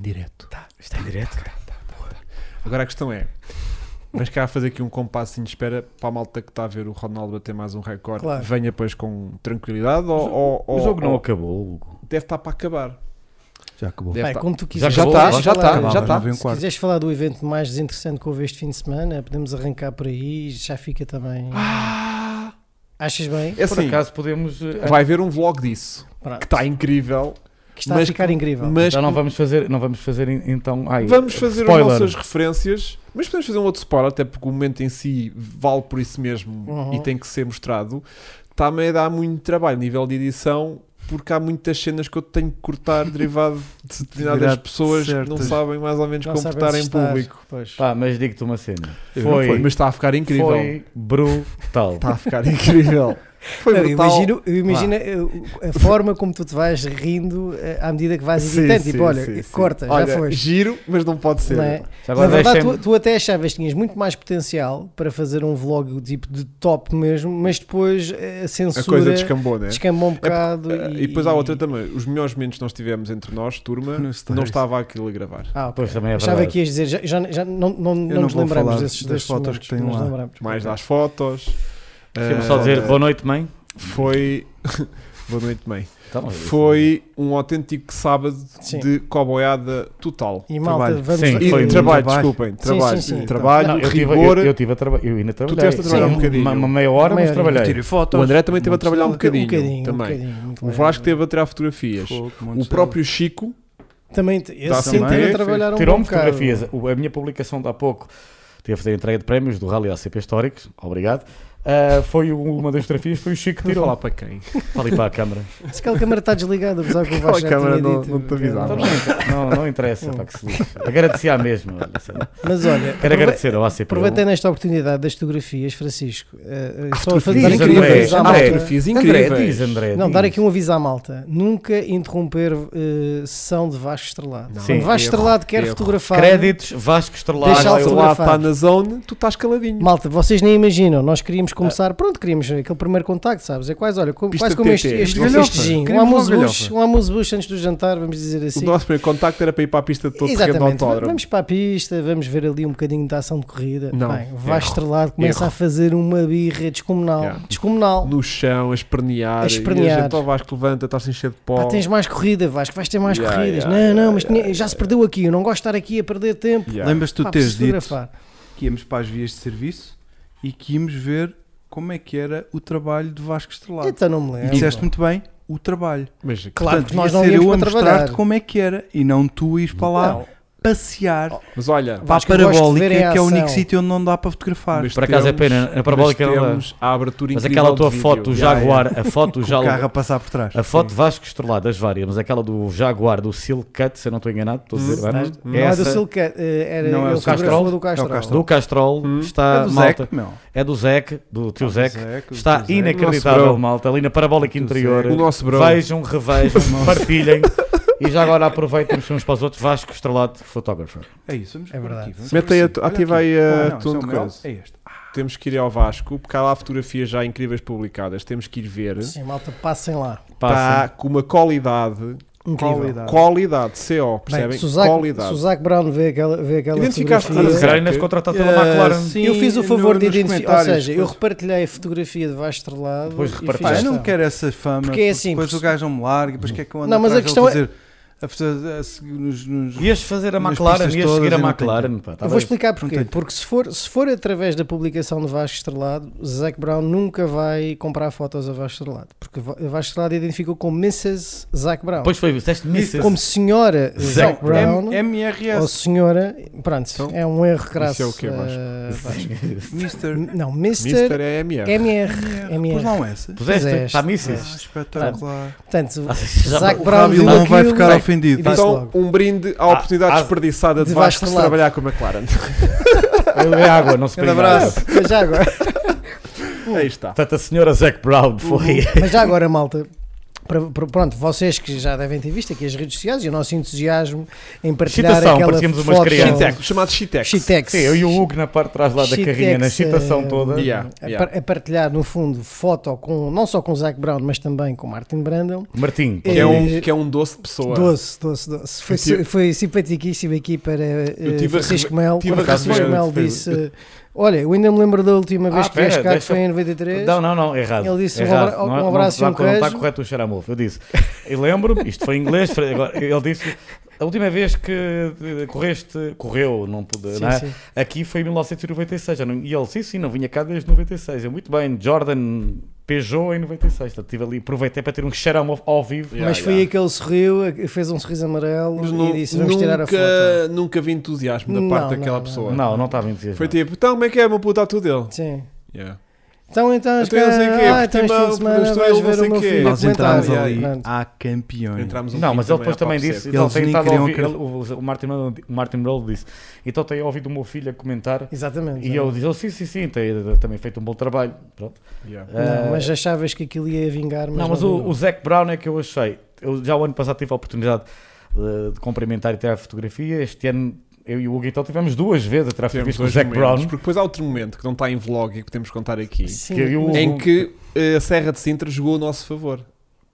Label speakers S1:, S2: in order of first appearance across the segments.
S1: direto.
S2: Tá, está
S3: é
S2: em direto?
S3: Agora a questão é: mas cá fazer aqui um compassinho de espera para a malta que está a ver o Ronaldo bater mais um recorde,
S2: Claro.
S3: venha depois com tranquilidade ou, ou-
S2: O
S3: ou-
S2: jogo não
S3: ou-
S2: acabou, Hugo.
S3: Oh, deve estar para acabar?
S1: Já acabou.
S3: Deve
S1: Já
S2: Bem,
S3: estar.
S2: como tu
S3: Já
S2: quiseres.
S3: já
S2: falar,
S3: está, já
S2: falar.
S3: está, já tá.
S1: acabava,
S3: está.
S1: nove e um
S2: Se
S1: quarto.
S2: quiseres falar do evento mais desinteressante que houve este fim de semana, podemos arrancar por aí, já fica também.
S3: Ah!
S2: Achas bem?
S3: É
S4: Por
S3: assim,
S4: acaso podemos. eh,
S3: vai ver um vlog disso
S2: Pronto.
S3: que está incrível,
S2: Que está a
S3: mas
S2: ficar incrível.
S3: mas
S4: Já não
S3: que-
S4: vamos fazer, não vamos fazer en- então. Ai,
S3: Vamos fazer
S4: spoiler.
S3: as nossas referências, mas podemos fazer um outro spoiler, até porque o momento em si vale por isso mesmo
S2: Uhum.
S3: e tem que ser mostrado. Está-me a dar muito trabalho, nível de edição, porque há muitas cenas que eu tenho que cortar derivado de determinadas
S1: Derivado de
S3: pessoas que não
S1: certas-
S3: sabem mais ou menos
S2: Não sabem
S3: comportar em
S2: assustar.
S3: público.
S2: Pois.
S4: Pá, mas digo-te uma cena.
S3: Eu não
S4: Foi-
S3: fui, Mas está a ficar incrível.
S4: Foi brutal.
S3: Está a ficar incrível. Foi
S2: Não, eu
S3: brutal.
S2: imagino, eu imagino eh, a forma como tu te vais rindo eh, à medida que vais
S3: Sim,
S2: editando.
S3: sim,
S2: Tipo, olha,
S3: sim, sim.
S2: corta,
S3: Olha,
S2: já foste.
S3: Giro, mas não pode ser.
S2: Não é?
S4: Já Agora
S2: Na verdade,
S4: deixem-me-
S2: tu, tu até achavas que tinhas muito mais potencial para fazer um vlog tipo de top mesmo, mas depois eh, a
S3: A
S2: censura
S3: coisa descambou, né?
S2: descambou um bocado.
S3: Ah, e depois há outra também. Os melhores momentos que nós tivemos entre nós, turma,
S1: Não está
S3: não
S1: isso.
S3: estava aquilo a gravar.
S2: Ah, ok.
S4: Pois, também é
S2: Achava
S4: verdade.
S2: que ias dizer, já, já, já não, não, não,
S1: não
S2: nos
S1: vou
S2: lembramos
S1: falar
S2: desses,
S1: das
S2: desses
S1: fotos
S2: momentos,
S1: que tenho
S2: não nos
S1: lá.
S2: lembramos.
S3: mais das fotos.
S4: Deixa-me
S3: Ah,
S4: só dizer boa noite, mãe.
S3: Foi. boa noite, mãe.
S4: Então, é isso.
S3: Foi um autêntico sábado
S2: Sim.
S3: de coboiada total.
S2: E malta,
S1: Trabalho.
S2: vamos
S4: Sim,
S3: E trabalho,
S4: foi um
S1: trabalho.
S3: desculpem. Trabalho,
S2: sim, sim.
S3: trabalho
S4: Não, eu tive-
S3: um rigor.
S4: eu, eu tive a trabalhar. Eu ainda trabalhei.
S3: tiveste a trabalhar
S4: Sim,
S3: um bocadinho.
S4: Uma, uma meia hora,
S2: Meia
S4: mas
S2: hora.
S4: trabalhei.
S1: Tirei fotos.
S3: o André também teve a
S1: Uma
S3: trabalhar um bocadinho.
S2: um bocadinho, um
S3: também.
S2: bocadinho, muito
S3: o
S2: bem.
S3: Vasco teve a tirar fotografias.
S1: Fogo, um monte
S3: O
S1: de
S3: próprio Chico.
S2: também, te-
S3: Tá,
S2: esse sim
S1: também.
S2: teve a trabalhar um
S4: Tirou-me
S2: bom bocado.
S4: fotografias. O- A minha publicação de há pouco, tive a fazer a entrega de prémios do Rally ACP Históricos, obrigado. Ah, foi o- uma das fotografias, foi o Chico que
S3: Tirou
S4: tirou
S3: lá para quem?
S4: Para ali para a câmara.
S2: Se aquela câmara está desligada, apesar que o
S3: Aquela
S2: Vasco já
S3: câmara
S2: tinha
S3: não-
S2: dito,
S3: não tá- te
S2: porque-
S3: avisava.
S4: Então não, inter- não, não interessa, pá, que se lixe. Agradeci à mesma. olha, sei lá.
S2: Mas olha,
S4: Quero agradecer ao ACP.
S2: Aproveitei nesta oportunidade das fotografias, Francisco. eh, eh, só a fazer
S4: Ah, fotografias
S2: dar aqui um
S4: incríveis.
S2: aviso à
S4: André,
S2: malta.
S3: fotografias
S4: André,
S3: incríveis.
S4: diz André.
S2: Não,
S4: diz.
S2: dar aqui um aviso à malta. Nunca interromper eh, sessão de Vasco Estrelado.
S3: Não, é
S2: Sim.
S4: erro,
S2: Vasco Estrelado quer
S3: erro.
S2: fotografar.
S4: Créditos, Vasco Estrelado.
S2: Deixa
S3: Lá,
S2: ele
S3: lá
S2: fotografar.
S3: está na zone, tu estás caladinho.
S2: Malta, vocês nem imaginam, nós queríamos começar, pronto, queríamos aquele primeiro contacto, sabes? É quase, olha, co-
S3: Ah. Pista
S2: quase como
S3: TT.
S2: este, este,
S1: Galhofa.
S2: este gin. Um
S1: Queríamos
S2: amuse
S1: logo
S2: bush,
S1: galhofa.
S2: um amuse bush antes do jantar, vamos dizer assim.
S3: O nosso primeiro contacto era para ir para a pista de todo terreno do
S2: Exatamente,
S3: autódromo.
S2: vamos para a pista, vamos ver ali um bocadinho da ação de corrida.
S3: Não,
S2: Bem,
S3: erro.
S2: Vasco Estrelado começa
S3: Erro.
S2: a fazer uma birra descomunal.
S3: Yeah.
S2: Descomunal.
S3: No chão, a espernear.
S2: A
S3: E
S2: espernear.
S3: a gente ao Vasco levanta, estás a cheio de pó.
S2: Pá, tens mais corrida, Vasco, vais ter mais
S3: Yeah,
S2: corridas.
S3: yeah,
S2: não,
S3: yeah,
S2: não, mas
S3: yeah,
S2: tinha- já se perdeu aqui, eu não gosto de estar aqui a perder tempo.
S3: Yeah.
S1: Lembras-te
S2: Pá, é
S1: de teres
S2: preciso
S1: dito
S2: fotografar.
S1: que íamos para as vias de serviço e que íamos ver como é que era o trabalho de Vasco Estrelado.
S2: Então não
S1: E
S2: me lembro.
S1: disseste muito bem o trabalho.
S3: Mas
S2: Claro,
S1: Portanto,
S2: porque nós
S1: devia
S2: não
S1: ser
S2: íamos
S1: eu a
S2: para trabalhar.
S1: mostrar-te como é que era e não tu ires para lá
S2: Não, Oh,
S1: passear
S3: Mas olha,
S1: para a
S2: Vasco, eu gosto de
S1: parabólica,
S2: ver em
S1: que é o único
S2: ação.
S1: sítio onde não dá para fotografar.
S3: mas
S4: Por acaso é
S3: temos-
S4: pena, a
S3: mas
S4: parabólica não
S3: temos a abertura
S4: Mas
S3: incrível
S4: aquela tua
S3: de vídeo.
S4: foto, o
S3: Yeah,
S4: Jaguar, a foto, o
S1: Com o carro a
S4: Jaguar.
S1: passar por trás.
S4: A foto de Vasco Estrelado, das várias, mas aquela do Jaguar, do Silk Cut, se eu não estou enganado, estou a dizer
S3: Hum,
S4: bem?
S3: hum. Não
S2: não é
S4: Essa,
S2: do Silca, eh, era
S1: Não é
S2: eu
S1: o
S2: fotografava
S4: Castrol.
S2: do Castrol.
S1: É o Castrol.
S4: do Castrol,
S3: Hum.
S4: está
S1: é do
S4: malta.
S1: Zeca, meu.
S4: É do Zec, do tio Zec.
S1: Ah, Zeca,
S4: Está
S1: do Zeca.
S3: Nosso
S4: inacreditável,
S3: bro.
S4: malta. Ali na parabólica
S1: Tio
S4: interior.
S3: O nosso bro.
S4: Vejam, revejam, partilhem. E já agora aproveitem-nos uns para os outros. Vasco Estrelado Photographer.
S1: É isso, vamos
S2: É
S1: por
S2: verdade.
S1: aqui, vamos
S3: Mete
S1: por
S3: aí a
S1: aqui.
S3: tu-
S1: Olha
S3: ativa
S1: aqui.
S3: aí a
S1: Ah, não,
S3: tum
S1: isso é
S3: de
S1: o meu,
S3: coisa.
S1: É este. Ah,
S3: Temos que ir ao Vasco, porque há lá fotografias já incríveis publicadas. Temos que ir ver.
S2: Sim, malta, passem lá.
S3: Está
S1: Tá.
S4: Passem.
S3: com uma qualidade.
S2: Incrível.
S1: Qualidade.
S3: Qualidade, CO, percebem?
S2: Bem, Suzak,
S3: qualidade.
S2: Suzak Brown vê aquela, vê aquela
S3: Identificaste
S4: As
S2: fotografia.
S3: Zé.
S4: Ucranianas contratar pela McLaren.
S1: sim,
S2: Eu fiz o favor
S1: no-
S2: de
S1: nos
S2: identificar, ou
S1: comentários,
S2: seja, eu
S1: depois.
S2: repartilhei a fotografia de Vasco Estrelado.
S4: Depois
S2: e fiz
S4: repartilhaste.
S1: Pá, eu não
S2: questão.
S1: quero essa fama,
S2: Porque é assim,
S1: depois o
S2: porque-
S1: gajo não me larga, depois o que é que eu ando
S2: Não, mas a
S1: atrás dele
S2: questão é-
S1: fazer, a fazer- a seguir nos- nos-
S4: Ias fazer a
S1: Nas
S4: McLaren,
S1: pistas
S4: ias seguir
S1: todas
S4: a
S1: e não tenho
S4: McLaren. Pá, tá
S2: Eu vou
S4: bem.
S2: explicar porquê.
S1: Não tenho.
S2: Porque se for, se for através da publicação de Vasco Estrelado, Zac Brown nunca vai comprar fotos a Vasco Estrelado. Porque Va- Vasco Estrelado identificou como Mrs. Zac Brown.
S4: Depois foi, disseste Mrs.
S2: como senhora Zac
S4: Zac
S2: Brown.
S1: M-
S2: ou
S1: MRS,
S2: senhora. Pronto,
S3: Então,
S2: é um erro crasso.
S3: isso é o quê, Vasco?
S2: eh, Vasco.
S1: Mr.
S2: Não, Mr.
S3: Mister é MR.
S2: MR.
S1: Pôs lá
S2: MR.
S1: um S.
S4: Puseste?
S2: Puseste.
S4: Está
S1: Ah,
S4: Mrs.
S1: espetacular.
S2: Portanto,
S4: Já-
S2: Zac
S1: O
S2: Brown
S1: Rábio
S2: viu
S1: não vai
S2: aquilo-
S1: ficar
S2: Bem,
S1: ofendido.
S2: Diz
S3: Então,
S2: logo.
S3: um brinde à oportunidade
S4: ah,
S3: desperdiçada de
S2: de
S3: Vasco de
S2: Vasco lá.
S3: trabalhar com a McLaren.
S4: Eu dei água, não se
S1: Grande
S4: pega
S1: abraço.
S2: Mas já agora.
S3: Aí está.
S2: Hum.
S4: Portanto, a senhora Zac Brown foi.
S2: Mas já agora, malta, para, para- pronto, vocês que já devem ter visto aqui as redes sociais e o nosso entusiasmo em partilhar
S4: Excitação,
S2: aquela
S4: parecíamos
S2: foto
S4: umas crianças.
S3: Shitex, o chamado Shitex.
S2: Shitex.
S4: Sim, eu e o Hugo na parte de trás lá da
S2: Shitex,
S4: carrinha, na
S2: eh,
S4: excitação toda.
S3: Yeah,
S2: a,
S3: yeah.
S2: par- a partilhar no fundo foto com não só com o Zac Brown mas também com o Martin Brandon
S4: Martim,
S3: Que é,
S2: Eh,
S3: um, que é um doce de pessoa.
S2: doce, doce, doce foi,
S3: Eu tive-
S2: si- foi simpaticíssimo aqui para eh,
S3: Eu tive a
S2: Francisco
S3: reve-
S2: Mel
S3: tive
S2: quando
S3: a
S2: Francisco
S3: receber- um
S2: Mel disse eh, olha, eu ainda me lembro da última vez
S4: Ah,
S2: que vieste
S4: pera,
S2: cá que
S4: deixa-
S2: foi em 93
S4: Não, não, não, errado.
S2: Ele disse um
S4: errado.
S2: abra-
S4: Não é-
S2: um
S4: não
S2: abraço e um
S4: está cor- Não está
S2: queijo.
S4: correto o xaramufo. Eu disse, e lembro-me, isto foi em inglês, foi- agora, ele disse, a última vez que eh, correste, correu, não pude,
S2: Sim,
S4: não é?
S2: sim.
S4: aqui foi em 1996. eu não- E ele, sim, sim, não vinha cá desde 96. Eu, muito bem, Jordan Peugeot em 96. Portanto, tive ali, aproveitei para ter um xaramufo ao vivo.
S3: Yeah,
S2: mas foi
S3: yeah.
S2: aí que ele sorriu, fez um sorriso amarelo
S3: Mas
S2: e
S3: nu-
S2: disse vamos
S3: nunca,
S2: tirar a foto.
S3: nunca vi entusiasmo da
S2: Não,
S3: parte
S2: não,
S3: daquela
S2: não,
S3: pessoa.
S4: Não, não estava entusiasmado.
S3: Foi tipo, então como é que é, meu puto? Está tudo ele.
S2: Sim.
S3: Yeah.
S2: Então, então,
S3: Então, eu sei que é,
S2: ah, então este fim
S3: porque
S2: de
S3: eu
S2: semana
S3: estou
S2: vais
S3: eu, não
S2: ver
S3: sei
S2: o meu
S3: que é.
S2: filho.
S1: Nós entramos
S2: comentar.
S1: ali
S2: Pronto.
S1: a campeões.
S3: Entramos um
S4: Não, mas
S3: pouquinho
S4: ele depois também
S3: à pá,
S4: disse,
S3: percebe?
S4: então
S1: Eles
S4: tem
S1: nem
S4: estado a
S1: queriam
S4: ouvir,
S1: acre-
S4: ele- o, o Martin Brando, o Martin Brando disse, então tem ouvido o meu filho a comentar,
S2: Exatamente.
S4: e eu disse, ele, sim, sim, sim, tem também feito um bom trabalho, pronto.
S3: Yeah.
S4: Ah,
S2: Não, mas achavas que aquilo ia vingar, mas
S4: não, mas
S2: não
S4: o,
S2: vingou.
S4: o Zac Brown é que eu achei. Eu já o ano passado tive a oportunidade eh, de cumprimentar e tirar fotografia. Este ano eu e o Hugo então tivemos duas vezes a tirar
S3: Temos
S4: fotografias com o
S3: dois
S4: Zac
S3: momentos,
S4: Brown.
S3: porque depois há outro momento que não está em vlog e que podemos contar aqui,
S2: Sim,
S4: que eu-
S2: mas-
S3: em que eh, a Serra de Sintra jogou a nosso favor,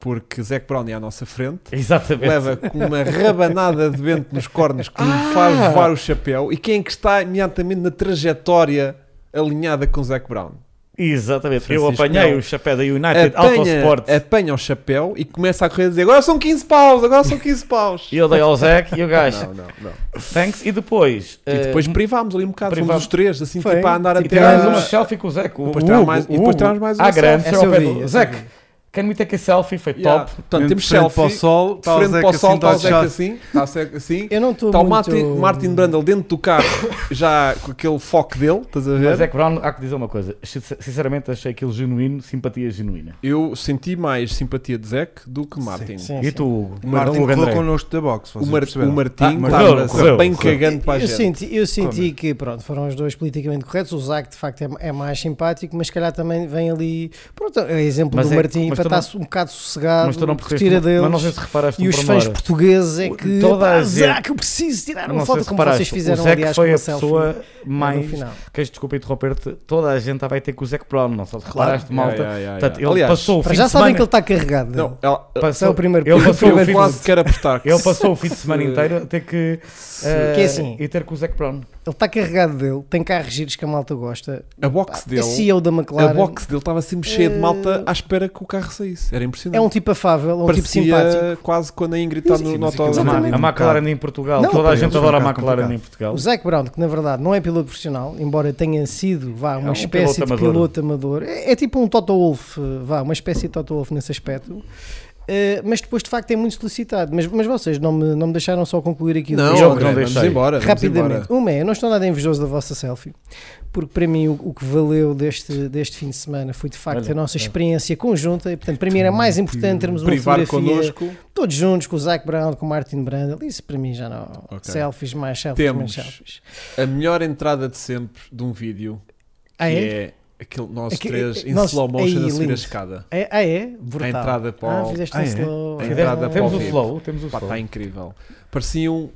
S3: porque Zac Brown é à nossa frente,
S4: Exatamente.
S3: leva com uma rabanada de vento nos cornos que
S4: Ah!
S3: lhe faz voar o chapéu, e quem é que está imediatamente na trajetória alinhada com Zac Brown?
S4: Exatamente. eu
S3: Francisco
S4: apanhei
S3: Melo.
S4: o chapéu da
S1: Ah,
S4: United Autosport.
S3: Apanha, é- apanha o chapéu e começa a correr a dizer agora são 15 paus, agora são 15 paus.
S4: E eu dei ao Zac e o gajo,
S3: Não, não, não.
S4: thanks. E depois.
S3: E depois
S4: eh,
S3: privámos ali um bocado,
S4: privámos.
S3: fomos os três, assim,
S2: Foi.
S3: tipo a andar
S2: E
S3: até
S4: tirámos
S1: um
S2: Ah.
S4: uma
S3: às-
S4: selfie com o Zac. O,
S3: Depois
S4: o
S3: tirámos
S4: Hugo,
S3: mais- e
S4: o
S3: depois
S4: Hugo,
S3: tirámos mais uma
S4: à grande,
S2: selfie.
S4: chegou ao
S2: Essa eu vi,
S4: pé do-
S2: essa eu
S4: Zac,
S2: vi.
S4: can we take a selfie? Foi
S3: Yeah.
S4: top.
S3: Portanto,
S1: Mesmo
S3: temos
S1: de frente
S3: selfie,
S1: para o sol,
S3: de
S1: está o
S3: frente
S1: Zeca
S3: para o sol,
S1: assim,
S3: está o
S1: todo
S3: Zeca
S1: chato.
S3: assim, está o Zeca assim.
S2: Eu não estou
S3: Está o
S2: muito...
S3: Martin, Martin Brandel dentro do carro, já com aquele foco dele, estás a ver?
S4: Mas é Zac Brown, há que dizer uma coisa. Sinceramente, achei aquilo genuíno, simpatia genuína.
S3: Eu senti mais simpatia de Zac do que Martin.
S2: É, Sim,
S4: E
S2: sim.
S4: tu, Hugo?
S1: O Martin
S4: Hugo
S1: colou
S4: André.
S1: connosco da box.
S3: O,
S1: vocês
S3: Mar-
S1: perceberam?
S3: o
S1: Ah,
S3: Martin
S1: Martin
S4: correu, correu,
S3: estava bem
S4: correu.
S3: cagando para a
S2: eu
S3: gente.
S2: senti, eu senti
S1: Come.
S2: que pronto, foram os dois politicamente corretos. O Zac de facto é, é mais simpático, mas se calhar também vem ali. Pronto, é exemplo
S4: Mas
S2: do
S4: é-
S2: Martim
S4: mas
S2: para
S4: tu não-
S2: estar um bocado sossegado,
S4: mas tu não percebeste
S2: tira
S4: uma-
S2: deles.
S4: Mas não sei se reparaste
S2: e
S4: um
S2: os
S4: pormenor.
S2: fãs portugueses é que.
S4: Toda a
S2: "Pá,
S4: gente-
S2: Zac, eu preciso tirar uma
S4: Não sei
S2: foto
S4: se
S2: como vocês
S4: reparaste,
S2: fizeram
S4: o Zac
S2: aliás
S4: foi
S2: com
S4: a
S2: a selfie.
S4: pessoa
S2: no
S4: mais...
S2: final.
S4: Que desculpa interromper-te, toda a gente estava a ter com o Zac Brown, não sei se
S2: Claro.
S4: reparaste, malta.
S3: Yeah, yeah, yeah,
S4: Portanto,
S3: yeah.
S4: ele passou o fim
S2: Para já
S4: de
S2: sabem
S4: semana...
S2: que ele está carregado.
S3: Não, ela-
S2: Esse é o
S4: passou,
S2: primeiro
S4: ele
S2: ponto.
S4: passou, o
S3: eu
S4: fim
S3: quase
S4: de,
S3: quero apostar que
S4: ele passou o fim de semana
S3: Se-
S4: inteiro a ter que... eh,
S2: Que é assim.
S4: E ter com o Zac Brown.
S2: Ele está carregado dele, tem carros giros que a malta gosta.
S3: a box
S2: É
S3: dele.
S2: CEO da
S3: A
S2: McLaren.
S3: box dele estava sempre cheia de malta à espera que o carro saísse. Era impressionante.
S2: eh, É um tipo afável, é um
S3: Parecia
S2: tipo simpático.
S3: quase quando a Ingrid está
S1: Sim,
S3: no,
S1: sim,
S3: no
S1: mas aquilo
S3: autódromo.
S1: Exatamente.
S4: A McLaren em Portugal,
S2: Não,
S4: toda a
S1: para
S4: gente
S1: eles é um
S4: adora a
S1: bocado
S4: McLaren em
S1: complicado.
S4: Portugal.
S2: O Zac Brown, que na verdade não é piloto profissional, embora tenha sido vá, uma
S4: um
S2: espécie
S4: piloto
S2: de
S4: amador.
S2: piloto amador, é, é tipo um Toto Wolff, eh, vá, uma espécie de Toto Wolff nesse aspecto. Eh, mas depois de facto é muito solicitado. Mas, mas vocês não me, não me deixaram só concluir aqui o
S3: Não,
S2: texto.
S4: Eu
S3: André,
S4: não
S3: vamos
S4: deixei.
S3: embora. vamos
S2: Rapidamente,
S3: embora.
S2: uma é, eu não estou nada invejoso da vossa selfie, porque para mim o, o que valeu deste, deste fim de semana foi de facto
S4: Olha,
S2: a nossa
S4: é.
S2: experiência conjunta e portanto para mim era mais importante termos uma
S3: Privar
S2: fotografia
S3: connosco.
S2: todos juntos com o Zac Brown, com o Martin Brandel, isso para mim já não.
S3: Ok.
S2: Selfies, mais selfies, mais
S3: Temos.
S2: selfies.
S3: A melhor entrada de sempre de um vídeo
S2: Ah,
S3: que
S2: é?
S3: é aquele nós
S2: Aqui- eh,
S3: três em
S2: nós-
S3: slow motion
S2: aí,
S3: a subir
S2: lindo.
S3: a escada.
S2: É- ah, é? Brutal.
S3: A entrada para
S2: Ah,
S3: o-
S2: fizeste
S1: Ah,
S2: um
S1: é?
S2: slow.
S3: A
S2: Ah,
S3: entrada para
S4: Temos
S3: o
S4: o
S3: vivo.
S4: slow, temos o
S3: Pá,
S4: slow.
S3: está incrível. Pareciam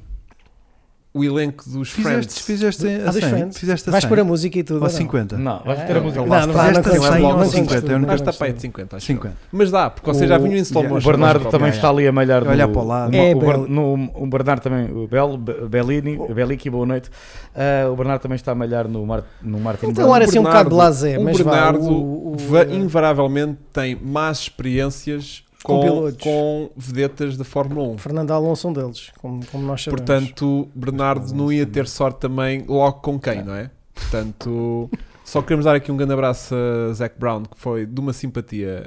S3: o elenco dos Friends.
S1: Fizeste, fizeste
S2: Ah,
S1: a
S2: dos
S1: 100.
S2: Friends.
S1: Fizeste a
S2: Vais
S1: 100.
S2: pôr a música e tudo.
S1: Ou
S2: ou não?
S1: 50.
S4: Não, vais
S2: Ah,
S4: meter a
S2: é.
S4: música.
S2: Não,
S4: basta.
S2: não vai.
S1: Fizeste a
S2: consigo,
S1: 100
S2: não
S1: ou a
S2: consigo.
S1: 50. é a
S2: Não
S1: única
S3: Acho que
S1: coisa.
S3: está para aí de 50. acho eu.
S1: 50.
S3: Mas dá, porque vocês já vinham em slow
S1: O-
S4: O
S3: motion.
S4: Bernardo
S3: nós
S4: também
S1: Yeah,
S4: está ali a malhar.
S1: Olhar
S4: do-
S1: para o lado.
S4: Uma-
S2: É,
S4: o,
S2: Bel-
S4: Ber- no- o Bernardo também, o Bel, Be- Bellini, Belliqui, boa noite. Ah, o Bernardo também está a malhar no, Mar, no Martin
S2: Ele tem
S4: Brando.
S2: um ar assim um bocado
S3: Bernardo-
S2: blasé,
S3: o
S2: mas vá,
S3: Bernardo
S2: o- o-
S3: va- invariavelmente tem más experiências
S2: Com
S3: com,
S2: pilotos.
S3: com vedetas da Fórmula 1.
S2: Fernando Alonso é um deles, como, como nós sabemos.
S3: Portanto, Bernardo não ia ter sorte também logo com quem, não é? Portanto, só queremos dar aqui um grande abraço a Zac Brown, que foi de uma simpatia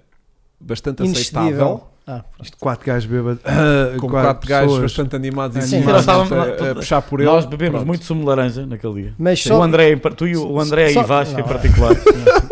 S3: bastante aceitável.
S2: inexcedível. Ah, pronto.
S1: Isto 4 gajos bêbados.
S3: Com
S1: quatro
S3: quatro gajos
S1: pessoas.
S3: bastante animados e
S1: Sim,
S3: animados
S1: nós
S4: estávamos-
S3: a, a puxar por ele.
S4: Nós bebemos
S3: Pronto.
S4: muito sumo de laranja naquele dia.
S2: mas
S4: O
S2: só.
S4: André, em par- tu e o André
S2: Só-
S4: e Vasco
S2: não.
S4: em particular.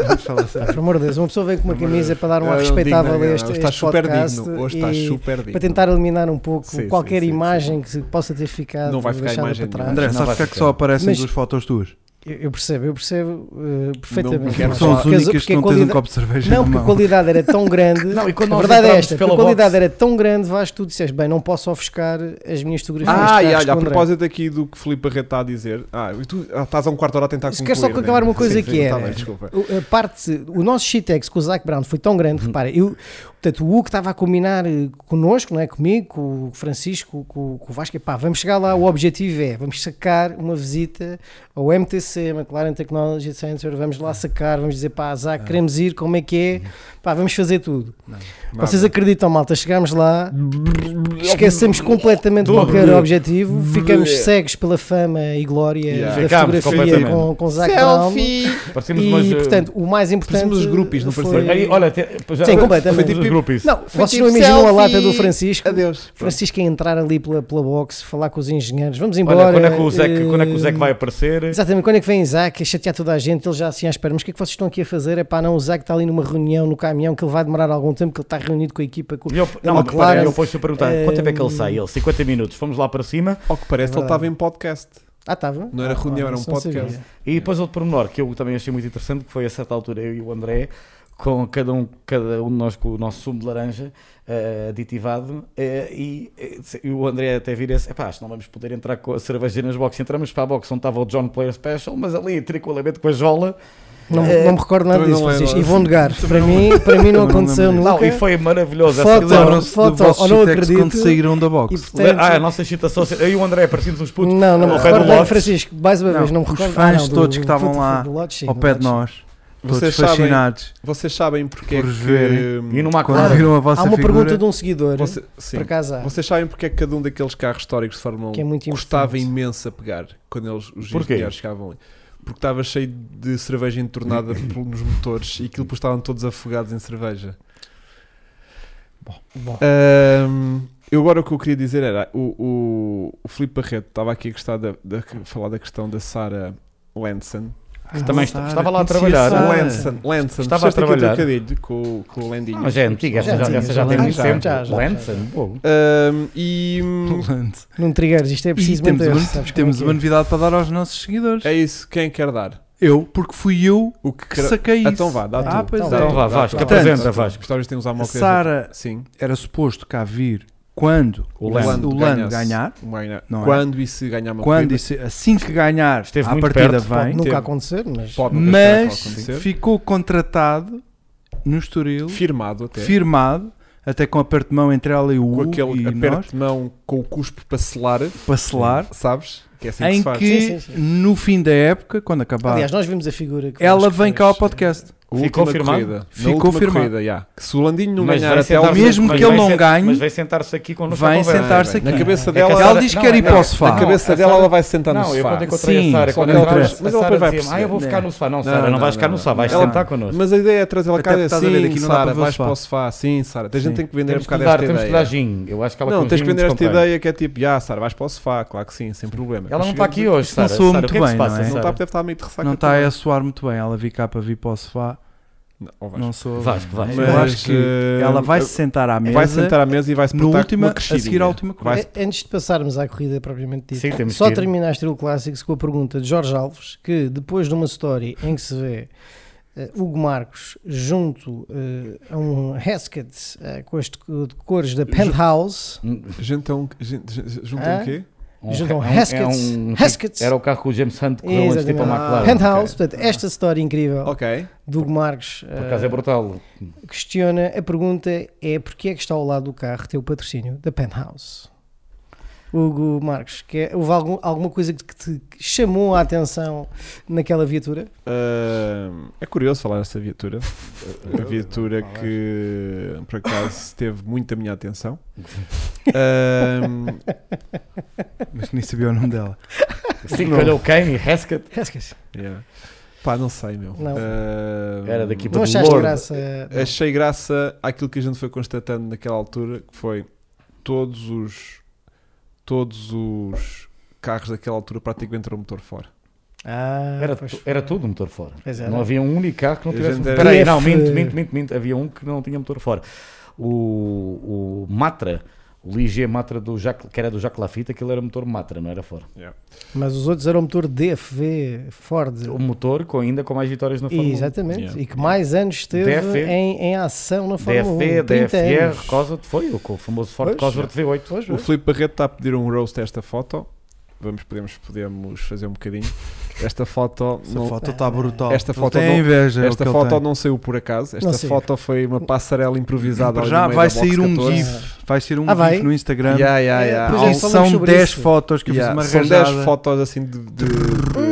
S1: Vamos falar sério.
S2: Por amor de Deus, uma pessoa vem com uma
S1: Por amor de
S2: camisa para dar um
S3: Ah,
S2: ar
S3: digno,
S2: respeitável a
S3: não,
S2: este,
S3: hoje
S2: este
S3: estás super
S2: podcast
S3: digno. Hoje
S2: e
S3: estás super digno. Ah,
S2: para tentar eliminar um pouco
S3: Sim, sim,
S2: qualquer
S3: sim, sim.
S2: imagem que possa ter ficado
S3: Não vai ficar
S2: deixada
S3: imagem
S2: para trás.
S3: nenhuma.
S1: André,
S4: Não
S1: sabes
S4: vai
S1: porque é que
S4: ficar.
S1: só aparecem
S2: Mas-
S1: duas fotos tuas?
S2: Eu, eu percebo, eu percebo eh, perfeitamente.
S3: quero
S1: Porque são as
S2: Porque as-
S1: únicas
S2: porque
S1: que
S2: a
S1: não tens um
S2: qualida-
S1: copo de cerveja
S2: Não,
S1: na
S2: porque a
S1: mão.
S2: qualidade era tão grande.
S4: Não, e quando
S2: a
S4: nós
S2: verdade é
S4: entramos
S2: esta, porque
S4: pela
S2: a qualidade
S4: box-
S2: era tão grande, vais tu disseste, bem, não posso ofuscar as minhas fotografias. de
S3: Ah,
S2: carros
S3: e olha,
S2: com
S3: a
S2: André.
S3: propósito aqui do que o Filipe Barreto está a dizer. Ah, e tu ah, estás há um quarto de hora a tentar
S2: Se
S3: concluir.
S2: queres só
S3: né?
S2: acabar uma coisa
S3: Sim,
S2: que é.
S3: sim,
S2: era.
S3: tá bem, desculpa.
S2: O- A parte, o nosso shitex com o Zac Brown foi tão grande, repara, eu, portanto, o Hugo estava a combinar eh, connosco, não é? Comigo, com o Francisco, com, com o Vasco, e pá, vamos chegar lá, o objetivo é, vamos sacar uma visita ao MTC, McLaren Technology Center, vamos lá sacar, vamos dizer, pá, Zac, queremos ir, como é que é? Pá, vamos fazer tudo. Vocês acreditam, malta, chegámos lá, esquecemos completamente
S4: Tudo.
S2: qualquer objetivo, ficamos cegos pela fama e glória
S3: Yeah.
S2: da
S4: Ficámos
S2: fotografia
S4: completamente.
S2: com, com Zac Brown.
S4: Parecemos
S2: e,
S4: umas, eh,
S2: portanto, o mais importante.
S3: parecemos os groupies, não
S2: foi-
S3: parecemos?
S4: Aí, olha, até, já,
S2: Sim, completamente.
S4: Foi tipo os grupos.
S2: Não,
S5: Foi
S2: vocês
S5: tipo
S2: não imaginam a
S5: selfie.
S2: lata do Francisco.
S3: Adeus.
S2: Francisco a entrar ali pela, pela box, falar com os engenheiros, vamos
S4: Olha,
S2: embora.
S4: quando, é que o Zeke,
S2: eh,
S4: quando é que o Zeke vai aparecer?
S2: Exatamente, quando é que vem Isaac a chatear toda a gente? Ele já assim à espera, mas o que é que vocês estão aqui a fazer? É pá, não, o Isaac está ali numa reunião no caminhão que ele vai demorar algum tempo, que ele está reunido com a equipa. Com...
S4: E eu,
S2: Não,
S4: não, repara,
S2: claro.
S4: eu depois a perguntar quanto tempo é que ele
S2: Eh,
S4: sai? Ele, 50 minutos. Fomos lá para cima
S3: Ao que
S2: É
S3: parece, ele
S2: verdade.
S3: estava em podcast.
S2: Ah, estava.
S3: Não era reunião, era um
S2: isso não sabia.
S3: podcast.
S4: e depois outro pormenor que eu também achei muito interessante, que foi a certa altura eu e o André, com cada um, cada um de nós com o nosso sumo de laranja eh, aditivado, eh, e, eh, disse- e o André até vira-se, epá, acho que não vamos poder entrar com a cervejeira nas boxes. Entramos para a box onde estava o John Player Special, mas ali tricolamente com a jola.
S2: Não,
S4: Eh,
S2: não me recordo nada
S3: também
S2: disso,
S3: não lembro.
S2: Francisco. E vou negar. Para mim, para mim não
S3: Também não
S2: aconteceu
S3: lembro.
S2: nunca.
S4: Não, e foi maravilhoso assim, essa
S2: Foto.
S4: cena.
S1: Lembram-se
S2: foto,
S1: do vosso
S2: ou não
S1: shitex quando
S2: acredito,
S1: saíram da
S2: e,
S1: box.
S2: portanto,
S4: Ah, a nossa excitação. Eu e o André parecíamos uns putos.
S2: Não, não me
S4: Ao pé do
S2: recordo bem,
S4: Lodge.
S2: Francisco. Mais uma vez,
S1: Não,
S2: não me
S1: os
S2: recordo. Ah,
S1: fãs
S2: não, do-
S1: todos que estavam
S2: do-
S1: lá
S2: do Lodge, sim,
S1: Ao
S2: do
S1: pé de
S2: Lodge.
S1: nós. Todos
S3: Vocês sabem,
S1: fascinados.
S3: vocês sabem porque
S1: Por
S3: é
S1: verem.
S3: que.
S4: E numa
S1: Quando
S4: clara.
S1: viram a vossa
S2: Há uma
S1: figura,
S2: pergunta de um seguidor,
S3: Você- sim.
S2: por acaso há,
S3: Vocês sabem porque é que cada um daqueles carros históricos de Fórmula 1
S2: que é muito
S3: custava
S2: importante.
S3: imenso a pegar quando eles, os
S4: Porquê?
S3: engenheiros chegavam ali. Porque estava cheio de cerveja entornada pelo- nos motores e aquilo depois estavam todos afogados em cerveja.
S2: Bom,
S3: Ahm, eu agora o que eu queria dizer era: o, o, o Filipe Barreto estava aqui a gostar da, da- falar da quest- falar da questão da Sarah Lanson.
S1: Ah,
S4: Também
S1: Sara,
S4: estava lá a
S1: conhecia
S4: trabalhar.
S1: Sara.
S3: Lanson, Lanson,
S4: Estava
S3: percebeste aquele
S4: a trabalhar.
S3: trocadilho com, o- com o Landinho.
S4: Não, já é antiga, essa
S2: Já
S4: já,
S2: tinha,
S4: essa já
S2: já
S4: tem
S2: lá
S4: muito
S3: já,
S4: tempo.
S2: já, já.
S4: Lanson, pô.
S3: Ahm, e hum,
S1: Lance.
S2: não me triggers, isto é
S1: E
S2: preciso
S1: temos,
S4: um,
S2: manter,
S1: uma,
S2: sabes como
S1: temos
S2: é que é?
S1: uma novidade para dar aos nossos seguidores.
S3: é isso, quem quer dar?
S1: Eu, porque fui eu
S3: O que
S1: que
S3: quer-
S1: saquei isso.
S3: Então vá, dá
S2: Ah,
S3: tu.
S1: pois
S3: dá
S1: é.
S3: tu,
S1: Então
S4: vá,
S3: dá tu,
S4: Vasco,
S3: dá tu.
S4: apresenta, Vasco.
S3: Os histórias têm usar
S1: A
S3: uma
S1: Sara
S3: Sim.
S1: era suposto cá vir quando
S4: O Lando
S1: o Lando
S3: ganhasse.
S1: ganhar.
S3: Ganha-
S1: Não é?
S3: Quando e se ganhar uma
S1: Quando
S3: corrida,
S1: e se- assim que ganhar,
S4: Esteve
S1: a
S4: muito
S1: partida
S4: perto,
S1: vem.
S2: Nunca
S3: Teve.
S2: aconteceu, mas
S3: pode nunca esperar que
S1: mas
S3: acontecer.
S1: ficou contratado no Estoril,
S3: firmado até.
S1: firmado, até com aperto de mão entre ela e o
S3: com
S1: U
S3: aquele
S1: e
S3: aperto
S1: nós,
S3: de mão com o cuspo para selar,
S1: para selar,
S3: sabes? Que é assim que
S1: em
S3: se faz.
S1: que
S2: Sim, sim, sim.
S1: no fim da época, quando acabar,
S2: aliás, nós vimos a figura que
S1: ela
S2: Vasco
S1: vem
S2: fez.
S1: cá ao podcast.
S3: A
S4: Ficou
S3: última
S4: firmado?
S3: corrida, na
S1: Ficou
S3: última
S1: firmado.
S3: corrida, já. Que se o Landinho não
S4: Mas
S3: ganhar
S4: vai
S3: até ao
S4: sentar-se-
S1: mesmo
S4: mas
S1: que ele
S4: vai
S1: não
S4: sen-
S1: ganhe,
S4: Mas vai sentar-se aqui connosco.
S1: vai
S4: à conversa.
S1: sentar-se aqui.
S3: na cabeça
S4: É que a
S3: dela,
S1: Ela
S4: Sara-
S1: diz que
S4: não,
S1: quer
S4: é-
S1: ir para o sofá.
S3: na cabeça
S4: a
S3: dela
S4: Sara-
S3: ela vai sentar no
S4: Não, eu
S3: sofá.
S4: quando encontrei
S1: Sim,
S4: a Sara,
S1: só
S4: quando
S1: que ela
S4: entramos,
S1: traz-
S4: a
S3: mas ela
S4: Sara
S3: vai
S4: dizia, ah,
S3: perceber.
S4: eu vou ficar
S1: Não.
S4: no sofá. Não,
S3: Não,
S4: Sara,
S3: não,
S4: não tá vais ficar
S3: não,
S4: no sofá,
S3: não.
S4: vais
S3: Ela-
S4: sentar connosco.
S3: Mas a ideia é trazer ela
S1: Até
S3: cá
S1: porque estás a ver
S3: assim,
S1: daqui, não dá para
S3: Sara,
S1: ver o
S3: vais
S1: sofá.
S3: para o sofá, sim, Sara. Tens
S1: Sim.
S3: gente tem que vender um
S4: Temos que
S3: bocado
S4: lhe dar-
S3: esta
S4: temos que lhe dar
S3: ideia.
S4: gin. Eu acho que ela
S3: Não,
S4: com
S3: tens
S4: gin
S3: que vender
S4: nos
S3: esta
S4: contém.
S3: ideia que é tipo, já, Sara, vais para o sofá, claro que sim, sem problema.
S4: Ela não
S3: Mas
S4: está aqui hoje,
S1: não tá
S4: Sara.
S1: soa
S4: Sara,
S1: muito
S4: o que é que
S1: bem,
S4: se
S1: não
S4: passa,
S1: é?
S3: Não
S4: Sara?
S3: está, deve estar meio de ressaca.
S1: Não tá está
S3: também.
S1: a soar muito bem. Ela vir cá para vir para o sofá.
S3: Não, ou vai.
S1: Não sou.
S4: Vasco, vai.
S1: Eu
S3: Mas,
S1: acho que
S3: eh,
S1: ela vai se sentar à mesa
S3: Vai sentar à mesa e vai se
S1: no
S3: portar
S1: última,
S3: com uma
S1: a seguir à
S3: crescidinha.
S1: última corrida.
S2: É, Antes de passarmos à corrida propriamente
S4: Sim,
S2: dita,
S4: temos
S2: só
S4: que ir.
S2: terminaste o Clássicos com a pergunta de Jorge Alves, que depois de uma story em que se vê eh, Hugo Marcos junto eh, a um Heskett eh, com as de- de cores da Penthouse,
S3: Juntam, um jun- jun- juntam
S2: Ah?
S3: o quê?
S2: Juntam
S4: é um- é
S2: Heskets.
S4: um-
S2: Heskets.
S4: Era o carro que o James Hunt correu antes de ir para a
S2: Exatamente.
S4: McLaren.
S2: Penthouse, portanto, esta história incrível
S3: Ok.
S2: do Hugo Marcos
S4: Por acaso é
S2: eh,
S4: brutal.
S2: questiona, a pergunta é porque é que está ao lado do carro ter o patrocínio da Penthouse? Hugo Marcos, que é, houve algum- alguma coisa que te chamou a atenção naquela viatura?
S3: Ahm, é curioso falar dessa viatura. Eh, A viatura que, por acaso, teve muito a minha atenção. Ehm, Ahm,
S1: Mas nem sabia o nome dela.
S4: Sim, calhou Kane e Heskett.
S3: yeah. Pá, não sei, meu. Ehm,
S2: Não.
S3: Ahm,
S4: Era daqui
S2: Não
S4: para
S2: achaste
S4: Lourdes.
S2: graça?
S4: É.
S3: Achei graça àquilo que a gente foi constatando naquela altura, que foi todos os todos os carros daquela altura praticamente eram motor fora.
S2: Ah,
S4: Era,
S2: pois,
S4: tu- era tudo motor fora.
S2: pois era.
S4: Não havia um único carro que não
S3: A
S4: tivesse
S3: gente
S4: motor.
S3: era-
S4: Espera aí,
S2: PF,
S4: não, minto,
S2: eh,
S4: minto, minto, minto. Havia um que não tinha motor fora. O, o Matra, O Ligier Matra, do Jacques, que era do Jacques Lafitte, aquilo era motor Matra, não era Ford.
S2: Mas os outros eram motor DFV, Ford.
S4: O motor com, ainda com mais vitórias na Fórmula 1.
S2: Exatamente.
S3: Yeah.
S2: E que mais anos esteve
S4: DFE.
S2: em, em ação na Fórmula 1.
S4: DFE,
S2: 30
S4: DFR,
S2: anos.
S4: Cosworth, foi o co- famoso Ford
S2: Pois,
S4: Cosworth V8.
S3: O Filipe Barreto está a pedir um roast a esta foto. Vamos, podemos, podemos fazer um bocadinho. Esta foto.
S1: Essa
S3: não-
S1: foto está brutal.
S3: Esta
S1: Ele
S3: foto
S1: tem
S3: não-
S1: inveja. é o
S3: esta
S1: que ele
S3: foto
S1: tem. Hum,
S3: não saiu por acaso. Esta
S2: Não saiu.
S3: foto foi uma passarela improvisada. ali
S1: Já
S3: tá no meio
S1: vai
S3: da box
S1: sair um
S3: 14.
S1: GIF. Vai sair um
S2: Ah, vai?
S1: GIF no Instagram.
S3: Yeah, yeah,
S2: É,
S3: yeah.
S2: pois
S3: Há
S2: é,
S3: um-
S2: falamos
S1: São
S2: sobre
S1: 10
S2: isso.
S1: fotos que
S3: yeah,
S1: eu fiz uma
S3: São 10
S1: rajada.
S3: fotos assim de, de-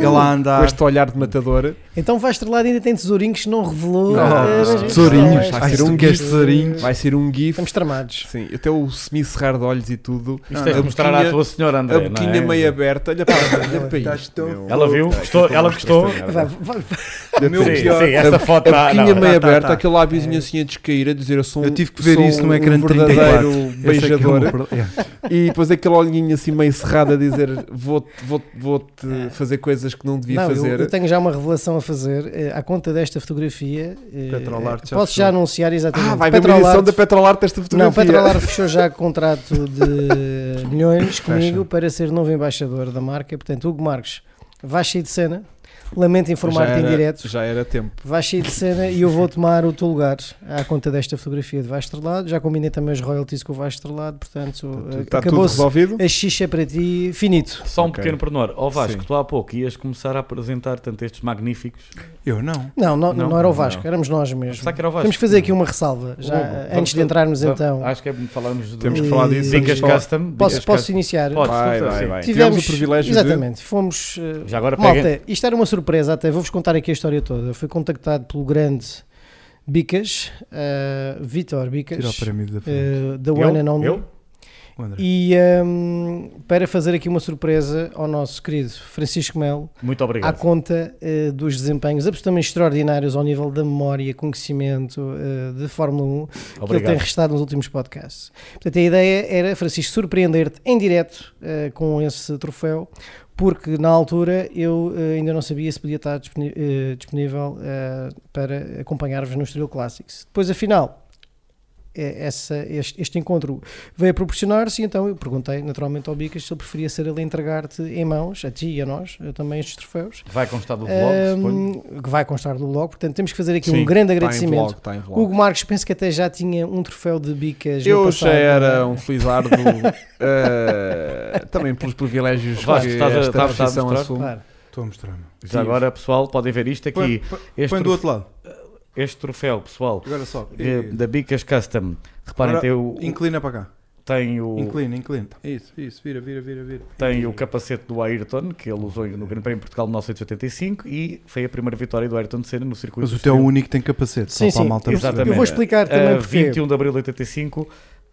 S1: Ele a andar.
S3: com este olhar de matador.
S2: Então vais estrelado e ainda tem tesourinhos que não revelou.
S3: Não,
S2: Ah,
S3: não,
S2: mas-
S1: tesourinhos.
S2: Ah,
S3: Vai ser
S2: isto-
S3: um
S1: queres tesourinhos?
S3: Vai sair um GIF.
S2: Estamos tramados.
S3: Sim, até o semi-cerrar de olhos e tudo.
S4: Isto é
S3: a
S4: de mostrar à
S3: boquinha-
S4: tua senhora, André.
S3: A
S4: não é?
S3: boquinha meio aberta. Olha para, olha para
S1: Estás
S3: isto,
S1: tão
S3: meu.
S4: Ela viu? Gostou? Ela gostou?
S2: Vai- vai- vai-
S1: O meu
S4: Sim,
S1: pior-
S4: sim, esta foto.
S3: é A
S4: não,
S3: boquinha
S4: não.
S3: meio
S1: tá,
S3: aberta,
S1: tá.
S3: aquele lábiozinho assim a descair, a dizer eu sou um-
S1: Eu tive que ver
S3: sou
S1: isso no
S3: um
S1: ecrã de
S3: verdadeiro
S1: 34. Eu sei que é
S3: beijador.
S1: uma pro- Yeah.
S3: E depois aquele olhinho assim meio cerrado a dizer vou-te vou vou fazer coisas que não devia
S2: Não, eu-
S3: fazer.
S2: Eu, tenho já uma revelação a fazer. eh, à conta desta fotografia, eh,
S1: Petrolarte já
S2: posso já
S1: fechou.
S2: anunciar exatamente.
S3: ah, vai haver uma
S2: Petrolarte-
S3: edição da Petrolarte esta fotografia.
S2: um Não, é Petrolar fechou já contrato de milhões comigo para ser novo embaixador da marca. Portanto, Hugo Marques, vais sair de cena. Lamento
S3: Já
S2: informar-te um em
S3: era-
S2: direto.
S3: Já era tempo.
S2: Vais sair de cena e eu vou tomar o teu lugar à conta desta fotografia de Vais Estrelado. Já combinei também os royalties com o Vais Estrelado, portanto, eh,
S3: Está Tá tudo
S2: acabou-se.
S3: resolvido?
S2: A xixa é para ti, finito.
S4: Só um
S3: Ok.
S4: pequeno pormenor. Ó Vasco,
S3: Sim.
S4: tu há pouco ias começar a apresentar tanto estes magníficos.
S1: Eu não.
S2: Não, não,
S4: Não,
S2: não era o
S4: não.
S2: Vasco, éramos nós mesmos.
S4: Será que era o Vasco?
S2: Temos que fazer aqui uma ressalva, já
S4: Logo,
S2: eh,
S4: vamos-
S2: antes de entrarmos
S4: vamos-
S2: então.
S4: Acho que é bom falarmos de
S3: Temos
S2: E-
S3: que falar disso.
S4: Dicas
S3: Vamos falar-
S4: Custom.
S2: Posso,
S4: Dicas
S2: posso
S4: custom.
S2: iniciar?
S4: Podes,
S3: Vai,
S4: sim.
S3: vai, vai.
S2: Tivemos,
S3: Tivemos o privilégio de-
S2: exatamente, fomos eh,
S4: Já agora
S2: Malta,
S4: peguem.
S2: isto era uma surpresa até, vou-vos contar aqui a história toda. Eu fui contactado pelo grande Bicas, eh, Vitor
S1: Tira a
S2: Bicas,
S1: pirâmide da frente.
S2: eh, da One and Only,
S4: Eu?
S1: O André.
S2: e ehm, para fazer aqui uma surpresa ao nosso querido Francisco Melo,
S4: Muito
S2: à
S4: obrigado.
S2: conta eh, dos desempenhos absolutamente extraordinários ao nível da memória, conhecimento eh, de Fórmula 1, que ele tem
S4: Obrigado.
S2: restado nos últimos podcasts. Portanto, a ideia era, Francisco, surpreender-te em direto eh, com esse troféu, porque na altura eu eh, ainda não sabia se podia estar disponi- eh, disponível eh, para acompanhar-vos no Estoril Classics. Depois, afinal, eh, essa, este, este encontro veio a proporcionar-se e então eu perguntei naturalmente ao Bicas se ele preferia ser ele a entregar-te em mãos, a ti e a nós, eh, também estes troféus.
S4: Vai constar do vlog, suponho.
S2: Ahm, que vai constar do blog, portanto temos que fazer aqui
S3: Sim,
S2: um grande
S3: Está Tá em vlog,
S2: agradecimento.
S3: está em vlog.
S2: Hugo Marques penso que até já tinha um troféu de bicas. no
S3: Eu já
S2: passado. é?
S3: era um felizardo, eh, também pelos privilégios
S4: Vasco,
S3: que
S4: estás a-
S3: esta
S4: estás a
S3: profissão
S4: mostrar?
S3: assume.
S2: Claro.
S1: Estou a mostrar-me.
S4: Já agora, pessoal, podem ver isto
S1: Põe,
S4: aqui.
S1: põe-
S4: Este,
S1: põe do outro lado.
S4: este troféu, pessoal,
S1: Agora só.
S4: eh, da Bicas Custom. Reparem,
S1: Agora,
S4: tem o,
S1: Inclina para cá.
S4: tem, o,
S1: Inclina, inclina. Isso, isso. Vira, vira, vira, vira.
S4: tem o capacete do Ayrton, que ele usou no Grande Prémio de Portugal de 1985 e foi a primeira vitória do Ayrton de Senna no circuito.
S1: Mas o
S4: de
S1: teu
S4: Estoril.
S1: único tem capacete.
S2: Sim,
S1: só para
S2: sim,
S1: a malta perceber.
S4: exatamente.
S2: Eu vou explicar também
S4: Uh,
S2: porque
S4: 21 de abril de 85,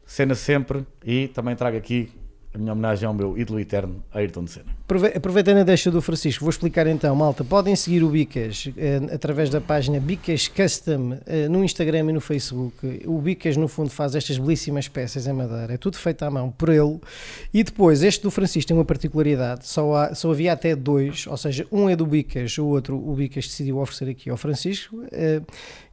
S4: cena sempre, e também trago aqui a minha homenagem ao meu ídolo eterno, Ayrton Senna.
S2: aprove- aproveitando a deixa do Francisco, vou explicar então, malta, podem seguir o Bicas eh, através da página Bicas Custom eh, no Instagram e no Facebook. O Bicas no fundo faz estas belíssimas peças em madeira, é tudo feito à mão por ele. E depois, este do Francisco tem uma particularidade, só, há- só havia até dois, ou seja, um é do Bicas, o outro o Bicas decidiu oferecer aqui ao Francisco, eh,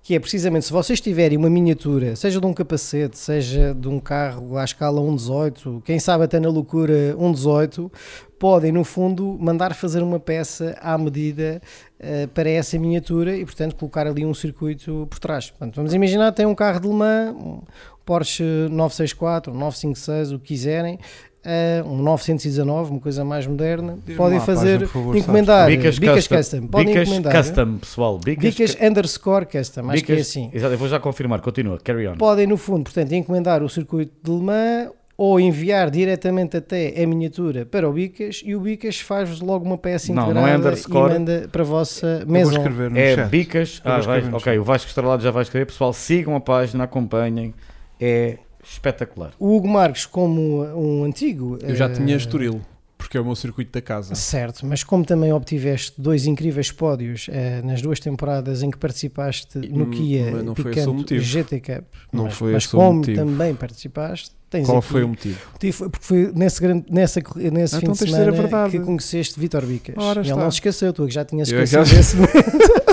S2: que é precisamente, se vocês tiverem uma miniatura, seja de um capacete, seja de um carro à escala 1.18, quem sabe até na loucura 1.18, podem, no fundo, mandar fazer uma peça à medida eh, para essa miniatura e, portanto, colocar ali um circuito por trás. Portanto, vamos imaginar, tem um carro de Le Mans, um Porsche 964, um 956, o que quiserem, eh, um 919, uma coisa mais moderna,
S1: Diz-me
S2: podem
S1: lá a
S2: fazer,
S1: página, por favor,
S2: encomendar, Bicas, Custom, podem
S4: Bicas
S2: encomendar.
S4: Custom, pessoal. Bicas,
S2: Bicas underscore custom, acho que é
S4: Bicas-
S2: assim.
S4: Exato, eu vou já confirmar, continua, carry on.
S2: Podem, no fundo, portanto, encomendar o circuito de Le Mans ou enviar diretamente até a miniatura para o Bicas e o Bicas faz-vos logo uma peça
S4: Não, não
S2: integrada
S4: é underscore.
S2: e manda para a vossa
S1: Eu vou
S2: mesa.
S1: escrever no
S4: É
S1: chat.
S4: Bicas,
S1: Eu vou
S4: ah,
S1: escrever
S4: vai-
S1: no
S4: ok, o Vasco Estrelado já vai escrever, pessoal, sigam a página, acompanhem, é espetacular.
S2: O Hugo Marques, como um antigo...
S3: Eu já
S2: eh,
S3: tinha Estoril, porque é o meu circuito da casa.
S2: Certo, mas como também obtiveste dois incríveis pódios eh, nas duas temporadas em que participaste no
S3: Hum,
S2: Kia
S3: mas não foi esse o
S2: Picanto
S3: motivo.
S2: GT Cup,
S3: Não
S2: mas,
S3: foi
S2: mas
S3: esse o
S2: como
S3: motivo.
S2: também é participaste, tens
S3: Qual
S2: aqui
S3: foi o motivo?
S2: Tive- foi Porque foi nesse, grande, nessa, corri- nesse
S3: Ah,
S2: fim
S3: então
S2: de
S3: tens de dizer a
S2: semana
S3: verdade.
S2: que conheceste Vitor Bicas.
S3: Ora
S2: e ele
S3: está.
S2: não se esqueceu, tu é que já tinhas
S3: Eu é que
S2: esquecido
S3: já-
S2: desse momento.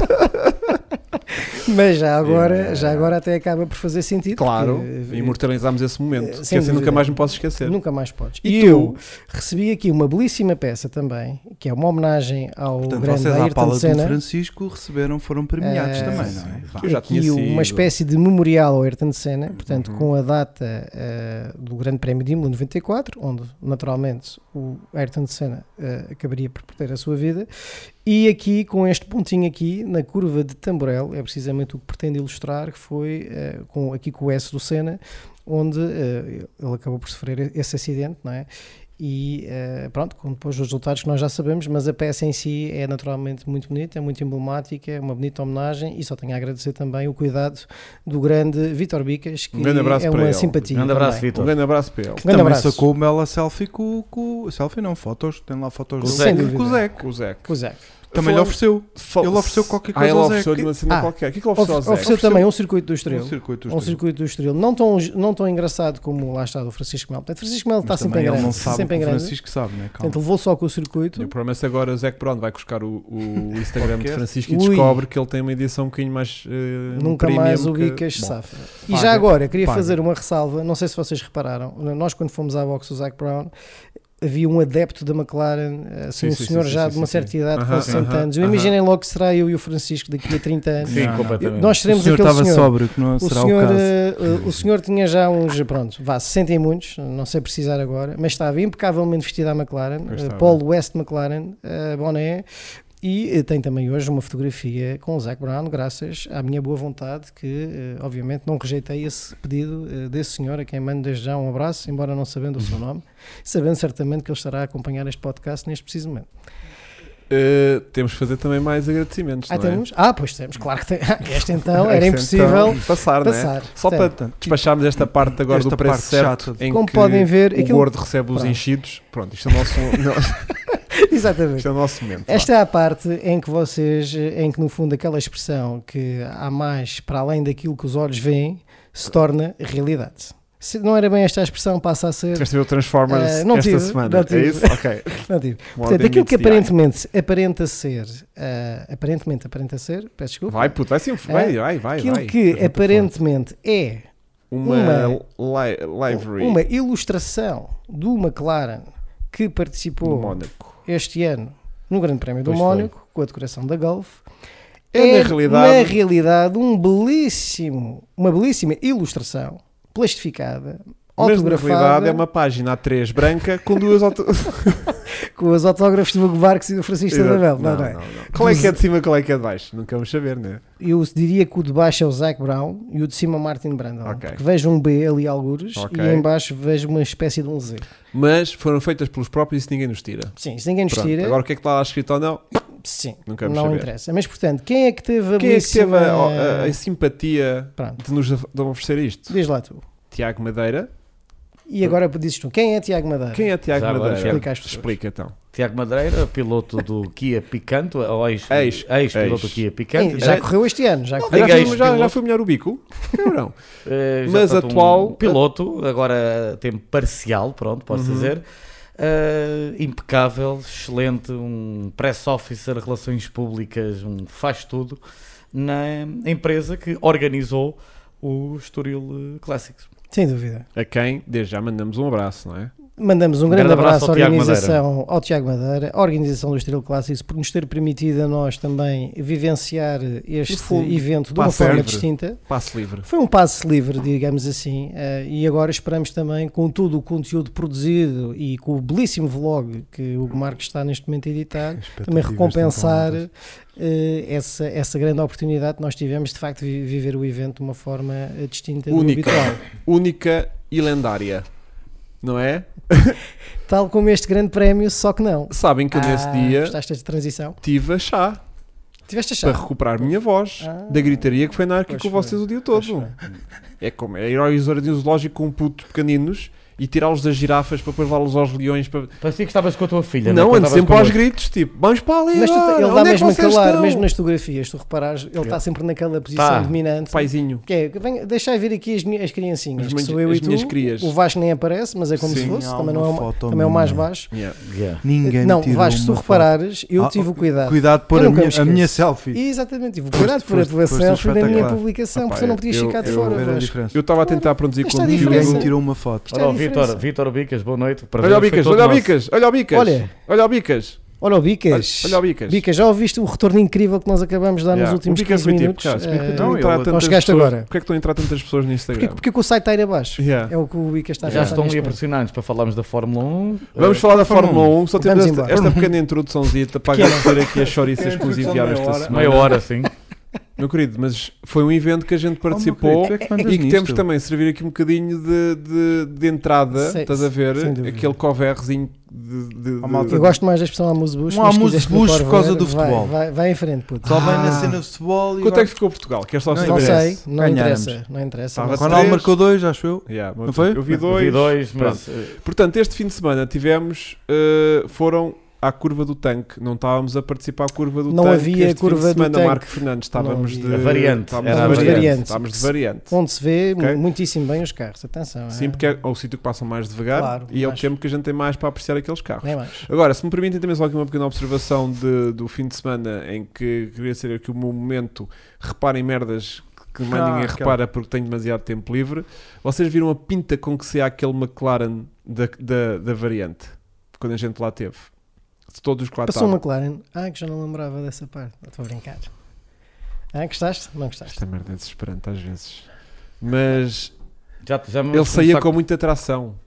S2: Mas já agora,
S3: Yeah.
S2: já agora até acaba por fazer sentido.
S3: Claro,
S2: porque, eh,
S3: imortalizámos esse momento.
S2: eh,
S3: Que
S2: sem
S3: assim
S2: dúvida.
S3: nunca mais me posso esquecer.
S2: Nunca mais podes.
S3: E
S2: E,
S3: tu?
S2: eu recebi aqui uma belíssima peça também, que é uma homenagem ao
S1: Portanto,
S2: grande
S1: vocês à
S2: Ayrton
S1: pala do
S2: Senna.
S1: Francisco receberam, foram premiados
S2: Eh,
S1: também,
S2: sim,
S1: não é? Vá.
S3: Eu já
S2: aqui
S3: tinha sido.
S2: uma espécie de memorial ao Ayrton Senna, portanto,
S3: Uhum.
S2: com a data eh, do Grande Prémio de Imola 94, onde naturalmente o Ayrton Senna eh, acabaria por perder a sua vida, e aqui com este pontinho aqui na curva de Tamborel, é precisamente o que pretendo ilustrar, que foi eh, com, aqui com o S do Senna, onde eh, ele acabou por sofrer esse acidente, não é? E eh, pronto, com depois os resultados que nós já sabemos, mas a peça em si é naturalmente muito bonita, é muito emblemática, é uma bonita homenagem e só tenho a agradecer também o cuidado do grande Vitor Bicas, que
S3: Um grande abraço
S2: é
S3: para
S2: uma
S3: ele.
S2: simpatia.
S4: Um grande abraço,
S2: também.
S3: Um
S4: Vitor.
S3: grande abraço para ele.
S2: Um grande
S1: Também
S2: abraço.
S1: sacou uma bela selfie com, com- Selfie não, fotos. Tem lá fotos
S4: Com o
S1: dele
S2: Zeca.
S1: com o Zeca.
S3: Com o Zeca.
S2: Com o Zé.
S1: Também lhe
S3: Falando-
S1: ofereceu.
S3: Fal-
S1: Ele ofereceu qualquer
S3: Ah,
S1: coisa
S3: ele
S1: ao
S3: ofereceu
S1: Zeca.
S3: de uma cena
S2: Ah,
S3: qualquer. O que é que ele ofereceu ao
S2: Ofereceu,
S3: Zeca?
S2: também um circuito do
S1: Um
S2: Estrela.
S1: circuito.
S2: Um circuito do Estrela. Não tão, não tão engraçado como lá está do Francisco Melo. Portanto, Francisco Melo está sempre em
S1: ele
S2: grande.
S1: não sabe
S2: sempre
S1: o
S2: em
S1: que o
S2: grande.
S1: Francisco sabe, né? Calma.
S2: Portanto, levou só com o
S3: E o
S2: circuito.
S3: problema é se agora o Zac Brown vai buscar o, o Instagram de
S1: Podcast.
S3: Francisco e
S2: Ui.
S3: descobre que ele tem uma edição um bocadinho mais. eh, um
S2: Nunca
S3: premium
S2: mais o
S3: que-
S2: Bicas
S3: Bom,
S2: safa. E
S3: paga,
S2: já agora, queria
S3: paga.
S2: fazer uma ressalva. Não sei se vocês repararam. Nós, quando fomos à box do Zac Brown, havia um adepto da McLaren, assim,
S3: Sim,
S2: um
S3: sim,
S2: senhor
S3: sim,
S2: já
S3: sim,
S2: de
S3: sim,
S2: uma
S3: sim.
S2: certa idade,
S3: Aham,
S2: com 60
S3: aham,
S2: anos. Eu
S3: aham.
S2: imaginei logo que será eu e o Francisco daqui a 30 anos.
S4: Sim,
S1: Não, não.
S4: completamente.
S2: Nós
S1: o
S2: seremos
S1: senhor
S2: aquele
S1: estava
S2: senhor.
S1: sóbrio, que não
S2: O
S1: será
S2: senhor,
S1: o caso.
S2: eh, eh, o senhor tinha já uns, pronto, vá, 60 e muitos, não sei precisar agora, mas estava impecavelmente vestido à McLaren,
S3: Pois
S2: eh,
S3: estava.
S2: Paul West McLaren, eh, boné, e eh, tem também hoje uma fotografia com o Zac Brown, graças à minha boa vontade, que eh, obviamente não rejeitei esse pedido eh, desse senhor, a quem mando desde já um abraço, embora não sabendo o seu nome, sabendo certamente que ele estará a acompanhar este podcast neste preciso momento.
S3: eh, temos que fazer também mais agradecimentos.
S2: Ah,
S3: não é?
S2: temos? Ah, pois temos, claro que tem. Este então era
S3: Este
S2: impossível
S3: então, passar, né?
S2: passar.
S3: Só para
S2: Portanto,
S1: Portanto,
S3: despacharmos esta parte agora
S1: Esta
S3: do preço
S1: parte
S3: certo
S1: chata.
S3: em
S2: como
S3: que
S2: podem ver,
S3: o
S2: aquilo-
S3: gordo recebe os
S2: Pronto.
S3: enchidos. Pronto, isto é o nosso, no-
S2: Exatamente.
S3: isto é o nosso momento. vá.
S2: Esta é a parte em que vocês, em que no fundo aquela expressão que há mais para além daquilo que os olhos veem se torna realidade. Se não era bem esta a expressão, passa a ser.
S3: Queres ver o Transformers
S2: Eh, não
S3: esta
S2: tive,
S3: semana?
S2: não tive.
S3: É isso? Ok.
S2: Não digo.
S3: Uma
S2: Portanto,
S3: ordem
S2: aquilo que
S3: mixed diária.
S2: aparentemente aparenta ser, ah, aparentemente aparenta ser, peço desculpa,
S3: Vai, puto, vai sim, vai, vai, vai.
S2: Eh, aquilo
S3: vai.
S2: que
S3: Apresenta
S2: aparentemente é
S3: Uma, li- livery
S2: uma ilustração do McLaren que
S3: no
S2: participou
S3: Mónaco.
S2: este ano no Grande Prémio do
S3: Pois foi.
S2: Mónaco com a decoração da Golf.
S3: É, na realidade.
S2: na realidade, um belíssimo, uma belíssima ilustração plastificada,
S3: Mas na
S2: autografada,
S3: realidade é uma página A3 branca com duas auto...
S2: com os autógrafos do Hugo Barques e do Francisco Isabel. Não, não é?
S3: Qual é que é de cima qual é que é de baixo? Nunca vamos saber, né?
S2: Eu diria que o de baixo é o Zac Brown e o de cima é o Martin Brandon.
S3: Ok.
S2: Porque vejo um B ali algures
S3: Ok.
S2: e em baixo vejo uma espécie de um Z.
S3: Mas foram feitas pelos próprios e isso ninguém nos tira.
S2: Sim, se ninguém nos
S3: Pronto,
S2: tira,
S3: agora o que é que está lá escrito ou não?
S2: sim,
S3: Nunca
S2: não
S3: vamos saber.
S2: interessa. Mas portanto, quem é que teve a
S3: Quem é que teve a,
S2: belíssima-
S3: a- a simpatia
S2: Pronto,
S3: de nos de oferecer isto?
S2: diz lá tu.
S3: Tiago Madeira.
S2: E agora dizes tu, quem é Tiago Madeira?
S3: Quem é Tiago
S4: Já agora,
S3: Madeira?
S4: Tiago.
S2: Explica às pessoas.
S3: Explica então.
S4: Tiago Madeira, piloto do Kia Picanto, ou ex-
S3: Ex-
S4: ex-piloto
S3: ex.
S4: do Kia Picanto.
S2: Quem- Já correu este ano, já correu.
S3: Já,
S4: Diga
S3: foi-
S4: isto,
S3: já- já
S4: piloto.
S3: foi melhor o bico? Não.
S4: Eh, já
S3: Mas
S4: portanto, um
S3: atual-
S4: piloto, agora tempo parcial, pronto, posso
S3: Uhum.
S4: dizer. Eh, impecável, excelente, um press officer, relações públicas, um faz tudo na empresa que organizou o Estoril eh, Classics.
S2: Sem dúvida.
S3: A quem, desde já, mandamos um abraço, não é?
S2: Mandamos um grande, abraço,
S4: ao
S2: à
S4: Tiago
S2: organização, ao Tiago Madeira, à organização do Estrela Clássico, por nos ter permitido a nós também vivenciar este
S3: No fundo,
S2: evento de uma
S3: passe
S2: forma
S3: livre.
S2: distinta.
S3: Passo livre.
S2: Foi um passo livre, digamos assim, eh, e agora esperamos também, com todo o conteúdo produzido e com o belíssimo vlog que o Marcos está neste momento a editar, também recompensar eh, essa, essa grande oportunidade que nós tivemos de facto vi- viver o evento de uma forma eh, distinta do
S3: Única.
S2: habitual.
S3: Única e lendária. Não é?
S2: Tal como este grande prémio, só que não.
S3: Sabem que eu nesse
S2: Ah,
S3: dia
S2: Gostaste de transição?
S3: tive a chá.
S2: Tiveste a
S3: para
S2: chave?
S3: recuperar a minha voz
S2: Ah.
S3: da gritaria que foi na arca
S2: Pois
S3: com
S2: foi,
S3: vocês o dia
S2: pois
S3: é todo. É como é heróis de um zoológico com putos pequeninos e tirá-los das girafas para depois levá-los aos leões. Para...
S4: Parecia que estavas com a tua filha.
S3: não,
S4: é?
S3: ando
S4: Quando
S3: sempre aos
S4: estavas
S3: gritos, tipo, vamos para ali.
S2: Mas tu-
S3: agora,
S2: ele
S3: onde
S2: dá
S3: é que
S2: mesmo a
S3: vocês
S2: calar,
S3: estão?
S2: mesmo nas fotografias, tu reparares, ele está sempre naquela posição
S4: Tá.
S2: dominante.
S3: Paizinho.
S2: Que é, venha- deixai vir aqui as, minhas, as criancinhas,
S3: As
S2: que
S3: minhas-
S2: sou eu
S3: as
S2: e tu.
S3: minhas crias.
S2: O Vasco nem aparece, mas é como se
S1: Sim,
S2: fosse,
S1: há
S2: também, não
S1: uma
S2: é, o ma-
S1: foto
S2: também é o mais
S1: minha.
S2: baixo.
S3: Yeah.
S4: com- Yeah.
S1: Ninguém
S2: não,
S1: tirou
S2: Vasco, se tu
S1: uma foto.
S2: reparares, eu
S1: Ah,
S2: tive o cuidado.
S1: Cuidado de pôr
S2: Eu
S1: a
S2: nunca
S1: minha,
S2: me
S1: a minha
S2: esqueço.
S1: selfie.
S2: E, exatamente, tive o
S1: Foste-
S2: cuidado de pôr a
S1: foste-
S2: tua
S1: foste
S2: selfie na minha
S1: espetacular.
S2: publicação,
S3: Opa,
S2: porque tu não podias
S3: eu- um
S2: ficar de
S3: eu-
S2: fora.
S1: Ver a
S2: Vasco.
S1: diferença.
S3: Eu estava a tentar produzir
S2: Esta é a
S3: conteúdo.
S1: Ninguém me
S2: diferença.
S1: tirou uma foto.
S2: Isto é a
S4: Olha o
S2: diferença.
S4: Vitor, Vitor Bicas, boa noite.
S3: Olha o Bicas, olha o Bicas, olha o Bicas.
S2: Olha.
S3: Olha o Bicas.
S2: Olha o
S3: Olha
S2: Bicas.
S3: olha o Bicas.
S2: Bicas, já ouviste o retorno incrível que nós acabamos de dar
S3: Yeah.
S2: nos últimos
S3: o Bicas
S2: 15
S3: foi tipo,
S2: minutos?
S3: cara, se bem que
S2: Eh,
S3: estão a
S1: Não,
S3: entrar
S1: ele-
S3: tantas
S2: não chegaste
S3: pessoas-
S2: agora.
S3: Porquê é que estão a entrar tantas pessoas no
S2: Porquê,
S3: Instagram?
S2: porquê que o site está a ir abaixo?
S3: Yeah. Então
S2: É o que o Bicas está a
S4: Já
S2: pensar
S4: estão ali
S2: neste
S4: a
S2: momento.
S4: pressionar-nos para falarmos da Fórmula 1.
S3: Vamos
S4: Eh,
S3: falar da
S1: Fórmula um.
S3: Fórmula 1, só
S2: Vamos
S3: temos esta,
S2: embora.
S3: esta pequena introduçãozita para
S2: Pequena.
S3: agradecer aqui as chorices que nos
S1: Introdução de
S3: enviaram
S1: meia
S3: esta
S1: hora.
S3: semana.
S4: meia hora, sim.
S3: Meu querido, mas foi um evento que a gente
S1: Oh, meu
S3: participou
S1: querido, tu é que mandas
S3: e que temos
S1: nisto.
S3: também servir aqui um bocadinho de, de, de entrada,
S2: Sem-
S3: estás a ver?
S2: sem dúvida.
S3: Aquele coverrezinho de. de,
S1: Oh, malta,
S3: de-
S2: Eu gosto mais da expressão amuse-bush.
S1: Um
S2: mas se quiseres
S1: amuse-bush por
S2: provar,
S1: causa
S2: vai-
S1: do futebol.
S2: Vai, vai, vai em frente, puto.
S1: Só vem
S3: Ah.
S1: na cena do futebol e.
S3: Quanto é
S1: vai-
S3: que ficou Portugal? Quer só
S1: Não
S3: saber.
S2: Não sei,
S1: interessa.
S2: não
S1: Ganharmos.
S2: interessa. Não interessa.
S3: Estava
S2: Mas-
S1: Quando ela
S3: Três.
S1: marcou dois, acho eu.
S3: Yeah,
S1: Não foi?
S3: Eu vi dois.
S4: Vi dois, mas. eh,
S3: Portanto, este fim de semana tivemos. eh, foram à curva do tanque. Não estávamos a participar à curva do
S2: Não
S3: tanque.
S2: havia
S3: este
S2: curva
S3: fim de
S2: do
S3: semana,
S2: tanque.
S3: Marco Fernandes, estávamos
S2: havia.
S3: de.
S4: A variante,
S3: Estávamos
S4: era a
S3: de variante.
S2: variante.
S3: Estávamos de variante.
S2: Onde se vê
S3: Ok.
S2: muitíssimo bem os carros. Atenção.
S3: Sim,
S2: é-
S3: porque é o sítio que passam mais devagar
S2: Claro,
S3: e é o
S2: acho.
S3: tempo que a gente tem mais para apreciar aqueles carros.
S2: Nem mais.
S3: Agora, se me permitem também só aqui uma pequena observação de- do fim de semana em que queria ser aqui o meu momento, reparem merdas que mais
S1: Ah,
S3: ninguém
S1: aquela.
S3: repara porque tenho demasiado tempo livre. Vocês viram a pinta com que se há aquele McLaren da, da, da variante, quando a gente lá teve? De todos os que lá
S2: Passou uma
S3: estavam.
S2: McLaren. Ah, que já não lembrava dessa parte. Não, Estou a brincar. Ah, gostaste? Não gostaste.
S3: Esta merda é desesperante às vezes. Mas
S4: Já, já vamos
S3: ele saía
S4: começar
S3: com muita tração.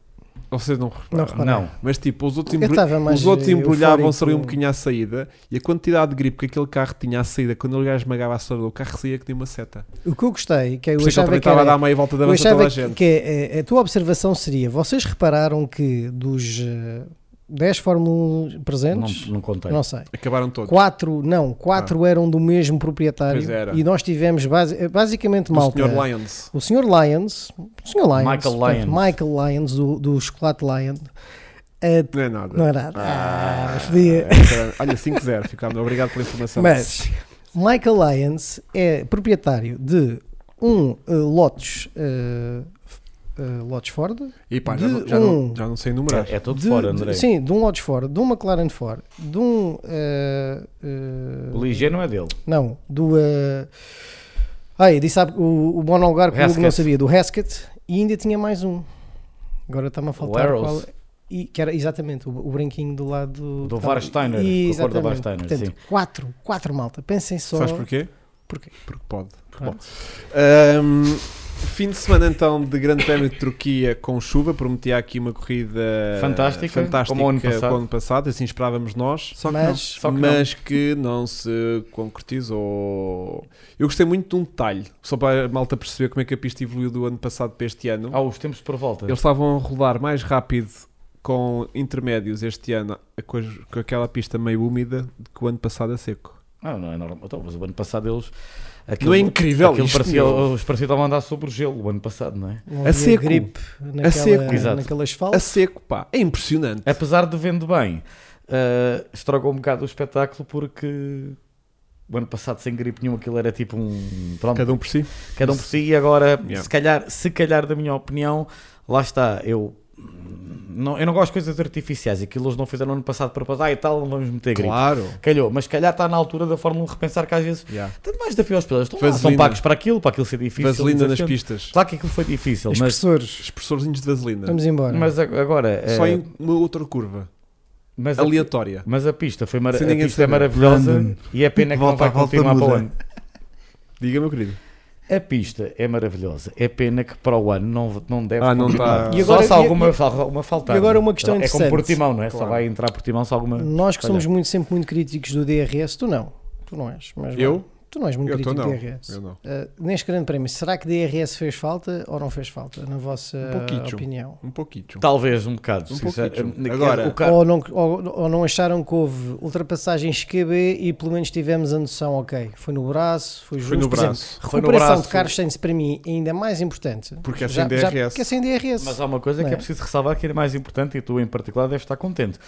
S3: Vocês não reparam.
S2: Não reparei.
S4: Não,
S3: Mas tipo, os outros,
S2: Eu
S3: embrul-
S2: estava mais,
S3: os outros
S2: eh,
S3: embrulhavam-se ali um
S2: eufórico.
S3: bocadinho à saída e a quantidade de gripe que aquele carro tinha à saída, quando o gajo esmagava a saída do carro, saía que nem uma seta.
S2: O que eu gostei, que eu
S3: Por isso é
S2: achava
S3: que ele também
S2: que
S3: estava a
S2: era
S3: dar meia volta da
S2: Eu
S3: avança a
S2: achava
S3: toda a
S2: que-
S3: gente.
S2: que eh, a, tua observação seria: vocês repararam que dos eh, 10 Fórmula 1
S4: não,
S2: presentes,
S4: não contei.
S2: não, sei,
S3: Acabaram todos. Ah.
S2: 4 não, 4 eram do mesmo proprietário
S3: Pois era.
S2: e nós tivemos basi- eh, basicamente
S3: O
S2: malta.
S3: Sr. Lyons.
S2: O Sr. Lyons, o Sr. Lyons,
S4: Michael
S2: portanto,
S4: Lyons.
S2: Michael Lyons do, do Chocolate Lion, eh,
S3: Não é nada.
S2: não era. Ah, podia.
S3: Era- Olha, 5-0, ficámos. Obrigado pela
S4: então
S3: informação.
S2: Mas Michael Lyons é proprietário de um eh, Lotus, eh, f- eh, Lotus Ford,
S3: e pá,
S2: de
S3: Ah, já, não- já não,
S2: um-
S3: já não sei enumerar.
S4: É, é tudo
S2: De-
S4: fora,
S2: de-
S4: André.
S2: Sim, de um Lodge Ford, de um McLaren Ford, de um. eh, eh,
S4: O Ligier não é dele.
S2: não, do. eh, ah, eu disse há- o, o bom lugar que o Hugo não
S4: Hesketh.
S2: sabia, do Heskett, e ainda tinha mais um. Agora está-me a faltar
S4: Arrows.
S2: qual. E, que era exatamente o, o branquinho do lado do.
S4: Do
S2: tava-
S4: Warsteiner,
S2: e-
S4: com a cor do
S2: exatamente.
S4: Warsteiner,
S2: Portanto,
S4: sim.
S2: Quatro, quatro malta, pensem só.
S3: Sabes porquê?
S2: Porquê?
S3: Porque pode.
S2: Ah.
S3: Bom. Ahm, fim de semana então de Grande Prémio de Turquia com chuva. Prometia aqui uma corrida
S4: Fantástica,
S3: fantástica
S4: como o ano passado.
S3: como o ano passado, assim esperávamos nós.
S1: Só que
S2: Mas.
S4: Só que
S3: mas que não se concretizou. Eu gostei muito de um detalhe, só para a malta perceber como é que a pista evoluiu do ano passado para este ano.
S4: Há os tempos por volta.
S3: Eles estavam a rodar mais rápido com intermédios este ano, com, as- com aquela pista meio úmida, do que o ano passado a seco.
S4: Ah, não é normal. Então, mas o ano passado eles.
S3: Não é incrível
S4: aquilo
S3: isto,
S4: parecia,
S3: meu?
S4: Os parecia que estavam a andar sobre o gelo o ano passado, não é?
S2: Não
S3: A
S2: havia
S3: seco.
S2: gripe naquela,
S3: seco.
S4: Exato.
S2: naquele
S3: A
S2: asfalto.
S3: seco, pá, é impressionante.
S4: Apesar de vendo bem, ah, estragou um bocado o espetáculo porque. O ano passado, sem gripe nenhuma, aquilo era tipo um. Pronto,
S3: Cada um por si.
S4: cada um por si. E agora,
S3: Yeah.
S4: se calhar, se calhar, da minha opinião, lá está. Eu não, eu não gosto de coisas artificiais. Aquilo eles não fizeram no ano passado para passar ah, e tal, não vamos meter gripe.
S3: Claro.
S4: Calhou, mas se calhar está na altura da Fórmula 1 repensar que às vezes.
S3: Yeah.
S4: Tanto mais desafio aos pilotos. Estão lá,
S3: Vaselina.
S4: são pagos para aquilo, para aquilo ser difícil.
S3: Vaselina nas
S4: desafiante.
S3: pistas.
S4: Claro que aquilo foi difícil, mas,
S2: Expressores.
S3: Expressorzinhos de vaselina.
S2: Vamos embora.
S4: mas a- agora.
S3: Só
S4: eh,
S3: em uma outra curva,
S4: mas, é a,
S3: aleatória.
S4: mas a pista, foi mara-
S3: Sem
S4: a
S3: ninguém
S4: pista é
S3: saber.
S4: maravilhosa
S1: Random.
S4: e é pena que
S1: Volta,
S4: não vai
S1: volta,
S4: continuar para o
S1: muda.
S4: ano.
S3: Diga, meu querido.
S4: A pista é maravilhosa. É pena que para o ano não, não deve
S3: Ah, não
S4: continuar.
S3: está.
S2: E
S4: Só
S2: agora-
S4: se alguma, alguma faltar.
S2: e agora uma
S4: não é?
S2: questão
S4: É como
S2: interessante. Hum.
S4: Portimão, não é? Só
S3: Claro.
S4: vai entrar Portimão se alguma.
S2: Nós que
S4: Olha.
S2: somos muito, sempre muito críticos do DRS, tu não. Tu não és. Mas
S3: Eu?
S2: vá. Tu não és muito
S3: Eu estou
S2: crítico
S3: não.
S2: de DRS.
S3: Eu não.
S2: Uh, neste grande prémio, será que DRS fez falta ou não fez falta, na vossa
S3: Um pouquinho.
S2: opinião?
S3: Um pouquinho.
S4: Talvez um bocado.
S3: Um
S4: sincero-
S3: pouquinho.
S4: eh,
S3: Agora-
S4: o carro-
S2: Ou, não, ou- ou não acharam que houve ultrapassagens QB e pelo menos tivemos a noção, ok, foi no braço, foi justo.
S3: Foi no
S2: Por exemplo,
S3: braço.
S4: Foi no
S2: recuperação
S4: braço.
S2: de Carlos Sainz para mim é ainda mais importante.
S3: Porque é sem
S2: Já- já-
S3: DRS.
S2: Porque é sem DRS.
S4: Mas há uma coisa
S2: Não é?
S4: que é preciso ressalvar que é mais importante e tu em particular deves estar contente.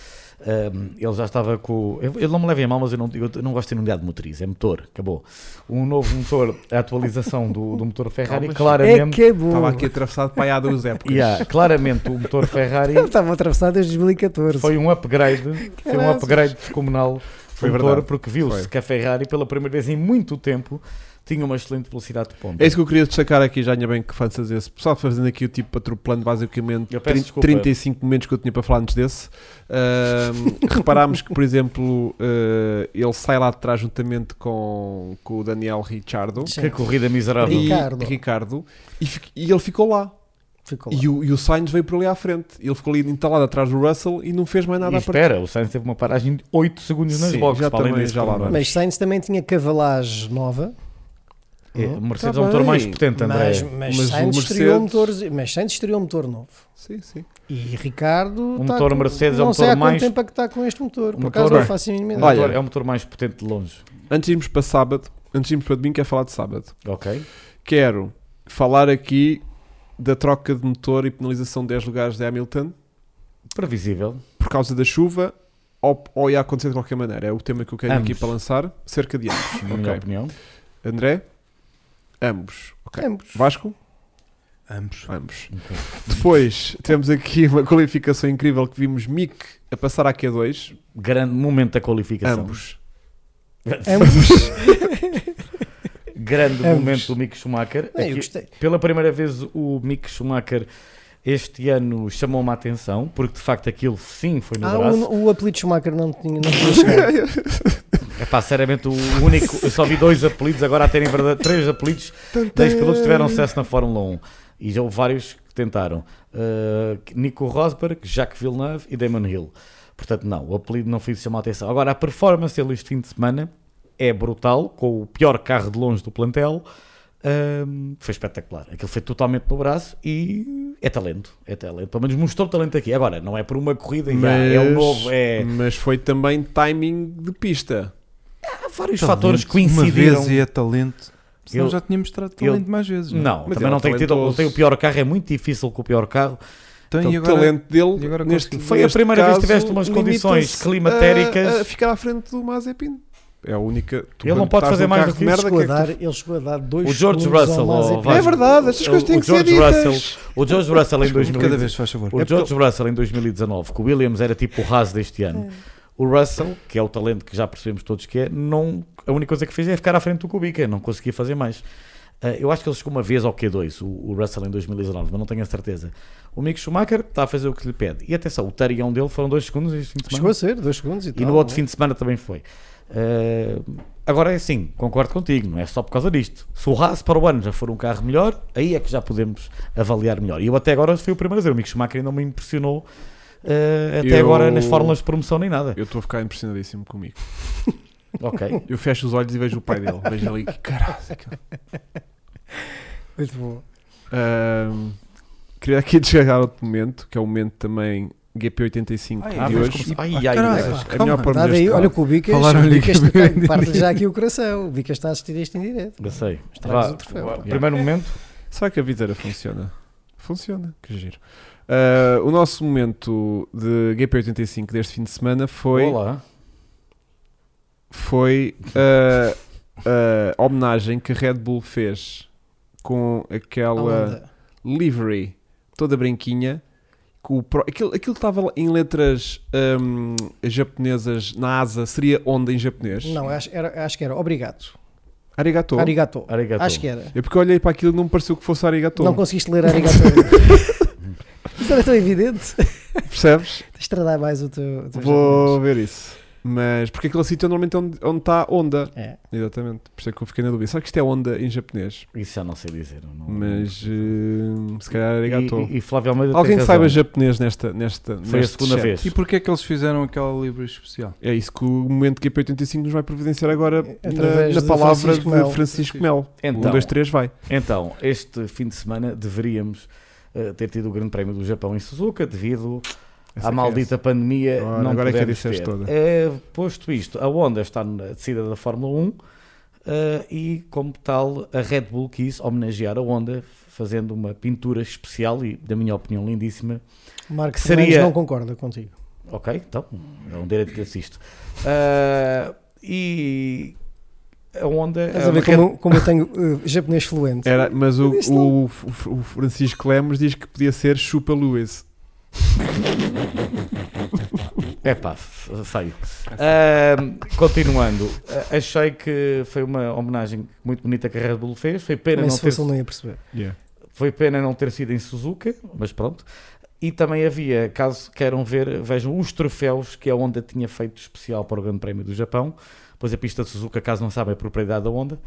S4: Ahm, ele já estava com. Eu, eu não me levem a mal, mas eu não, eu não gosto de unidade motriz, é motor, acabou. Um novo motor, a atualização do, do motor Ferrari,
S3: Calma,
S2: é
S4: claramente.
S2: acabou.
S3: Estava aqui atravessado para aí há duas épocas.
S4: Yeah, claramente o motor Ferrari
S2: Eu estava atravessado desde 2014.
S4: foi um upgrade, foi um
S2: Caraças.
S4: upgrade descomunal
S3: Foi
S4: do motor,
S3: verdade.
S4: porque viu-se
S3: Foi.
S4: que a Ferrari pela primeira vez em muito tempo tinha uma excelente velocidade de ponta.
S3: É isso que eu queria destacar aqui, já ainda bem que fazes esse. Pessoal, fazendo aqui o tipo atropelando basicamente
S4: Eu peço
S3: trin-
S4: desculpa.
S3: 35 momentos que eu tinha para falar antes desse. Ahm, reparámos que, por exemplo, eh, ele sai lá de trás juntamente com, com o é Daniel Ricciardo
S2: Sim.
S4: Que corrida miserável.
S3: e
S2: Ricardo.
S3: Ricardo, e, fi- e ele ficou lá.
S2: Ficou lá.
S3: E o, e o Sainz veio por ali à frente. Ele ficou ali entalado atrás do Russell e não fez mais nada
S4: E
S3: à partida.
S4: espera, o Sainz teve uma paragem de 8 segundos nas
S3: Sim,
S4: boxes.
S3: já
S4: para além
S3: também,
S4: desse
S3: já lá
S4: problema.
S2: Mas Sainz também tinha cavalagem nova.
S4: É,
S2: Uhum.
S4: o Mercedes
S3: Tá
S4: é um motor
S3: bem.
S4: mais potente, André. É um
S2: Mas, mas,
S3: Mas o
S2: Sainz
S3: Mercedes-
S2: estreou motores, mas Sainz estreou um motor novo.
S3: Sim, sim.
S2: E Ricardo.
S4: Um
S2: está
S4: motor
S2: com-
S4: Mercedes é um
S2: não sei
S4: motor
S2: há quanto
S4: mais-
S2: tempo é que está com este motor.
S4: Um
S2: Por acaso
S4: motor-
S2: não faço a mínima
S4: O
S2: ideia.
S4: motor
S3: Olha.
S4: é o motor mais potente de longe.
S3: Antes de irmos para sábado, antes de irmos para domingo, quero falar de sábado.
S4: Ok.
S3: quero falar aqui da troca de motor e penalização de 10 lugares de Hamilton
S4: Previsível.
S3: por causa da chuva ou, ou ia acontecer de qualquer maneira. É o tema que eu quero
S4: Ambos.
S3: aqui para lançar. Cerca de ambos.
S4: Na minha
S3: Ok.
S4: opinião.
S3: André? Ambos. Ok.
S2: Ambos.
S3: Vasco?
S1: Ambos.
S3: Ambos. Depois temos aqui uma qualificação incrível que vimos Mick a passar à Q2.
S4: Grande momento da qualificação.
S3: Ambos. É um
S2: Ambos.
S4: Grande
S2: Ambos.
S4: momento do Mick Schumacher.
S3: É
S2: Não, É, eu
S4: Aqui-
S2: gostei.
S4: pela primeira vez o Mick Schumacher este ano chamou-me a atenção, porque de facto aquilo sim
S3: um
S4: foi no
S2: Ah,
S4: braço.
S2: o, o apelido Schumacher não tinha, não tinha chegado.
S4: É pá, seriamente o único. Eu só vi dois apelidos, agora a terem verdade, três apelidos. Dez pilotos tiveram sucesso na Fórmula 1. E já houve vários que tentaram. Uh, Nico Rosberg, Jacques Villeneuve e Damon Hill. Portanto, não, o apelido não foi isso que chamou a atenção. Agora, a performance dele este fim de semana é brutal, com o pior carro de longe do plantel. Um, foi espetacular. Aquilo foi totalmente no braço e é talento. É talento. Pelo menos mostrou talento aqui. Agora, não é por uma corrida, já, é o novo. É...
S1: Hum.
S3: mas foi também timing de pista.
S4: Há vários
S1: Talento
S4: fatores que
S1: Uma
S4: coincidiram.
S1: vez e é talento. Senão
S4: Ele-
S1: já tinha mostrado
S4: ele-
S1: talento mais vezes. Não, é?
S4: Não,
S3: Mas ele
S4: também não
S3: é
S4: tem tido.
S3: talentoso.
S4: Tem o pior carro, é muito difícil com o pior carro.
S1: Então,
S3: Então,
S1: e agora
S3: o talento dele
S1: e agora
S3: neste,
S1: conseguiu.
S4: Foi a
S3: neste
S4: primeira vez que
S3: caso,
S4: tiveste umas
S3: limita-se
S4: condições
S3: a-
S4: climatéricas.
S3: A, ficar à frente do Mazepin. É a única. tu
S4: Ele não
S3: quando
S4: pode
S3: estás
S4: fazer
S3: num
S4: mais
S3: carro
S4: do
S3: de
S4: que
S2: Ele
S3: merda,
S4: isso.
S2: chegou,
S3: que
S2: a
S3: é que tu-
S2: dar, ele chegou a dar dois
S4: O George
S2: segundos ao
S4: Russell, oh,
S2: Mazepin.
S4: ó, Vasco.
S3: É verdade, estas
S4: O-
S3: coisas têm
S4: o
S3: que ser
S4: George
S3: ditas.
S4: Russell- O George Russell em
S1: Desculpa, cada
S4: 2019.
S1: vez, faz favor. É
S4: O George Russell em 2019, que o Williams era tipo o Haas deste ano. O Russell, que é o talento que já percebemos todos que é, não, a única coisa que fez é ficar à frente do Kubica, não conseguia fazer mais. Ah, eu acho que ele chegou uma vez ao Q2, o, o Russell em 2019, mas não tenho a certeza. O Mick Schumacher está a fazer o que lhe pede. E atenção, o tarião dele foram dois segundos este fim de semana.
S2: Chegou a ser, dois segundos e,
S4: E
S2: tal,
S4: no outro
S2: não é?
S4: fim de semana também foi. Eh, agora é assim, concordo contigo, não é só por causa disto. Se o Haas para o ano já for um carro melhor, aí é que já podemos avaliar melhor. E eu até agora fui o primeiro a dizer, o Mick Schumacher ainda me impressionou eh, até
S3: Eu-
S4: agora nas fórmulas de promoção nem nada.
S3: Eu estou a ficar impressionadíssimo comigo.
S4: Ok.
S3: Eu fecho os olhos e vejo o pai dele. Vejo ali, que caralho. aquilo.
S2: é? Muito bom.
S3: Ahm, queria aqui chegar outro momento, que é o momento também GP85
S1: Ai,
S3: de
S1: ah,
S4: Ah,
S1: mas
S3: hoje.
S4: vamos começar. Ai,
S1: Ah,
S4: ai,
S1: caralho.
S4: ai.
S3: É melhor
S1: Calma,
S3: pôr
S2: Dá daí,
S3: neste
S2: olha
S3: lado.
S2: que o Bicas,
S1: Falaram-lhe
S2: o Bicas
S1: que-
S2: está- parte já aqui o coração. O Bicas está a assistir isto em direto.
S4: Eu sei.
S2: Tragas
S4: Vá,
S2: o troféu.
S4: vá. Primeiro momento,
S3: Será que a viseira funciona? Funciona, que giro. Ah, o nosso momento de GP85 deste fim de semana foi.
S4: olá.
S3: foi a, a homenagem que a Red Bull fez com
S2: À
S3: aquela
S2: Honda.
S3: livery toda branquinha. Com o pro- aquilo, aquilo que estava em letras hum, japonesas na asa seria onda em japonês.
S2: Não, acho, era, acho que era. Obrigado.
S3: Arigato.
S2: Arigato.
S4: Arigato.
S2: Acho que era.
S3: É porque eu olhei para aquilo e não me pareceu que fosse arigato.
S2: Não conseguiste ler Arigato. Isso era tão evidente.
S3: Percebes?
S2: Tens de tradar mais o teu. o teu
S3: Vou ver isso. Mas porque aquele sítio é normalmente onde onde está a onda.
S2: É.
S3: Exatamente. Por isso é que eu fiquei na dúvida. Será que isto é onda em japonês?
S4: Isso já não sei dizer. eu Não...
S3: Mas eh, se calhar era gato.
S4: E, e, e Flávio Almeida tem
S3: Alguém que
S4: razão.
S3: saiba japonês nesta. nesta
S4: Foi a
S3: neste
S4: segunda
S3: chat.
S4: vez.
S1: E porquê é que eles fizeram aquela livro especial?
S3: É isso que o momento GP85 nos vai providenciar agora
S2: Através
S3: na, na
S2: de
S3: palavra
S2: Francisco
S3: de
S2: Melo.
S3: Francisco Melo.
S4: Então.
S3: um, dois, três, vai.
S4: Então, este fim de semana deveríamos eh, ter tido o Grande Prémio do Japão em Suzuka devido
S3: Essa
S4: à
S3: é
S4: maldita pandemia.
S3: Ora,
S4: não
S3: agora é que a
S4: pudemos
S3: disseste
S4: ter.
S3: toda.
S4: Eh, posto isto, a Honda está na descida da Fórmula 1 eh, e, como tal, a Red Bull quis homenagear a Honda fazendo uma pintura especial e, da minha opinião, lindíssima
S2: Marco
S4: Seria-
S2: Fernandes não concorda contigo.
S4: Ok, então, é um direito que assisto. Ah, e a é onda.
S2: Estás a ver como, como eu tenho eh, japonês fluente.
S3: É, Era, mas o,
S2: Isto
S3: o, o Francisco Lemos diz que podia ser Chupa Lewis.
S4: É pá, feio. Ah, continuando, ah, achei que foi uma homenagem muito bonita que a Red Bull fez. Foi pena,
S2: Mas
S4: não
S2: se
S4: ter,
S2: fosse ele não ia perceber.
S4: foi pena não ter sido em Suzuka, mas pronto. E também havia, caso queiram ver, vejam os troféus que a Honda tinha feito especial para o Grande Prémio do Japão. Pois a pista de Suzuka, caso não sabem, é propriedade da Honda.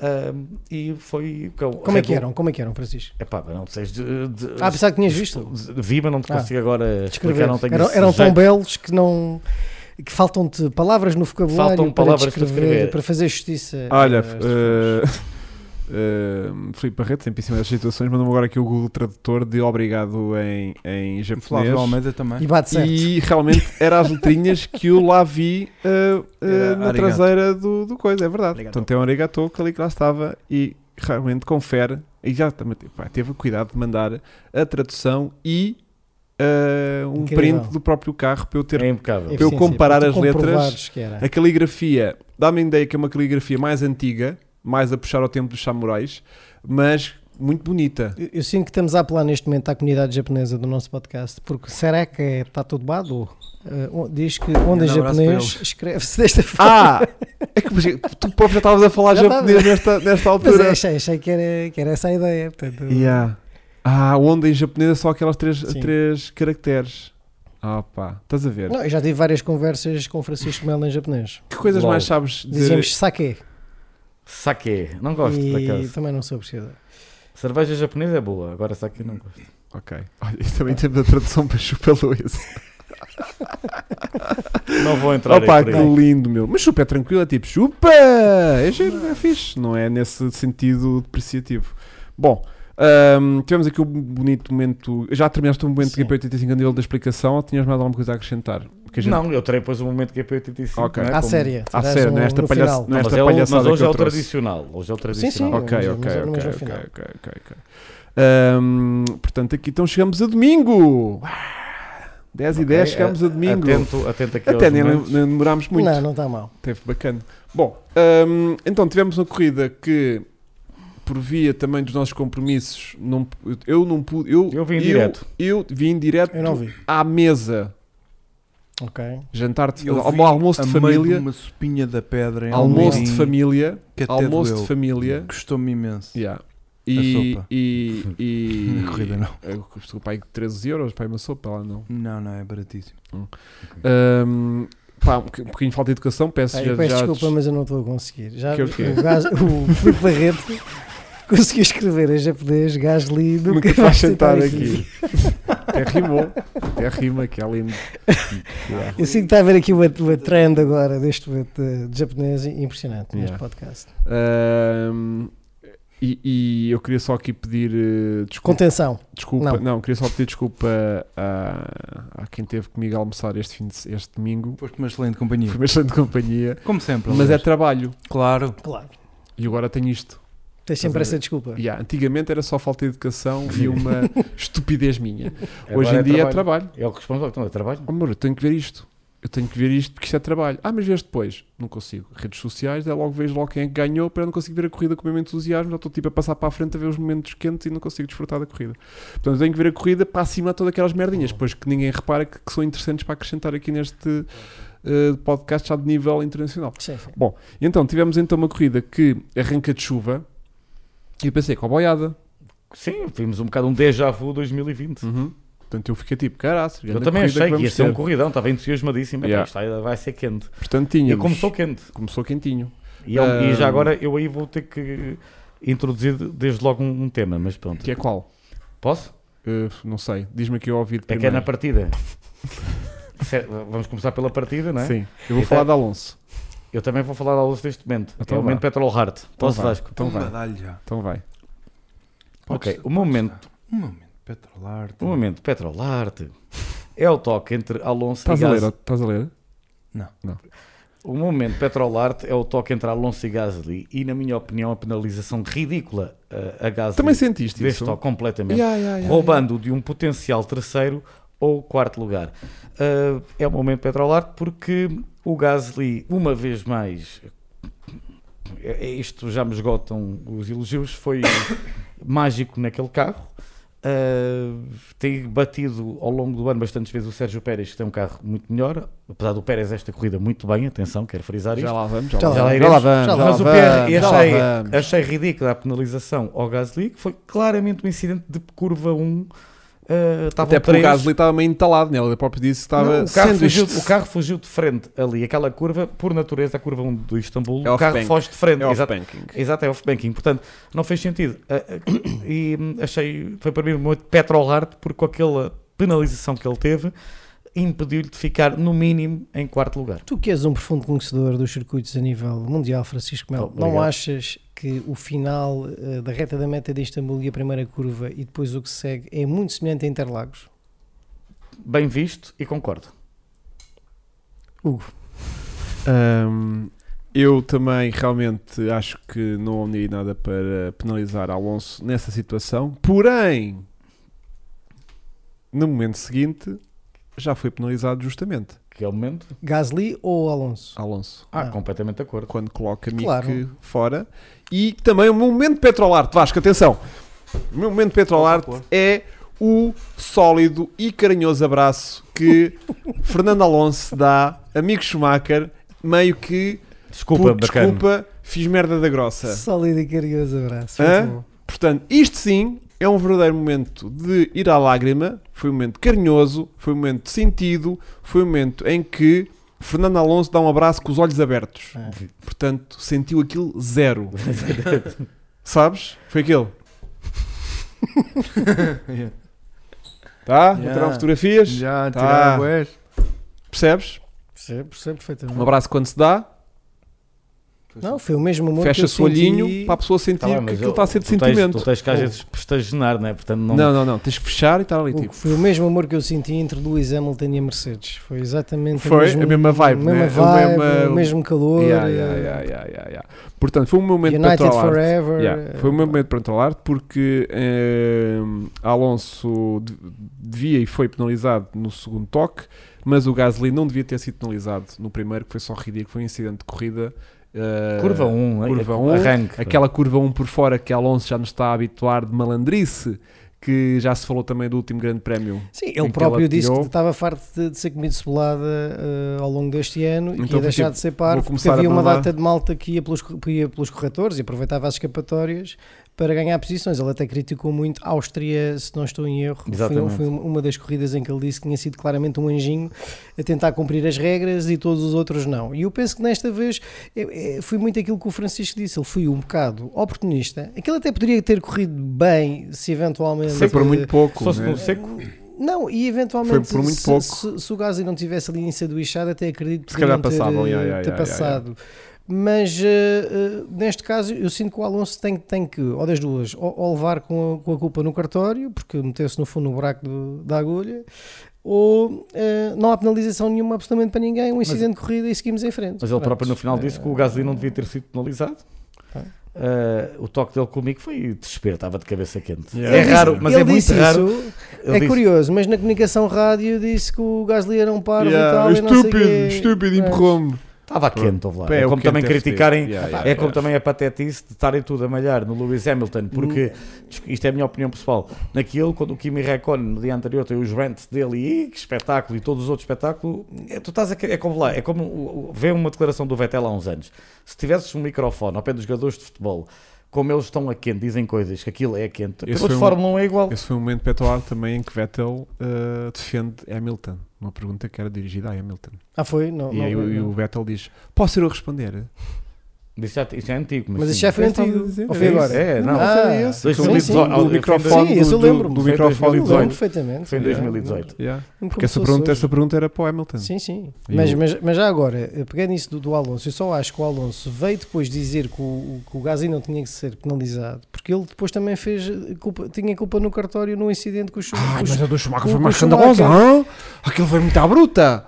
S4: Ah, e foi.
S2: Como é que eram? Como é que eram, Francisco?
S4: Epá, mas não sei. De, de,
S2: Ah, pensava que tinhas visto.
S4: de- Vi, mas não te
S2: Ah,
S4: consigo agora
S2: Descrever.
S4: explicar. Não tenho
S2: Eram,
S4: esse
S2: eram tão
S4: jeito.
S2: belos que não. que faltam-te palavras no vocabulário
S4: Faltam
S2: para
S4: palavras para
S2: descrever,
S4: descrever.
S2: para fazer justiça. eh,
S3: Olha,
S2: a-
S3: f- eh, eh, Filipe Barreto, sempre em cima das situações, mandou-me agora aqui o Google Tradutor de obrigado em, em
S1: O
S3: japonês.
S1: Flávio Almeida
S2: e
S1: também.
S2: bate certo.
S3: eh, E realmente era as letrinhas que eu lá vi eh, eh,
S1: Era
S3: na
S1: arigato.
S3: traseira do, do coisa, é verdade.
S1: Arigato.
S3: Portanto, é um arigato que ali que lá estava e realmente confere. E já também, pá, teve o cuidado de mandar a tradução e eh, um
S2: Incrível.
S3: print do próprio carro para eu ter
S4: É impecável.
S3: Eu-
S2: Eficiência,
S3: comparar
S2: para tu
S3: as letras,
S2: comprovares que era.
S3: a caligrafia, dá-me a ideia que é uma caligrafia mais antiga, mais a puxar ao tempo dos samurais, mas muito bonita.
S2: Eu, eu sinto que estamos a apelar neste momento à comunidade japonesa do nosso podcast, porque será que é- está tudo bado? Eh, on- diz que
S3: Um
S2: onda
S1: Grande abraço para
S2: japonês
S1: eles.
S2: escreve-se desta forma.
S3: Ah! É que mas, tu próprio já estavas a falar
S2: Já
S3: japonês nesta, nesta
S2: Mas
S3: altura.
S2: é, achei, achei que, era, que era essa a ideia. portanto,
S3: Yeah. Ah, a onda em japonês é só aquelas três,
S2: Sim.
S3: três caracteres. Ah pá, estás a ver?
S2: Não, eu já tive várias conversas com Francisco Melo em japonês.
S3: Que coisas
S4: Lol.
S3: mais sabes dizer?
S2: Dizíamos sake
S4: Saque, não gosto por
S2: e
S4: acaso.
S2: também não sou apreciador.
S4: Cerveja japonesa é boa, agora saque não gosto.
S3: Ok. Olha, e também temos a tradução para Chupa Luiz.
S4: Não vou entrar aí
S3: Opa,
S4: por
S3: que
S4: aí.
S3: lindo, meu. Mas chupa é tranquilo, é tipo chupa! É giro, é fixe. Não é nesse sentido depreciativo. Bom, hum, tivemos aqui um bonito momento. Já terminaste um momento
S2: Sim.
S3: de GP85 a nível da explicação ou tinhas mais alguma coisa a acrescentar? Porque a gente-
S4: Não, eu terei depois o momento GP85.
S3: Ok.
S4: não é?
S2: À
S4: Como-
S2: séria.
S3: À
S2: terás
S3: sério,
S2: um-
S3: não é esta
S2: no
S3: palhaça-
S2: final.
S3: não é
S4: Não, mas,
S3: esta
S4: é o- mas
S3: palhaçada
S4: hoje
S3: que
S4: é
S3: eu
S4: o
S3: trouxe.
S4: tradicional. Hoje é o
S2: sim.
S4: tradicional.
S3: Ok,
S2: Mas-
S3: ok,
S2: mas- mas
S3: ok,
S4: é
S2: ao
S3: ok,
S2: final.
S3: ok, ok, ok. Hum, portanto, aqui então chegamos a domingo. 10 e 10,
S4: Ok,
S3: chegamos a domingo.
S4: É, Atento, atento aqui
S3: Até
S4: aos
S3: nem,
S4: momentos.
S3: nem demorámos muito.
S2: Não, não está mal.
S3: Teve bacana. Bom, hum, então tivemos uma corrida que, por via também dos nossos compromissos, não, eu não pude. Eu,
S4: Eu vi em direto.
S3: Eu vim direto
S2: Eu não vi.
S3: à mesa.
S2: Ok.
S3: Jantar de
S1: Eu
S3: ao-
S1: vi
S3: almoço
S1: a
S3: de
S1: meio de
S3: família.
S1: uma sopinha da pedra em
S3: Almoço de
S1: Almeirim,
S3: família.
S1: que até
S3: Almoço
S1: doeu.
S3: de família.
S1: Gostou-me imenso.
S3: Yeah. E,
S1: sopa.
S3: e, e.
S1: Na corrida não.
S3: Eu custo pai 13 euros, pai uma sopa lá não.
S1: Não, não, é baratíssimo.
S3: Hum, pá, um boc- um bocadinho de falta de educação, peço
S2: Pá,
S3: já.
S2: eu peço
S3: já-
S2: desculpa, mas eu não estou a conseguir. Já
S3: Que é o quê?
S2: o, gás, o Filipe Barreto conseguiu escrever em japonês Gasly do
S3: Nunca
S2: é que tá
S3: vais sentar aqui. Até rimou. Até rima, que é lindo. Yeah.
S2: Eu sinto que está a haver aqui uma, uma trend agora deste momento de, de japonês impressionante
S3: Yeah.
S2: neste podcast.
S3: Hum, e, e eu queria só aqui pedir eh, desculpa.
S2: Contenção.
S3: desculpa não.
S2: não.
S3: queria só pedir desculpa a, a quem teve comigo a almoçar este, fim de- este domingo.
S1: Foste uma excelente companhia.
S3: Foi uma excelente companhia.
S1: Como sempre,
S3: Mas é
S1: aliás.
S3: trabalho.
S1: claro.
S2: Claro.
S3: E agora tenho isto.
S2: Tens sempre
S3: Estás a
S2: essa desculpa.
S3: Yeah, antigamente era só falta de educação e uma estupidez minha.
S4: Agora
S3: Hoje em dia é trabalho.
S4: É o que responde ao que não é trabalho.
S3: Oh, amor, eu tenho que ver isto. Eu tenho que ver isto porque isto é trabalho. Ah, mas vês depois. Não consigo. Redes sociais, é logo vejo logo quem é que ganhou para não conseguir ver a corrida com o meu entusiasmo. Já estou tipo a passar para a frente a ver os momentos quentes e não consigo desfrutar da corrida. Portanto, eu tenho que ver a corrida para acima de todas aquelas merdinhas, pois que ninguém repara que, que são interessantes para acrescentar aqui neste eh, podcast já de nível internacional.
S2: Sim, sim.
S3: E então, tivemos então uma corrida que arranca de chuva e eu pensei, "É com a boiada.
S4: Sim, vimos um bocado um déjà vu 2020.
S3: Uhum. Portanto, eu fiquei tipo, caraças,
S4: Eu
S3: grande
S4: também
S3: corrida
S4: achei que, ia
S3: vamos
S4: ser um
S3: ter.
S4: corridão, estava entusiasmadíssimo.
S3: Yeah.
S4: Yeah. Isto vai- vai ser quente.
S3: Portanto,
S4: E
S3: tínhamos.
S4: começou quente.
S3: Começou quentinho.
S4: E, é um- e já
S3: Ah.
S4: agora eu aí vou ter que introduzir desde logo um, um tema, mas pronto.
S3: Que é qual?
S4: Posso?
S3: Uh, não sei. Diz-me aqui ao ouvido
S4: É que é
S3: primeiro.
S4: na partida. Certo, Vamos começar pela partida, não é?
S3: Sim. Eu vou
S4: Então-
S3: falar de Alonso.
S4: Eu também vou falar da luz deste momento.
S3: Então
S4: é o
S3: vá.
S4: momento Petrol Heart. Posso,
S3: vai.
S4: Vasco?
S3: Então vai.
S1: dá-lhe já.
S3: Então vai.
S4: Ok,
S1: Podes-
S4: o meu momento,
S1: Um momento, Petrolar.
S3: Um
S4: o meu momento Petrol Heart é o toque entre Alonso
S3: Estás
S4: e
S3: a ler?
S4: Gasly.
S3: Estás a ler?
S4: O meu momento Petrol Heart é o toque entre Alonso e Gasly e, na minha opinião, a penalização ridícula uh, a Gasly
S3: Também sentiste
S4: deste
S3: isso?
S4: toque completamente.
S3: Yeah, yeah, yeah,
S4: roubando de um potencial terceiro ou quarto lugar. Ah, é o momento Petrolarte porque o Gasly, uma vez mais, é- é isto já me esgotam os elogios, foi mágico naquele carro. Ah, tem batido ao longo do ano bastantes vezes o Sérgio Pérez, que tem um carro muito melhor, apesar do Pérez esta corrida muito bem, atenção, quero frisar isto.
S3: Já lá vamos.
S2: Já lá
S4: Já lá
S3: Já lá
S4: iremos.
S3: vamos.
S2: Já lá
S4: Mas o
S3: vamos,
S4: PR,
S3: já lá
S4: achei,
S3: vamos.
S4: achei ridícula a penalização ao Gasly, que foi claramente um incidente de curva 1. ah, estavam
S3: Até um porque o
S4: três.
S3: Gasly estava meio entalado, né? ele próprio disse que estava
S4: Não, o, carro
S3: sanduíche.
S4: fugiu, o carro fugiu de frente ali. Aquela curva, por natureza, a curva 1 do Istambul,
S3: É
S4: o carro
S3: off-bank.
S4: foge de frente.
S3: É
S4: exato,
S3: off-banking.
S4: exato, é off-banking. Portanto, não fez sentido. Ah, ah, E hum, achei, foi para mim muito petrol hard, porque com aquela penalização que ele teve, impediu-lhe de ficar, no mínimo, em quarto lugar.
S2: Tu que és um profundo conhecedor dos circuitos a nível mundial, Francisco Melo,
S4: Oh,
S2: não
S4: obrigado.
S2: achas que o final eh, da reta da meta de Istambul e a primeira curva e depois o que segue é muito semelhante a Interlagos?
S4: Bem visto e concordo.
S3: Ahm, eu também realmente acho que não ouvi nada para penalizar Alonso nessa situação. Porém, no momento seguinte, já foi penalizado justamente
S4: Que é o momento.
S2: Gasly ou Alonso?
S3: Alonso.
S4: Ah,
S2: Ah.
S4: completamente de acordo.
S3: Quando coloca Mick
S2: Claro.
S3: fora. E também o meu momento Petrolarte, Vasco, atenção. O meu momento Petrolarte
S1: Por favor.
S3: é o sólido e carinhoso abraço que Fernando Alonso dá a Mick Schumacher, meio que
S4: Desculpa,
S3: "Puto,
S4: bacana.
S3: desculpa, fiz merda da grossa.
S2: Sólido e carinhoso abraço.
S3: Hã?
S2: Muito bom.
S3: Portanto, isto sim é um verdadeiro momento de ir à lágrima. Foi um momento carinhoso, foi um momento de sentido, foi um momento em que Fernando Alonso dá um abraço com os olhos abertos.
S4: É.
S2: Ah.
S3: Portanto, sentiu aquilo zero. Sabes? Foi aquele. Tá?
S1: Yeah.
S3: Vou tirar fotografias.
S1: Já,
S3: Tá.
S1: tirar bués.
S3: Percebes?
S2: Percebo, percebo
S3: Um
S2: perfeitamente.
S3: abraço quando se dá,
S2: Não, foi o mesmo amor que eu
S3: fecha-se o
S2: senti-
S3: olhinho para a pessoa sentir
S4: Tá bem,
S3: tipo, que
S4: mas
S3: aquilo
S4: eu-
S3: está a ser de
S4: tu tens-
S3: sentimento.
S4: Tu tens que às vezes pestagenar, não é? Portanto, não,
S3: Não, não, não. Tens que fechar e estar ali.
S2: Hugo,
S3: Tipo.
S2: Foi o mesmo amor que eu senti entre Lewis Hamilton e a Mercedes. Foi exatamente
S3: Foi é a mesma vibe,
S2: a mesma
S3: né? A
S2: vibe,
S3: mesma-
S2: o mesmo calor.
S3: Yeah, yeah,
S2: eh,
S3: yeah, yeah, yeah, yeah. Portanto, foi um momento para
S2: United
S3: trollar.
S2: Forever. eh,
S3: Yeah, Foi um momento para trollar porque eh, Alonso de- devia e foi penalizado no segundo toque, mas o Gasly não devia ter sido penalizado no primeiro, que foi só ridículo, foi um incidente de corrida. eh,
S4: Curva 1,
S3: curva um,
S4: arranque.
S3: Aquela curva 1 por fora que Alonso já nos está a habituar de malandrice, que já se falou também do último grande prémio.
S2: Sim,
S3: em
S2: ele
S3: que
S2: próprio
S3: ela
S2: disse
S3: tirou.
S2: que estava farto de, de ser comido cebolada eh, ao longo deste ano
S3: Então
S2: e
S3: foi
S2: ia deixar
S3: tipo,
S2: de ser
S3: vou
S2: parvo, porque
S3: começar a
S2: havia uma
S3: mandar-
S2: data de malta que ia, pelos, co- que ia pelos corretores e aproveitava as escapatórias para ganhar posições. Ele até criticou muito a Áustria, se não estou em erro. Foi,
S4: Exatamente.
S2: foi uma uma das corridas em que ele disse que tinha sido claramente um anjinho a tentar cumprir as regras e todos os outros não. E eu penso que nesta vez eh, eh, foi muito aquilo que o Francisco disse. Ele foi um bocado oportunista. Aquilo até poderia ter corrido bem se eventualmente.
S3: Foi por
S2: eh,
S3: muito
S4: Se
S3: pouco.
S4: fosse
S3: né?
S4: no seco,
S2: não, e eventualmente
S3: Foi por muito
S2: se,
S3: pouco.
S2: Se, se o Gasly não tivesse ali ensanduichado, até acredito que
S3: Se calhar
S2: poderiam ter,
S3: passavam,
S2: eh,
S3: ya, ya,
S2: ter
S3: ya, ya, ya.
S2: passado. Mas eh, eh, neste caso eu sinto que o Alonso tem, tem que, ou das duas, ou, ou levar com a, com a culpa no cartório, porque meteu-se no fundo no buraco do- da agulha, ou eh, não há penalização nenhuma absolutamente para ninguém, um incidente de corrida e seguimos em frente.
S4: mas ele
S2: Pronto. é-
S4: próprio no final disse que o Gasly não devia ter sido penalizado.
S2: Ah.
S4: Ah, o toque dele comigo foi desespero, estava de cabeça quente.
S3: Yeah.
S4: É
S2: Ele
S4: raro,
S2: disse-
S4: mas
S2: ele
S4: é muito
S2: disse
S4: raro.
S2: isso,
S4: Ele
S2: é
S4: disse-
S2: curioso, mas na comunicação rádio disse que o Gasly era um parvo
S3: Yeah,
S2: e tal. e não sei
S3: estúpido,
S2: quê.
S3: estúpido,
S2: Mas-
S3: empurrou-me.
S4: Estava quente, ouve lá.
S3: Pá,
S4: É
S3: o
S4: como
S3: quente
S4: também
S3: é
S4: criticarem.
S3: fedido. Yeah, yeah,
S4: É como
S3: yeah.
S4: também é patetice de estarem tudo a malhar no Lewis Hamilton, porque
S3: Hum.
S4: isto é a minha opinião pessoal. Naquilo, quando o Kimi Räikkönen no dia anterior tem os rants dele e "Ih, que espetáculo e todos os outros espetáculos, é, tu estás a, é como lá, é como o- o- vê uma declaração do Vettel há uns anos. Se tivesses um microfone ao pé dos jogadores de futebol como eles estão a quente, dizem coisas que aquilo é quente.
S3: Esse
S4: Piloto de
S3: foi um-
S4: Fórmula 1 é igual.
S3: Esse foi um momento petoar também em que Vettel eh, defende Hamilton. Uma pergunta que era dirigida a Hamilton.
S2: Ah, foi? Não,
S3: E
S2: não,
S3: aí o, e
S2: não.
S3: o Vettel diz: Posso ir eu responder?
S4: Isto, já, isto é antigo, mas,
S2: Mas
S4: sim.
S2: isto já foi então,
S3: Eles
S2: antigo.
S3: estavam a dizer,
S2: Ou foi
S3: é isso.
S2: agora?
S4: É, não.
S2: Ah,
S3: esse,
S4: sim,
S3: aquele
S2: sim.
S3: do- do
S4: Ao- ao-
S3: microfone.
S2: Sim, esse eu
S3: do- do-
S2: lembro-me.
S3: Do,
S4: Foi em
S3: microfone
S2: Eu lembro
S4: 2018.
S3: 18.
S2: perfeitamente. é. Um
S4: Foi em 2018.
S3: Yeah.
S2: Não me
S3: Porque essa
S2: começou
S3: pergunta,
S2: hoje.
S3: essa pergunta era para o Hamilton.
S2: Sim, sim.
S3: E
S2: Mas,
S3: o-
S2: mas, mas já agora, eh, pegando nisso do, do Alonso, eu só acho que o Alonso veio depois dizer que o, o- que o Gasly não tinha que ser penalizado, porque ele depois também fez eh, culpa, tinha culpa no cartório no incidente com o Schumacher.
S3: Ai, Ah, mas a do Schumacher
S2: o-
S3: foi
S2: o
S3: mais
S2: Schumacher.
S3: escandalosa. hã? Aquilo foi muito à bruta.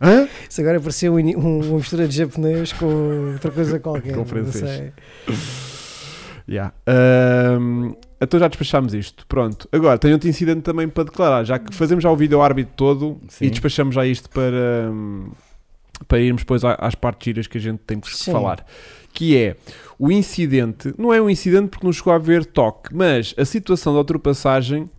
S3: Hã?
S2: Isso agora parecia um, ini- um- uma mistura de japonês com outra coisa qualquer.
S3: Com
S2: não
S3: francês.
S2: sei.
S3: Yeah. Ahm, então já despachámos isto. Pronto. Agora, tenho outro incidente também para declarar. Já que fazemos já o vídeo ao árbitro todo
S4: Sim.
S3: e despachamos já isto para, hum, para irmos depois a- às partes giras que a gente tem que
S2: Sim.
S3: falar. Que é o incidente. Não é um incidente porque não chegou a haver toque, mas a situação da ultrapassagem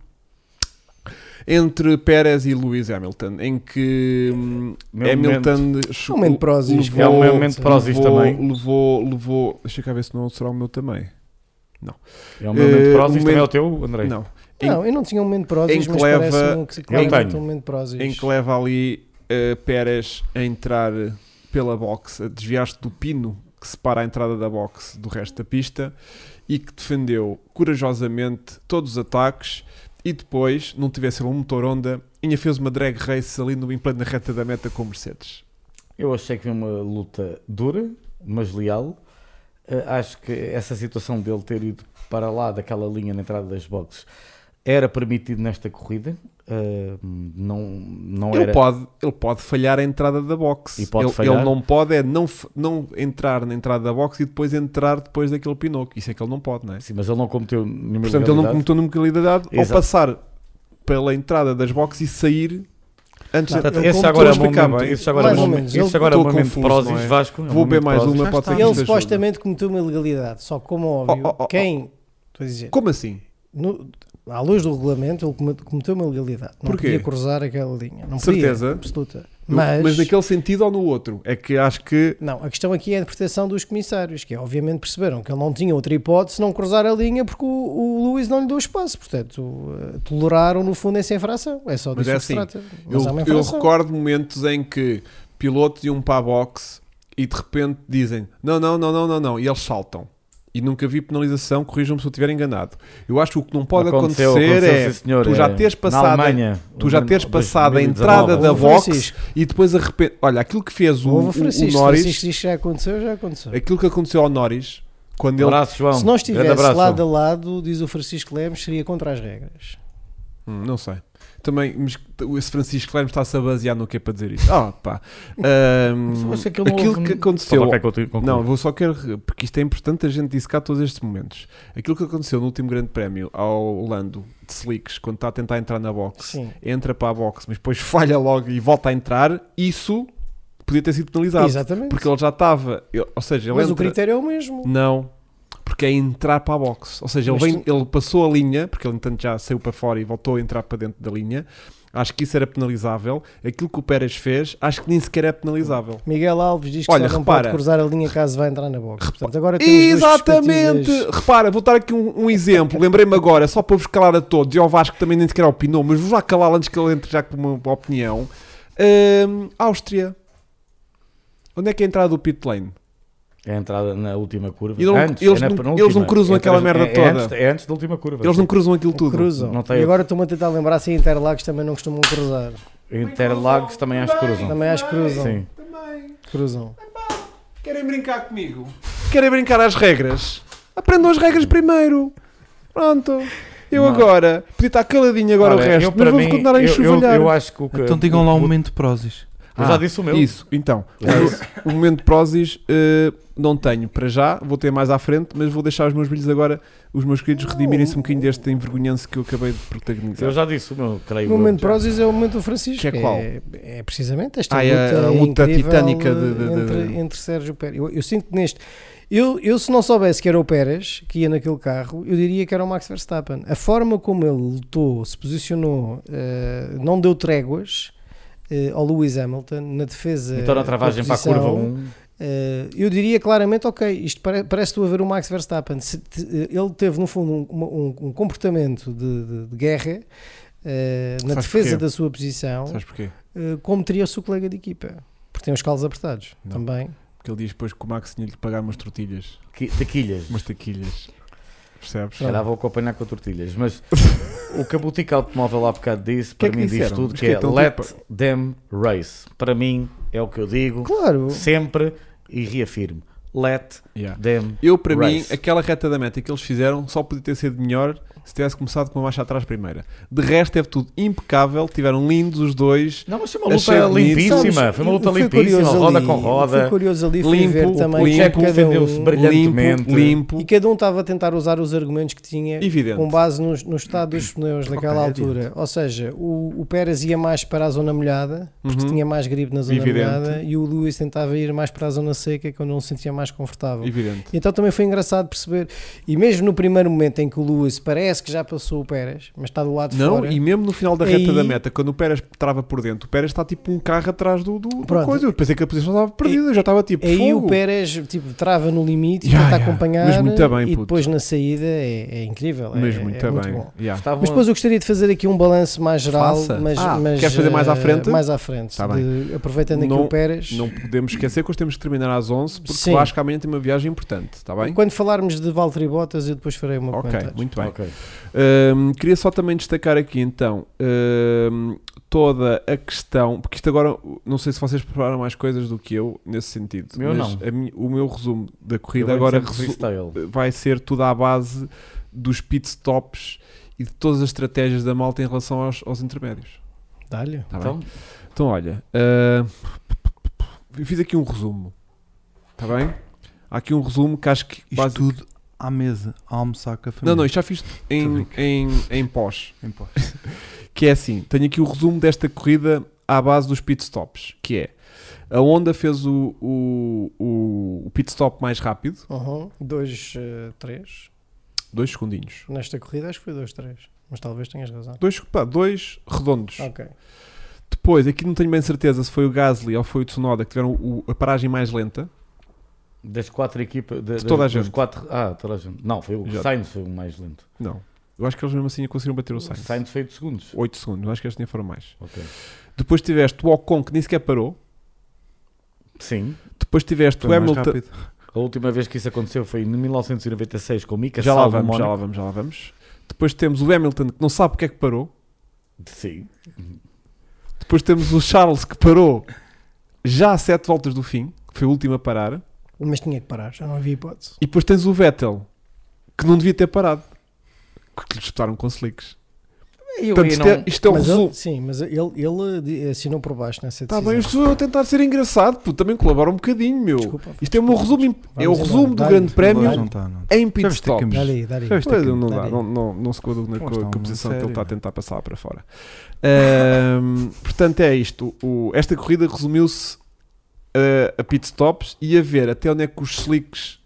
S3: entre Pérez e Lewis Hamilton, em que hum,
S4: Meu
S3: Hamilton
S2: Um momento de prós e
S3: levou-
S4: É um momento de prós e
S3: levou,
S4: também.
S3: Levou, levou. Deixa cá ver se não será o meu também.
S4: É o meu momento
S3: Eh,
S4: de prós,
S3: o
S4: isto também é o
S3: momento-
S4: teu, André.
S3: Não. Em-
S2: Não, eu não tinha um momento de prósis,
S3: em
S2: mas
S3: Cleva-
S2: parece um que claramente
S4: tenho.
S2: um momento de prósis.
S3: em que leva ali eh, Pérez a entrar pela box, a desviar-se do pino que separa a entrada da box do resto da pista e que defendeu corajosamente todos os ataques e depois, não tivesse um motor Honda, ainda fez uma drag race ali no em plano na reta da meta com Mercedes.
S4: Eu achei que foi uma luta dura, mas leal. Eh, acho que essa situação dele ter ido para lá daquela linha na entrada das boxes era permitido nesta corrida. Eh, não não
S3: Ele
S4: era.
S3: pode, ele pode falhar a entrada da box.
S4: E pode
S3: ele,
S4: falhar.
S3: ele não pode é não, f- não entrar na entrada da box e depois entrar depois daquele pinóquio. Isso é que ele não pode, não é?
S4: Sim, mas ele não cometeu nenhuma
S3: Portanto, ele não
S4: ilegalidade.
S3: cometeu nenhuma ilegalidade ao
S4: Exato.
S3: passar pela entrada das boxes e sair antes
S2: Não,
S3: da-
S4: Portanto,
S3: ele
S4: esse
S3: como
S4: agora é
S3: estou a
S4: o
S3: explicar
S4: momento,
S3: bem,
S4: esse agora é o
S2: Mais ou
S4: momento,
S2: menos,
S4: esse
S3: eu
S4: agora é o
S3: estou
S4: momento de
S3: confuso,
S4: prós
S3: não é?
S4: e Vasco. é um
S3: Vou beber
S4: momento
S3: mais
S4: prós e-
S3: uma, pode ser que
S2: Ele
S3: isto ajude.
S2: supostamente cometeu uma ilegalidade, só que, como é óbvio,
S3: Oh, oh, oh,
S2: quem. Estou a dizer.
S3: Como assim?
S2: no- à luz do regulamento, ele come- cometeu uma ilegalidade. Não
S3: Porquê?
S2: podia cruzar aquela linha. Não
S3: Certeza?
S2: Podia, absoluta.
S3: Eu-
S2: Mas,
S3: naquele sentido ou no outro? É que acho que.
S2: não, a questão aqui é a interpretação dos comissários, que é, obviamente perceberam que ele não tinha outra hipótese se não cruzar a linha porque o, o Luís não lhe deu espaço. Portanto, eh, toleraram no fundo essa infração. É só
S3: Mas
S2: disso
S3: é
S2: que se
S3: assim,
S2: trata.
S3: Eu,
S2: Mas há uma
S3: eu
S2: infração.
S3: recordo momentos em que pilotos iam para a box e de repente dizem não, não, não, não, não, não, e eles saltam. E nunca vi penalização, corrijam-me se eu estiver enganado. Eu acho que o que não pode
S4: Aconteceu,
S3: acontecer
S4: aconteceu,
S3: é
S4: sim, senhor,
S3: tu já
S4: eh,
S3: teres
S4: na
S3: passado a-
S4: Alemanha,
S3: tu já
S4: no
S3: teres
S4: ano
S3: passado a
S4: 2019.
S3: entrada da
S2: Houve
S3: box
S2: Francisco.
S3: e depois de repente, olha, aquilo que fez o, o,
S2: Houve o
S3: o
S2: Francisco.
S3: Norris,
S2: Francisco diz que já aconteceu, já aconteceu.
S3: aquilo que aconteceu ao Norris, quando ele
S4: Abraço, João.
S2: Se não
S4: Grande
S2: estivesse
S4: abraço.
S2: lado a lado, diz o Francisco Lemos, seria contra as regras.
S3: Hum, não sei. Também, mas esse Francisco Lermes está-se a basear no que é para dizer isso. Ah, pá. Ahm,
S4: Mas eu acho que aquilo não
S3: aquilo
S4: houve- um-
S3: que
S4: Só
S3: aconteceu.
S4: para que eu te- concluo.
S3: Não, vou só quero. re- Porque isto é importante a gente dissecar todos estes momentos. Aquilo que aconteceu no último Grande Prémio ao Lando de Slicks, quando está a tentar entrar na box,
S2: Sim.
S3: entra para a box, mas depois falha logo e volta a entrar, isso podia ter sido penalizado.
S2: Exatamente.
S3: Tá, Porque ele já estava. ele- Ou seja, ele
S2: Mas o
S3: entra-
S2: critério é o mesmo.
S3: não, porque é entrar para a box. Ou seja, ele,
S2: Mas
S3: vem- ele passou a linha, porque ele entanto já saiu para fora e voltou a entrar para dentro da linha. Acho que isso era penalizável. Aquilo que o Pérez fez, acho que nem sequer é penalizável.
S2: Miguel Alves diz que
S3: Olha,
S2: só não
S3: repara.
S2: pode cruzar a linha caso vá entrar na box. Portanto, agora temos duas
S3: Exatamente!
S2: perspectivas.
S3: Repara, vou dar aqui um, um exemplo. Lembrei-me agora, só para vos calar a todos, e ao Vasco também nem sequer opinou, mas vou já calá-lo antes que ele entre já com uma opinião. Hum, Áustria. Onde é que é a entrada do pit lane?
S4: É a entrada na última curva.
S3: E não-
S4: Antes,
S3: eles
S4: é na
S3: não-
S4: penúltima.
S3: eles não cruzam
S4: É
S3: aquela
S4: atrás-
S3: merda
S4: é-
S3: toda.
S4: É antes, é antes da última curva.
S3: Eles não cruzam aquilo tudo.
S2: Cruzam.
S4: Não tem-
S2: E agora estou-me a tentar lembrar se em Interlagos também não costumam cruzar.
S4: Interlagos também acho que cruzam.
S2: Também acho que cruzam.
S4: Sim.
S2: Cruzam.
S3: Querem brincar comigo? Querem brincar às regras? Aprendam as regras primeiro. Pronto. Eu
S4: Não.
S3: agora. Podia estar caladinho agora
S4: Olha,
S3: o resto,
S4: eu,
S3: mas
S4: para
S3: vamos
S4: mim,
S3: continuar a
S4: eu- eu-
S3: enxovalhar.
S4: Eu acho que o que-
S5: Então digam lá um
S4: o-
S5: momento de prósis.
S4: Eu já disse o meu.
S3: Isso, então.
S4: É
S3: O, o momento de prósis eh, não tenho para já, vou ter mais à frente, mas vou deixar os meus brilhos agora, os meus queridos, redimirem-se um bocadinho deste envergonhança que eu acabei de protagonizar.
S4: Eu já disse o meu, creio.
S2: O momento de
S4: eu.
S2: prósis é o momento do Francisco.
S3: Que é qual?
S2: É, é precisamente esta
S3: Ah, é
S2: luta,
S3: a luta
S2: incrível
S3: titânica de- de- de-
S2: entre, entre Sérgio Pérez. Eu, eu sinto que neste. Eu, eu, se não soubesse que era o Pérez que ia naquele carro, eu diria que era o Max Verstappen. A forma como ele lutou, se posicionou, eh, não deu tréguas eh, ao Lewis Hamilton na defesa.
S4: Então na travagem
S3: eh,
S2: da
S4: para a curva
S3: um.
S2: posição,
S4: 1.
S2: eh, eu diria claramente, ok, isto pare- parece tu a ver o Max Verstappen. Se te- eh, ele teve, no fundo, um, uma- um- um comportamento de, de- de guerra eh, na
S3: Sabes
S2: defesa
S3: porquê?
S2: da sua posição,
S3: Sabes porquê?
S2: eh, como teria o seu colega de equipa, porque tem os calos apertados
S3: Não.
S2: também.
S3: Porque ele diz depois que o Max tinha de lhe pagar umas tortilhas,
S4: Qui- Taquilhas.
S3: umas taquilhas. Percebes?
S4: Já vou acompanhar com tortilhas, mas o que a boutique automóvel há bocado disse,
S3: Que
S4: para
S3: é que
S4: mim diz
S3: disseram?
S4: tudo,
S3: Mas
S4: que
S3: que
S4: é
S3: então,
S4: let
S3: tipo-
S4: them race. Para mim é o que eu digo
S2: Claro,
S4: sempre e reafirmo. Let
S3: Yeah.
S4: them
S3: Eu, para
S4: Race.
S3: mim, aquela reta da meta que eles fizeram só podia ter sido melhor se tivesse começado com uma marcha atrás primeira. De resto, teve tudo impecável, tiveram lindos os dois.
S4: Não, mas foi uma
S3: uma luta
S4: luta
S3: Achei bonito.
S4: limpíssima.
S2: Sabes,
S4: foi uma luta
S2: eu fui
S4: limpíssima,
S2: curioso
S4: roda
S2: ali,
S4: com
S2: eu Fui
S4: roda.
S2: curioso ali, fui
S3: Limpo,
S2: ver também
S3: limpo,
S2: que cada
S4: defendeu-se
S2: um,
S4: bem. Brilhantemente.
S3: Limpo,
S2: e
S3: limpo,
S2: cada um estava a tentar usar os argumentos que tinha
S3: evidente.
S2: com base nos- no, estado dos pneus naquela
S3: Ok,
S2: altura. Ou seja, o, o Pérez ia mais para a zona molhada, porque
S3: Uhum.
S2: tinha mais gripe na zona
S3: Evidente.
S2: molhada, e o Lewis tentava ir mais para a zona seca, que eu não o sentia mais confortável.
S3: Evidente.
S2: Então também foi engraçado perceber, e mesmo no primeiro momento em que o Lewis parece que já passou o Pérez, mas está do lado de
S3: Não,
S2: fora.
S3: e mesmo no final da reta
S2: Aí-
S3: da meta, quando o Pérez trava por dentro, o Pérez está tipo um carro atrás do, do, do
S2: Pronto.
S3: coisa. Eu pensei que a posição estava perdida, eu já estava tipo
S2: Aí
S3: fogo.
S2: o Pérez tipo, trava no limite,
S3: Ya,
S2: tenta
S3: ya.
S2: acompanhar
S3: Mas muito bem,
S2: e
S3: puto.
S2: depois na saída é, é incrível. é-
S3: Mas
S2: é
S3: muito bem.
S2: bom.
S3: Yeah.
S4: Estavam
S2: Mas depois eu gostaria de fazer aqui um balanço mais geral.
S1: Faça.
S2: Mas,
S3: Ah,
S2: mas,
S3: queres fazer mais à
S2: eh,
S3: frente?
S2: Mais à frente.
S3: Tá
S2: de- aproveitando aqui
S3: Não-
S2: o Pérez.
S3: Não podemos esquecer que hoje temos que terminar às 11 porque
S2: Sim.
S3: eu acho que amanhã tem uma viagem importante, está bem?
S2: Quando falarmos de Valtteri Bottas, eu depois farei uma
S3: Ok,
S2: contagem.
S3: muito bem.
S4: Ok.
S3: Hum, queria só também destacar aqui então hum, toda a questão, porque isto agora não sei se vocês prepararam mais coisas do que eu nesse sentido.
S4: Meu
S3: mas
S4: não.
S3: a minha- o meu resumo da
S4: Eu
S3: corrida
S4: venho
S3: agora
S4: sempre
S3: resu-
S4: freestyle.
S3: vai ser tudo à base dos pit stops e de todas as estratégias da malta em relação aos, aos intermédios.
S2: Dá-lhe.
S3: Tá bem?
S4: Então,
S3: Então, olha, ah, eu fiz aqui um resumo. Está bem? Há aqui um resumo que acho que.
S1: Isto
S3: basi-
S1: tudo à mesa, a almoçar com a família.
S3: Não, não, isto já fiz em, em, em pós.
S1: Em paz.
S3: Que é assim: tenho aqui o resumo desta corrida à base dos pit stops. Que é a Honda fez o, o, o, o pit stop mais rápido,
S2: Uhum. Dois, eh, três.
S3: dois segundinhos.
S2: Nesta corrida acho que foi dois, três. Mas talvez tenhas razão.
S3: Dois, pá, dois redondos.
S2: Ok.
S3: Depois, aqui não tenho bem certeza se foi o Gasly ou foi o Tsunoda que tiveram o- a paragem mais lenta.
S4: das quatro equipas. De,
S3: De toda a
S4: dos
S3: gente.
S4: Quatro, ah, toda a gente. Não, foi o
S3: Exato.
S4: Sainz foi o mais lento.
S3: Não. Eu acho que eles mesmo assim conseguiram bater o Sainz.
S4: Sainz foi de segundos.
S3: 8 segundos, acho que eles tinham foram mais.
S4: Ok.
S3: Depois tiveste o Ocon que nem sequer parou.
S4: Sim.
S3: Depois tiveste
S1: Foi
S3: o
S1: mais
S3: Hamilton.
S1: rápido.
S4: A última vez que isso aconteceu foi em 1996 com o Mika
S3: Já lá
S4: Salvo
S3: vamos, já
S4: Mónaco.
S3: lá vamos, já lá vamos. Depois temos o Hamilton que não sabe porque é que parou.
S4: Sim.
S3: Depois temos o Charles que parou já a 7 voltas do fim, que foi o último a parar.
S2: Mas tinha que parar, já não havia hipótese.
S3: E depois tens o Vettel que não devia ter parado. Porque lhe disputaram com slicks.
S4: Eu
S3: Portanto,
S4: aí
S3: isto,
S4: não-
S3: é, isto é o
S2: mas
S3: resumo.
S2: ele, sim, mas ele, ele de- assinou por baixo nessa
S3: Está
S2: decisão.
S3: Tá bem, eu estou a tentar ser engraçado, pô, também colabora um bocadinho, meu.
S2: Desculpa.
S3: Isto é o meu resumo, em- é o
S2: Vamos
S3: resumo
S2: embora,
S3: do
S2: dá-lhe.
S3: Grande
S1: Não,
S3: Prémio
S1: não está, não. tá.
S3: em pit
S1: Já viste que
S3: stop.
S1: temos-
S2: Dá-lhe, dá-lhe.
S1: Já viste
S3: Pois,
S1: que-
S3: não,
S2: dá
S3: dá,
S2: aí.
S3: não, não, não se coaduna
S1: está
S3: com,
S2: um
S3: a- com a
S1: uma
S3: posição que
S1: série,
S3: ele está a
S1: não.
S3: tentar passar para fora. Ahm, portanto, é isto. O- esta corrida resumiu-se ah, a pit stops e a ver até onde é que os slicks,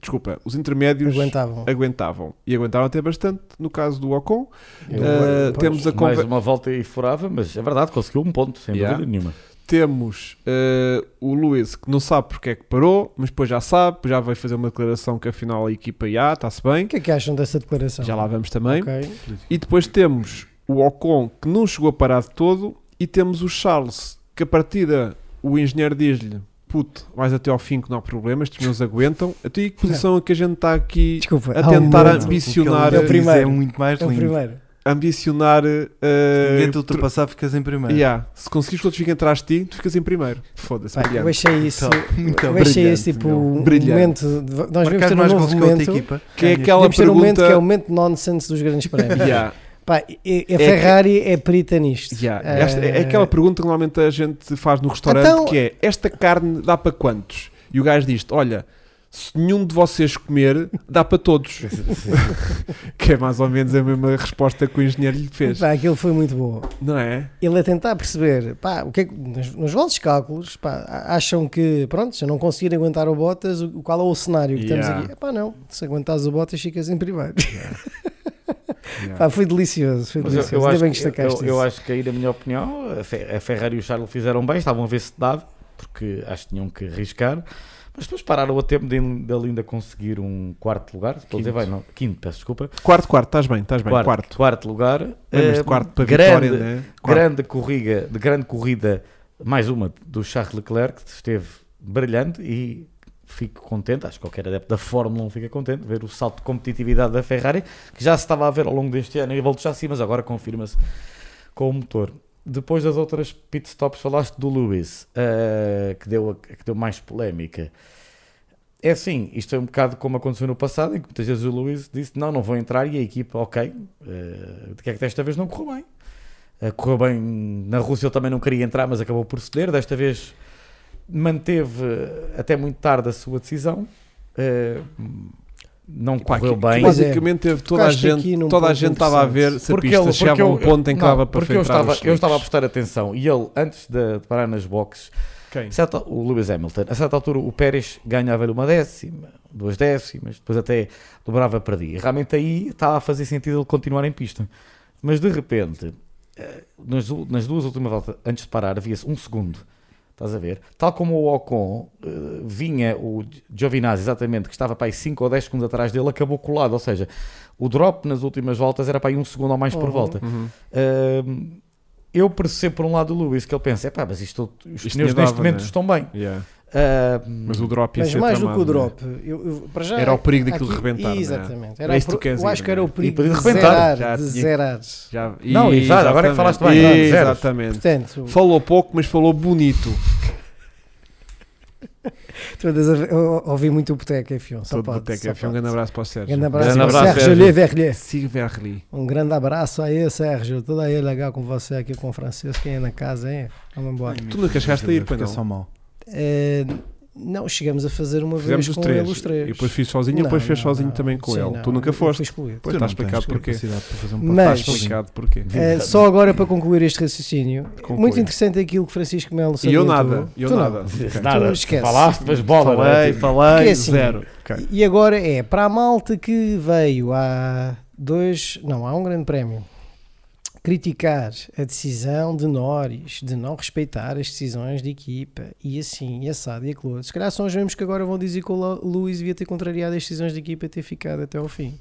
S3: desculpa, os intermédios
S2: Aguentavam.
S3: aguentavam. E aguentaram até bastante no caso do Ocon.
S2: Eu-
S3: Ah,
S2: pois.
S3: temos a
S4: Mais
S3: conver-
S4: uma volta e furava, mas é verdade, conseguiu um ponto, sem
S3: Yeah.
S4: dúvida nenhuma.
S3: Temos ah, o Luiz que não sabe porque é que parou, mas depois já sabe, já vai fazer uma declaração que afinal a equipa já está-se bem.
S2: O que é que acham dessa declaração?
S3: Já lá vamos também.
S2: Ok.
S3: E depois temos o Ocon que não chegou a parar de todo e temos o Charles que a partida o engenheiro diz-lhe puto, vais até ao fim que não há problema, estes meus aguentam. Até aí que posição é que a gente está aqui
S2: Desculpa.
S3: a
S2: há um
S3: tentar
S2: momento-
S3: ambicionar,
S1: O que ele
S2: É o primeiro.
S1: diz É muito mais
S2: É o
S1: lindo.
S2: primeiro.
S3: ambicionar eh,
S1: Ninguém te
S3: tr-
S1: ultrapassar, ficas em primeiro.
S3: Yeah. Se conseguires que outros fiquem atrás de ti, tu ficas em primeiro. Foda-se,
S2: Pá, eu
S3: brilhante. Então,
S2: achei isso.
S1: Top. Muito
S2: eu achei esse
S3: brilhante,
S2: tipo
S3: meu.
S2: um
S3: Brilhante.
S2: momento. de- nós vimos
S1: Marcar
S2: ter um
S1: mais
S2: novo
S1: gols que a outra
S2: momento.
S1: equipa.
S3: Que é
S1: Ganhas.
S3: aquela
S2: Devíamos ter um momento
S3: pergunta.
S2: que é o momento nonsense dos grandes prémios.
S3: Yeah.
S2: Pá, e- e a
S3: que-
S2: Ferrari é perita nisto.
S3: Yeah.
S2: Eh,
S3: Esta- é aquela pergunta que normalmente a gente faz no restaurante
S2: Então-
S3: que é esta carne dá para quantos? E o gajo diz olha, se nenhum de vocês comer, dá para todos. que é mais ou menos a mesma resposta que o engenheiro lhe fez.
S2: pá, aquilo foi muito bom.
S3: Não é?
S2: Ele a tentar perceber, pá, o que é que- nos, nos vossos cálculos, pá, a- acham que, pronto, se eu não conseguir aguentar o Bottas, o, qual é o cenário que
S3: Yeah.
S2: temos aqui? Pá, não, se aguentares o Bottas, ficas em primeiro.
S3: Yeah.
S2: Pá, foi delicioso, foi
S4: Mas
S2: delicioso.
S4: eu, eu,
S2: Ainda
S4: acho
S2: bem que
S4: que, eu,
S2: destacaste
S4: eu
S2: isso.
S4: acho que aí, na minha opinião, a Fe- a Ferrari e o Charles fizeram bem, estavam a ver se dava. porque acho que tinham que arriscar. Mas depois pararam a tempo de, de ele ainda conseguir um quarto lugar. Estou a dizer,
S3: Quinto.
S4: vai, não, quinto, peço desculpa.
S3: Quarto, quarto, estás bem, estás bem. Quarto.
S4: lugar.
S1: É,
S3: Lembras
S4: Eh,
S3: de quarto para
S4: grande,
S3: vitória, né? Quarto.
S4: grande corrida, de grande corrida, mais uma do Charles Leclerc, que esteve brilhante e fico contente, acho que qualquer adepto da Fórmula 1 fica contente, de ver o salto de competitividade da Ferrari, que já se estava a ver ao longo deste ano e voltou já assim, mas agora confirma-se com o motor. Depois das outras pit stops, falaste do Lewis, eh, que, deu, a- que deu mais polémica. É assim, isto é um bocado como aconteceu no passado, em que muitas vezes o Luís disse: Não, não vou entrar, e a equipa, ok, eh, de que é que desta vez não correu bem? Eh, correu bem na Rússia, ele também não queria entrar, mas acabou por ceder. Desta vez manteve eh, até muito tarde a sua decisão, eh, não
S3: Pá,
S4: correu
S3: que-
S4: bem.
S3: que basicamente teve toda a
S2: tocaste é. aqui
S3: gente,
S2: num
S3: toda a
S2: ponto
S3: gente estava a ver
S2: interessante.
S3: se a pista chegava a um ponto em que
S4: não,
S3: dava para
S4: porque eu
S3: filtrar
S4: estava,
S3: os
S4: eu estava a
S3: slicks.
S4: prestar atenção e ele, antes de, de parar nas boxes,
S3: Quem?
S4: a certa- o Lewis Hamilton, a certa altura o Pérez ganhava-lhe uma décima, duas décimas, depois até dobrava para dia. E Realmente aí estava a fazer sentido ele continuar em pista. Mas de repente, eh, nas, du- nas duas últimas voltas, antes de parar, havia-se um segundo. Estás a ver? Tal como o Ocon eh, vinha o Giovinazzi, exatamente, que estava para aí 5 ou 10 segundos atrás dele, acabou colado. Ou seja, o drop nas últimas voltas era para aí um segundo ou mais por
S2: Uhum.
S4: volta.
S3: Uhum.
S4: Ahm, eu percebo por um lado o Lewis que ele pensa: é pá, mas isto, os
S3: Isto nem
S4: pneus
S3: dava,
S4: neste momento
S3: né?"
S4: estão bem.
S3: Yeah.
S4: Ahm,
S3: Mas o drop ia
S2: Mas
S3: ser
S2: mais do que
S3: tramado,
S2: o
S3: né?
S2: drop, eu, eu- para já,
S3: Era o perigo daquilo
S2: aqui-
S3: rebentar, não é?
S2: Exatamente.
S3: É
S2: Era
S3: isso
S2: o
S3: que tu
S2: per-
S3: queres
S2: eu
S3: ir,
S2: acho que era
S3: não
S2: o
S3: é?
S2: perigo
S4: E
S2: de,
S4: de
S2: zerar,
S4: rebentar.
S2: de
S3: Já tinha-
S2: zerar.
S3: Já-
S4: Não,
S3: e-
S4: exato, agora é que falaste bem,
S3: exatamente.
S4: não, zeros.
S3: Exatamente.
S2: Portanto,
S3: Falou pouco, mas falou bonito.
S2: tu andas a ver- eu ouvi muito o Boteca F1. Só
S3: Todo
S2: pode,
S3: boteco.
S2: só
S3: Enfim, Um
S2: pode.
S3: grande abraço para o Sérgio.
S2: Grande abraço,
S4: Grande
S2: ao
S4: abraço,
S2: Sérgio
S4: Sérgio.
S2: Leverlier.
S3: Silverly.
S2: Um grande abraço aí, Sérgio. Toda a legal com você aqui com o francês, quem é na casa, hein? Vamos embora.
S3: Tu nunca chegaste a ir, pois
S1: Fica
S3: não?
S1: só mal.
S2: Eh, não, chegamos a fazer uma
S3: Fizemos
S2: vez
S3: os
S2: com
S3: três.
S2: ele os três.
S3: E depois fiz sozinho, e
S2: Não,
S3: depois fez
S2: não,
S3: sozinho
S2: não.
S3: também com
S2: Sim,
S3: ele.
S2: não,
S3: tu nunca
S2: eu
S3: foste.
S2: Fui excluído.
S3: Pois
S1: Tu
S3: está
S1: não tens
S3: explicado porquê.
S1: capacidade para fazer um
S2: Mas-
S1: podcast
S3: Está
S1: sozinho.
S3: explicado porquê.
S2: Eh, só agora para concluir este raciocínio,
S3: Conclui.
S2: muito interessante aquilo que Francisco Melo
S3: E
S2: salientou.
S3: eu nada. E eu
S2: Tu não.
S3: nada. Ok.
S4: Nada,
S2: Então, esquece.
S4: falaste, mas bola,
S3: Falei,
S4: né?
S2: Porque
S3: falei,
S2: é assim,
S3: zero. Ok.
S2: E agora é para a malta que veio há dois, não, há um grande prémio, criticar a decisão de Norris de não respeitar as decisões de equipa e assim, e assado e aquilo. outro. Se calhar são os mesmos que agora vão dizer que o Lu- Luís devia ter contrariado as decisões de equipa e ter ficado até ao fim.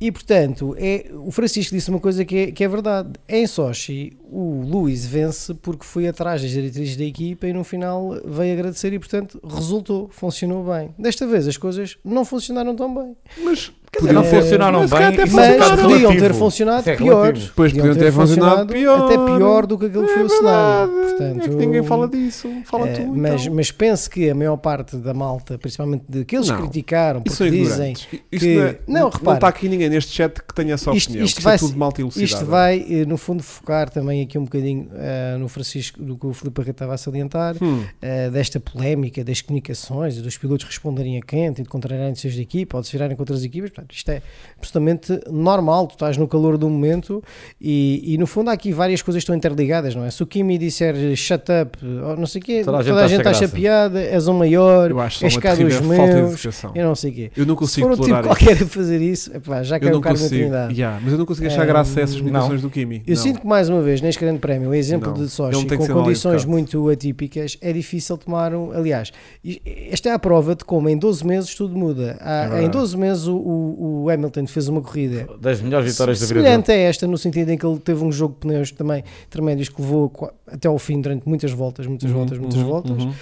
S2: E portanto, é, o Francisco disse uma coisa que é, que é verdade. Em Sochi, o Luís vence porque foi atrás das diretrizes da equipa e no final veio agradecer e portanto resultou, funcionou bem. Desta vez as coisas não funcionaram tão bem.
S3: Mas
S4: Quer dizer, não
S2: Podiam-
S4: funcionaram
S3: mas se
S4: bem.
S3: calhar até
S4: isso é um
S2: Mas
S4: bocado
S2: podiam
S4: relativo.
S2: ter funcionado
S4: Isso é
S2: pior.
S4: relativo.
S3: Depois podiam ter funcionado pior.
S2: até pior do que aquilo que foi o cenário. Portanto,
S3: é que ninguém fala disso. Fala
S2: eh,
S3: tu.
S2: mas,
S3: então.
S2: mas penso que a maior parte da malta, principalmente daqueles que
S3: Não.
S2: criticaram,
S3: Isso é
S2: porque dizem
S3: ignorantes. Isto
S2: que-
S3: não, é,
S2: Não,
S3: não,
S2: repara.
S3: está aqui ninguém neste chat que tenha só
S2: Isto-
S3: opinião.
S2: isto
S3: Isto,
S2: vai
S3: é tudo
S2: ser-
S3: malta elucidada.
S2: Isto vai, eh, no fundo, focar também aqui um bocadinho eh, no Francisco, do que o Filipe Arreta estava a salientar,
S3: Hum.
S2: eh, desta polémica das comunicações, dos pilotos responderem a quente e de contrariarem decisões de equipa ou de se virarem contra as equipas. Portanto, isto é absolutamente normal. Tu estás no calor do momento e, e, no fundo, há aqui várias coisas que estão interligadas, não é? Se o Kimi disser shut up, ou não sei o quê,
S4: Toda a gente
S2: toda a
S4: acha
S2: gente acha
S4: graça.
S2: piada, és um maior,
S3: Eu acho só
S2: és
S3: uma
S2: cá dos
S3: terrível falta de
S2: meus,
S3: educação.
S2: eu não sei o quê.
S3: Eu não
S2: Se
S3: consigo
S2: for um tipo
S3: tolerar isso.
S2: qualquer é um a fazer isso, epá, já
S3: Eu
S2: caiu
S3: não
S2: o cargo de
S3: consigo.
S2: intimidade.
S3: Yeah, mas eu não consigo achar
S2: Eh,
S3: graça a essas
S2: não.
S3: limitações do Kimi.
S2: Eu
S3: Não.
S2: sinto que mais uma vez, neste grande prémio, o exemplo
S3: Não.
S2: de Sochi,
S3: Ele tem que
S2: com
S3: ser mal
S2: condições
S3: educado.
S2: muito atípicas, é difícil tomar um. Aliás, i- esta é a prova de como em 12 meses tudo muda. Há-
S3: É verdade.
S2: em 12 meses o, o- o Hamilton fez uma corrida
S4: Das melhores vitórias da vida dele.
S2: semelhante a esta, no sentido em que ele teve um jogo de pneus também tremendos que levou qua- até ao fim durante muitas voltas, muitas voltas, muitas
S3: Uhum,
S2: voltas.
S3: uhum.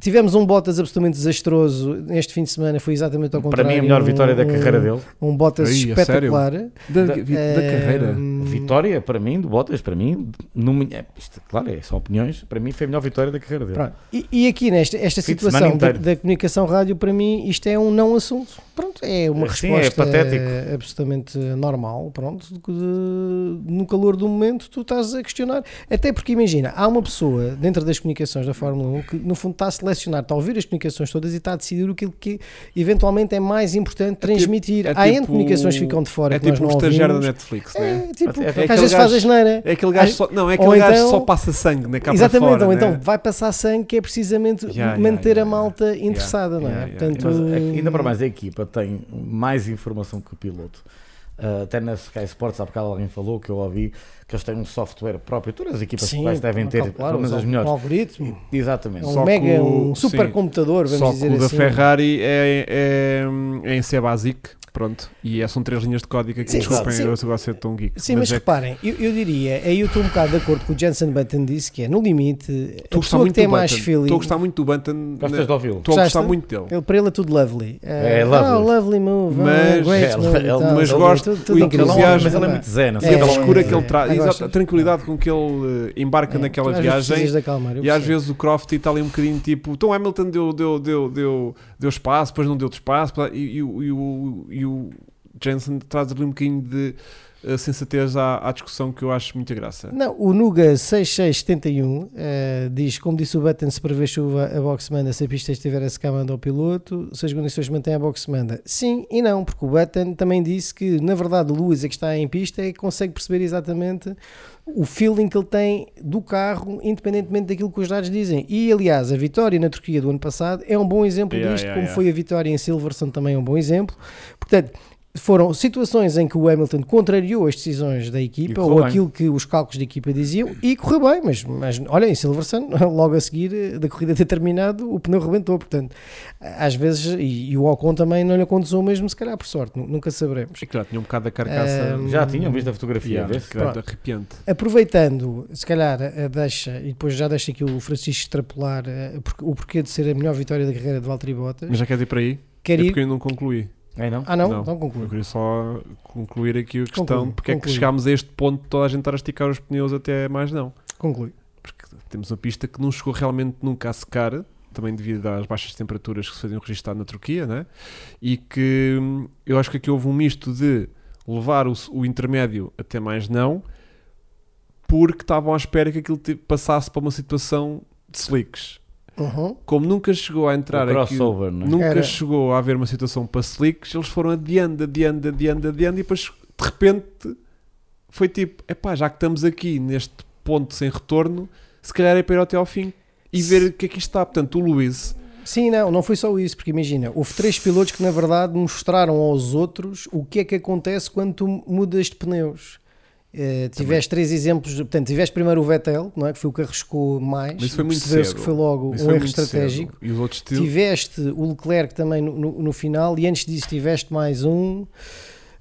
S2: Tivemos um Bottas absolutamente desastroso neste fim de semana, foi exatamente ao
S4: Para
S2: contrário.
S4: mim, a melhor
S2: um-
S4: vitória da carreira
S2: um-
S4: dele.
S2: Um Bottas
S3: Aí, a
S2: espetacular.
S3: Da, vi- da
S2: Eh,
S3: carreira.
S4: Vitória, para mim, do Bottas, para mim, no, é, isto, claro, é, são opiniões. Para mim, foi a melhor vitória da carreira dele.
S2: Pronto. E, e aqui nesta esta
S4: Fim de semana
S2: situação da,
S4: inteiro.
S2: da comunicação rádio, para mim, isto é um não assunto. Pronto, é uma
S4: Sim, é
S2: resposta
S4: patético.
S2: eh, absolutamente normal. Pronto, de que de- no calor do momento tu estás a questionar. Até porque imagina, há uma pessoa dentro das comunicações da Fórmula 1 que no fundo está a selecionar, está a ouvir as comunicações todas e está a decidir aquilo que eventualmente é mais importante
S3: tipo-
S2: transmitir.
S3: é
S2: há N
S3: tipo-
S2: comunicações que ficam de fora
S3: É
S2: que nós
S3: tipo um
S2: não
S3: estagiário da
S2: ouvimos.
S3: Netflix, né?
S2: É, tipo,
S4: É- é
S2: às
S4: aquele
S2: vezes faz
S4: gajo-
S2: asneira.
S3: É aquele gajo
S2: Às-
S3: só, não, é aquele
S2: ou
S3: gajo
S2: então-
S3: só passa sangue na capa
S2: Exatamente,
S3: fora,
S2: ou
S3: né?
S2: então vai passar sangue que é precisamente
S3: Yeah,
S2: manter
S3: yeah, yeah,
S2: a malta
S3: yeah.
S2: interessada, não é?
S3: Yeah, yeah,
S2: Portanto,
S4: Mas, a- ainda para mais, a equipa tem mais informação que o piloto. Ah, até na Sky Sports, há bocado alguém falou que eu ouvi que eles têm um software próprio. Todas as equipas
S2: Sim,
S4: locais devem ter,
S2: calcular,
S4: pelo menos
S2: usar
S4: as
S2: Um
S4: melhores.
S2: algoritmo. É
S4: Exatamente.
S2: um
S3: Hum. Só que
S2: mega,
S3: o-
S2: um
S3: sim.
S2: supercomputador, vamos
S3: Só que
S2: dizer
S3: o da
S2: assim.
S3: Ferrari é, é, é em C Basic, pronto. E é- são três linhas de código aqui.
S2: Sim,
S3: Desculpem,
S2: sim.
S3: eu gosto de ser tão geek.
S2: Sim, mas,
S3: é que
S2: reparem, eu, eu diria, aí eu estou um bocado de acordo com o Jensen Button disse que é, no limite, a
S3: estou a gostar
S2: pessoa que
S3: muito
S2: tem
S3: do
S2: mais
S3: Button. Estou a
S2: feeling,
S3: gostar muito do Button.
S4: Gostas de
S3: na-
S4: ouvi-lo?
S3: Estou a gostar
S2: Gostaste?
S3: muito dele.
S2: ele para ele é tudo lovely. Ah,
S4: É, lovely.
S2: ah, lovely move, ah,
S3: Mas-
S2: great
S4: É,
S2: move,
S4: ele-
S2: tal,
S3: mas
S2: tal,
S3: gosto
S2: tudo-
S3: o
S2: tudo incrível.
S3: entusiasmo,
S4: mas ele é
S2: Não,
S4: muito zen. assim,
S3: E a
S2: É,
S4: aquela
S3: frescura
S4: onda
S3: que ele
S4: zen.
S3: traz,
S2: Ah,
S3: exato,
S2: gosto. É,
S3: a tranquilidade com que ele eh, embarca naquela
S2: às vezes
S3: viagem.
S2: precisas da calma, eu
S3: E às
S2: percebo.
S3: vezes o Croft e está ali um bocadinho tipo, então Hamilton deu, deu, deu, deu, deu espaço, depois não deu outro espaço, pá, e, e o- e o, e o Jensen traz ali um bocadinho de eh, sensatez à, à discussão que eu acho muita graça.
S2: Não, o Nuga 6671 eh, diz: como disse o Button, se prevê chuva, a box manda. Se a pista estiver a secar, manda ao piloto. Se as condições mantêm, a box manda. Sim e não, porque o Button também disse que, na verdade, o Lewis é que está em pista e consegue perceber exatamente o feeling que ele tem do carro, independentemente daquilo que os dados dizem. E, aliás, a vitória na Turquia do ano passado é um bom exemplo
S3: Yeah,
S2: disto,
S3: yeah,
S2: como
S3: yeah.
S2: foi a vitória em Silverstone também é um bom exemplo. Portanto, foram situações em que o Hamilton contrariou as decisões da equipa
S4: correu
S2: ou
S4: bem.
S2: aquilo que os cálculos da equipa diziam e correu bem, mas, mas olha, em Silverstone, logo a seguir eh, da corrida ter terminado, o pneu rebentou, portanto, às vezes, e, e o Ocon também não lhe aconteceu o mesmo, se calhar por sorte, nu- nunca saberemos.
S3: Acho que já tinha um bocado da carcaça.
S2: Ahm,
S4: Já tinham visto a fotografia,
S3: Yeah,
S4: vê-se?
S3: que era arrepiante.
S2: Aproveitando, se calhar eh, deixa, e depois já deixa aqui o Francisco extrapolar eh, porque- o porquê de ser a melhor vitória da carreira de Valtteri Bottas,
S3: Mas já quer ir para aí?
S2: quer
S3: é
S2: ir...
S3: porque eu não concluí.
S4: É, não?
S2: Ah não?
S3: Não.
S2: Então conclui.
S3: Eu queria só concluir aqui a questão
S2: Conclui,
S3: porque é que
S2: conclui.
S3: chegámos a este ponto de toda a gente estar a esticar os pneus até mais não.
S2: conclui.
S3: porque temos uma pista que não chegou realmente nunca a secar, também devido às baixas temperaturas que se faziam registar na Turquia, né? e que hum, eu acho que aqui houve um misto de levar o, s- o intermédio até mais não, porque estavam à espera que aquilo te- passasse para uma situação de slicks.
S2: Uhum.
S3: Como nunca chegou a entrar
S4: O
S3: aqui, o-
S4: crossover, não é?
S3: nunca
S2: Era-
S3: chegou a haver uma situação para slicks, eles foram adiando, adiando, adiando, adiando, e depois de repente foi tipo: epá, já que estamos aqui neste ponto sem retorno, se calhar é para ir até ao fim e ver o que é que isto está. Portanto, o Luís,
S2: Sim, não, não foi só isso, porque imagina, houve três pilotos que na verdade mostraram aos outros o que é que acontece quando tu mudas de pneus. Eh, tiveste três exemplos, de- portanto, tiveste primeiro o Vettel, não é, que foi o que arriscou mais,
S3: Mas isso foi muito
S2: percebeu-se
S3: cedo.
S2: que foi logo um
S3: isso foi
S2: erro
S3: muito cedo.
S2: estratégico.
S3: e os outros tiveram.
S2: Tiveste o Leclerc também no, no- no final, e antes disso tiveste mais um.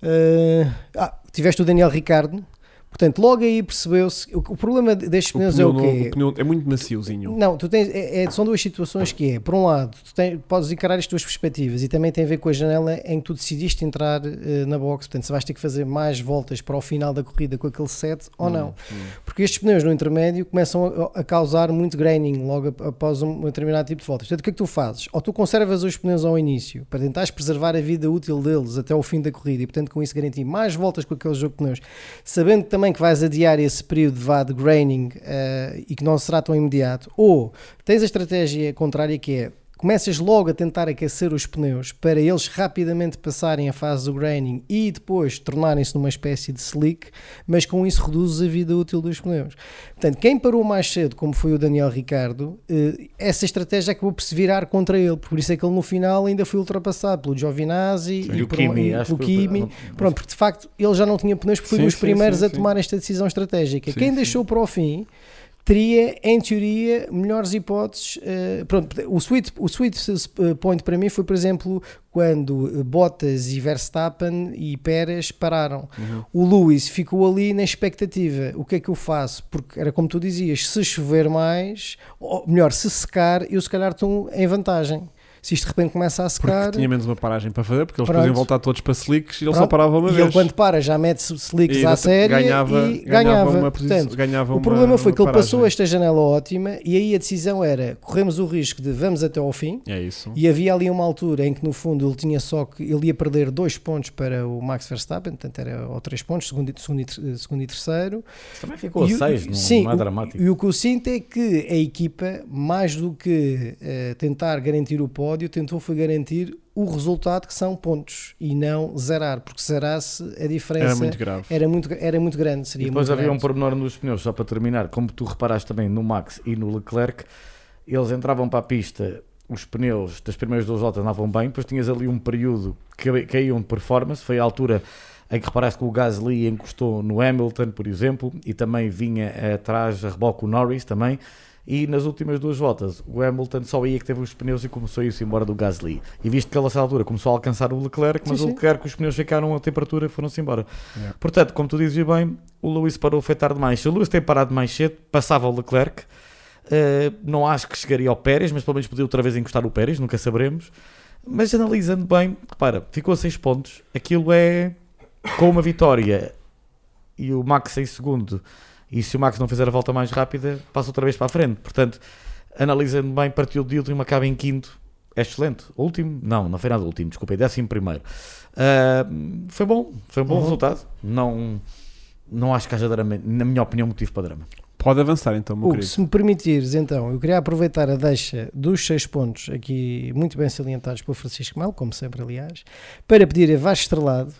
S2: eh, ah, tiveste o Daniel Ricardo, portanto, logo aí percebeu-se. O, o problema de- destes
S3: O
S2: pneus é
S3: pneu
S2: o
S3: não-
S2: quê?
S3: o pneu é muito maciozinho.
S2: Não, tu tens, é- é- são duas situações que é, por um lado, tu tens- podes encarar as tuas perspectivas e também tem a ver com a janela em que tu decidiste entrar eh, na box, portanto, se vais ter que fazer mais voltas para o final da corrida com aquele set ou não. Porque estes pneus no intermédio começam a, a causar muito graining logo ap- após um determinado tipo de voltas. Portanto, o que é que tu fazes? Ou tu conservas os pneus ao início para tentares preservar a vida útil deles até ao fim da corrida e, portanto, com isso garantir mais voltas com aquele jogo de pneus, sabendo também que vais adiar esse período vá de graining eh, e que não será tão imediato. Ou tens a estratégia contrária que é começas logo a tentar aquecer os pneus para eles rapidamente passarem a fase do graining e depois tornarem-se numa espécie de slick, mas com isso reduzes a vida útil dos pneus. Portanto, quem parou mais cedo, como foi o Daniel Ricardo, eh, essa estratégia acabou por se virar contra ele, por isso é que ele no final ainda foi ultrapassado pelo Giovinazzi
S4: E o
S2: por uma-
S4: Kimi,
S2: e
S4: acho
S2: pelo
S4: que-
S2: Kimi. Pronto, porque de facto ele já não tinha pneus, porque foi
S3: Sim,
S2: um dos
S3: sim,
S2: primeiros
S3: sim,
S2: a
S3: sim.
S2: tomar esta decisão estratégica.
S3: Sim,
S2: Quem
S3: sim.
S2: deixou para o fim teria, em teoria, melhores hipóteses. eh, pronto, o sweet, o sweet eh, point para mim foi, por exemplo, quando eh, Bottas e Verstappen e Pérez pararam.
S3: Uhum.
S2: O Lewis ficou ali na expectativa. O que é que eu faço? Porque era como tu dizias, se chover mais, ou melhor, se secar, eu se calhar estou em vantagem. Se isto de repente começa a
S3: Porque
S2: secar,
S3: tinha menos uma paragem para fazer, porque eles
S2: Pronto.
S3: podiam voltar todos para slicks e ele só
S2: Pronto.
S3: parava uma
S2: e
S3: vez.
S2: ele quando para já mete slicks
S3: E
S2: à série
S3: ganhava,
S2: e ganhava.
S3: uma posição.
S2: Portanto,
S3: ganhava
S2: o
S3: uma-
S2: problema foi
S3: uma
S2: que ele
S3: paragem.
S2: passou esta janela ótima e aí a decisão era corremos o risco de vamos até ao fim
S3: É isso.
S2: e havia ali uma altura em que no fundo ele tinha só que ele ia perder dois pontos para o Max Verstappen, portanto era ou três pontos, segundo, e- segundo, e ter- segundo e terceiro.
S4: Também ficou a
S2: E o-
S4: 6, não,
S2: sim,
S4: não é
S2: o-
S4: dramático.
S2: E o que eu sinto é que a equipa, mais do que eh, tentar garantir o pódio, tentou foi garantir o resultado que são pontos e não zerar, porque zerasse a diferença
S3: Era muito grave.
S2: era muito, era muito grande. Seria
S4: E depois
S2: muito
S4: havia um
S2: grande.
S4: pormenor nos pneus, só para terminar, como tu reparaste também no Max e no Leclerc, eles entravam para a pista, os pneus das primeiras duas voltas andavam bem, depois tinhas ali um período que caíam de performance, foi a altura em que reparaste que o Gasly encostou no Hamilton, por exemplo, e também vinha atrás a reboque o Norris também. E nas últimas duas voltas, o Hamilton só aí é que teve os pneus e começou a ir-se embora do Gasly. E visto que ele, a essa altura, começou a alcançar o Leclerc, mas
S2: Sim,
S4: o
S2: sim.
S4: Leclerc, os pneus ficaram a temperatura e foram-se embora.
S1: Yeah.
S4: Portanto, como tu dizes bem, o Lewis parou foi tarde demais. Se o Lewis tem parado mais cedo, passava o Leclerc. Uh, não acho que chegaria ao Pérez, mas pelo menos podia outra vez encostar o Pérez, nunca saberemos. Mas analisando bem, repara, ficou a 6 pontos. Aquilo é com uma vitória e o Max em segundo. E se o Max não fizer a volta mais rápida, passa outra vez para a frente. Portanto, analisando bem, partiu de último, acaba em quinto. É excelente. Último? Não, não foi nada último, desculpa, é décimo primeiro. Ah, foi bom, foi um bom
S2: Uhum.
S4: resultado. Não, não acho que haja drama, na minha opinião, motivo para drama.
S3: Pode avançar então, meu
S2: Hugo,
S3: querido.
S2: se me permitires, então, eu queria aproveitar a deixa dos seis pontos aqui, muito bem salientados por Francisco Melo, como sempre, aliás, para pedir a Vasco Estrelado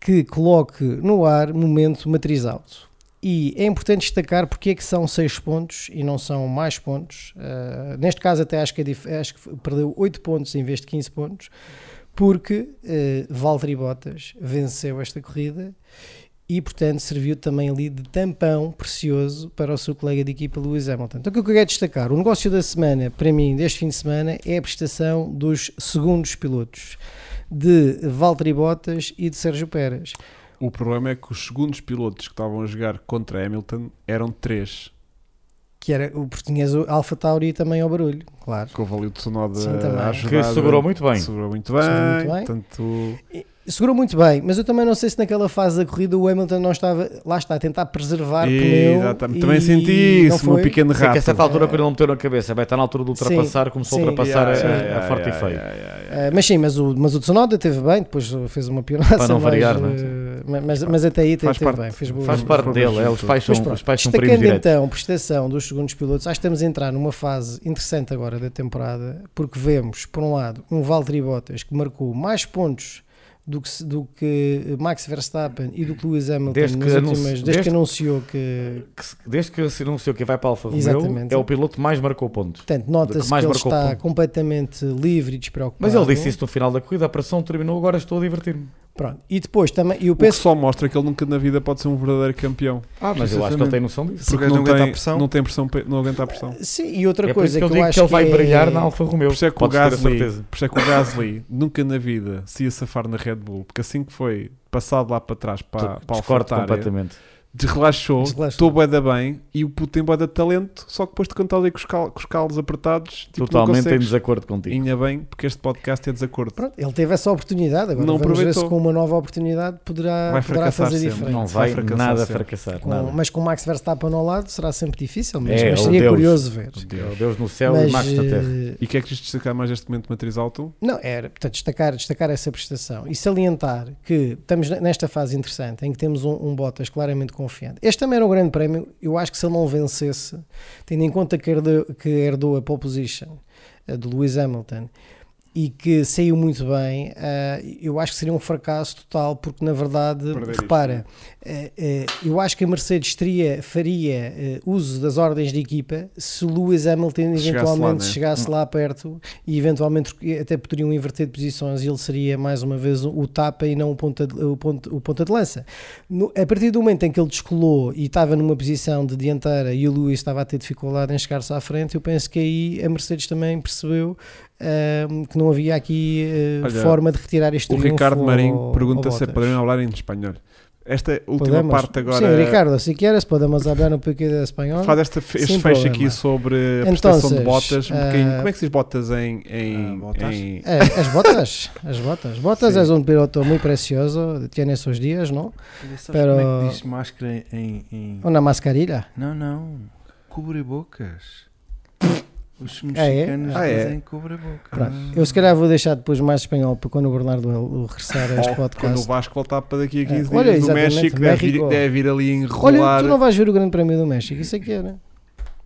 S2: que coloque no ar momento matriz alto. E é importante destacar porque é que são seis pontos e não são mais pontos. Ah, neste caso, até acho que, é dif- acho que perdeu 8 pontos em vez de 15 pontos, porque eh, Valtteri Bottas venceu esta corrida e, portanto, serviu também ali de tampão precioso para o seu colega de equipa Lewis Hamilton. Então, o que eu queria destacar, o negócio da semana, para mim, deste fim de semana, é a prestação dos segundos pilotos, de Valtteri Bottas e de Sérgio Pérez.
S3: O problema é que os segundos pilotos que estavam a jogar contra Hamilton eram três.
S2: Que era, porque tinhas o Alfa Tauri também ao barulho, claro.
S3: Com o Valio Tsunoda
S2: Sim, também.
S3: a
S4: Que
S3: ajudar.
S4: segurou muito bem.
S3: Segurou muito bem.
S2: Segurou muito bem.
S3: Portanto,
S2: Segurou muito bem, mas eu também não sei se naquela fase da corrida o Hamilton não estava, lá está, a tentar preservar
S3: E,
S2: pneu.
S3: exatamente.
S2: e
S3: Também senti
S2: não
S3: isso, meu
S2: foi.
S3: pequeno
S4: Sei que a
S3: rato.
S4: certa altura, quando ele não meteu na cabeça, vai estar na altura de ultrapassar, começou
S2: sim.
S4: a ultrapassar
S3: Yeah,
S4: a,
S3: yeah,
S4: a
S3: yeah,
S4: é, forte
S3: yeah,
S4: e feio.
S3: yeah, yeah, yeah.
S2: Uh, mas sim, mas o, mas o Tsunoda teve bem, depois fez uma pionaça.
S4: Para não
S2: mas,
S4: variar, não é?
S2: uh, ma- mas, mas até aí teve,
S3: Faz
S2: teve
S3: parte-
S2: bem. Fez boa-
S4: Faz
S2: boa-
S4: parte
S3: Mas
S4: dele, é, os pais são,
S2: Mas pronto,
S4: os pais são primos
S2: destacando
S4: diretos.
S2: então a prestação dos segundos pilotos, acho que estamos a entrar numa fase interessante agora da temporada, porque vemos, por um lado, um Valtteri Bottas que marcou mais pontos do que, se- do que Max Verstappen e do que Lewis Hamilton
S4: Desde que
S2: nas
S4: anunci-
S2: últimas- desde,
S4: desde-
S2: que anunciou que.
S4: Que se- Desde que se anunciou que vai para a Alfa Romeo,
S2: Exatamente.
S4: é o piloto que mais marcou pontos.
S2: Portanto, nota-se que
S4: mais
S2: ele
S4: marcou
S2: está
S4: ponto.
S2: completamente livre e despreocupado. é?
S4: Mas ele disse isso no final da corrida, a pressão terminou, agora estou a divertir-me.
S2: Pronto. E depois também, eu
S3: O que
S2: penso
S3: só mostra é que ele nunca na vida pode ser um verdadeiro campeão.
S4: Ah, mas eu acho que ele tem noção disso.
S1: Se o
S3: Porque
S1: gajo
S3: não,
S1: não aguenta
S3: tem,
S1: a pressão.
S3: não tem pressão, pa- não aguenta a pressão.
S2: Sim, e outra
S4: é por
S2: coisa
S4: isso que
S2: que,
S4: eu
S2: eu
S4: digo que
S2: acho
S4: ele vai
S2: é-
S4: brilhar na Alfa Romeo.
S3: Por isso, é que o
S4: Podes ter a
S3: Gasly,
S4: certeza.
S3: por isso é que o Gasly nunca na vida se ia safar na Red Bull, porque assim que foi passado lá para trás para, para a
S4: Discordo
S3: alfatária,
S4: completamente.
S3: desrelaxou,
S2: Desrelaxou.
S3: estou bué da bem e o puto tem bué da talento, só que depois de cantar ali com os, cal, com os calos apertados, tipo, não
S4: Totalmente em
S3: consegues.
S4: desacordo contigo.
S3: Ainda bem, porque este podcast é desacordo.
S2: Pronto, ele teve essa oportunidade, agora
S3: Não
S2: vamos ver se
S3: aproveitou.
S2: com uma nova oportunidade poderá, poderá
S3: Vai fracassar
S2: fazer
S3: sempre.
S2: diferente.
S4: Não vai,
S3: Vai Tipo, fracassar
S4: nada
S3: sempre.
S4: fracassar.
S2: Com-
S4: nada.
S2: mas com o Max Verstappen ao lado será sempre difícil, mas,
S4: É,
S2: mas
S4: oh
S2: seria
S4: Deus.
S2: curioso ver.
S4: Meu Deus no céu
S2: mas,
S4: e Max na terra.
S2: eh,
S3: E o que é que quis destacar mais deste momento de matriz alto?
S2: Não, era portanto, destacar, destacar essa prestação e salientar que estamos ne- nesta fase interessante em que temos um, um Bottas claramente confiante. Este também era um grande prémio. Eu acho que se ele não vencesse, tendo em conta que herdou, que herdou a pole position eh, do Lewis Hamilton e que saiu muito bem, eh, eu acho que seria um fracasso total, porque na verdade,
S3: Perder isto, é?
S2: repara, eh, eh, eu acho que a Mercedes teria, faria eh, uso das ordens de equipa se o Lewis Hamilton
S3: Chegasse lá,
S2: eventualmente
S3: né?
S2: chegasse lá perto e eventualmente até poderiam inverter de posições e ele seria mais uma vez o tapa e não o ponta de, o ponto, o ponta de lança. No- a partir do momento em que ele descolou e estava numa posição de dianteira e o Lewis estava a ter dificuldade em chegar-se à frente, eu penso que aí a Mercedes também percebeu ahm, que não havia aqui eh,
S3: Olha,
S2: forma de retirar este
S3: O
S2: triunfo
S3: Ricardo
S2: ao-
S3: Marinho
S2: ao
S3: pergunta se é
S2: Bottas.
S3: poderem falar em espanhol. Esta última
S2: oh, Podemos?
S3: parte agora
S2: Sim, Ricardo, assim se queres, podemos hablar um pouquinho de espanhol.
S3: faz esta, fe- este
S2: Sem
S3: fecho
S2: problema.
S3: aqui sobre a prestação de
S2: Entonces,
S3: botas. Um
S2: ah,
S3: bocadinho, como é que se diz botas em. em,
S1: ah, botas?
S3: em-
S2: É, as botas, as botas. Botas
S3: Sí.
S2: es un piloto muy precioso, tiene sus días, ¿no? Pero-
S1: Como é que diz máscara em. em-
S2: Una mascarilla.
S1: Não, não. Cobrebocas. Os
S2: Ah, é?
S1: mexicanos
S3: Ah, é?
S1: dizem cobrebocas.
S2: Pronto. Eu se calhar vou deixar depois mais espanhol para quando o Bernardo El- o regressar a É, este
S3: Ou Oh, Quando o
S2: podcast.
S3: Vasco voltar para daqui a
S2: É,
S3: 15
S2: olha,
S3: dias do
S2: exatamente,
S3: México, deve vir,
S2: México.
S3: deve vir ali
S2: Olha,
S3: enrolar.
S2: tu não vais ver o Grande Prémio do México, isso é que era.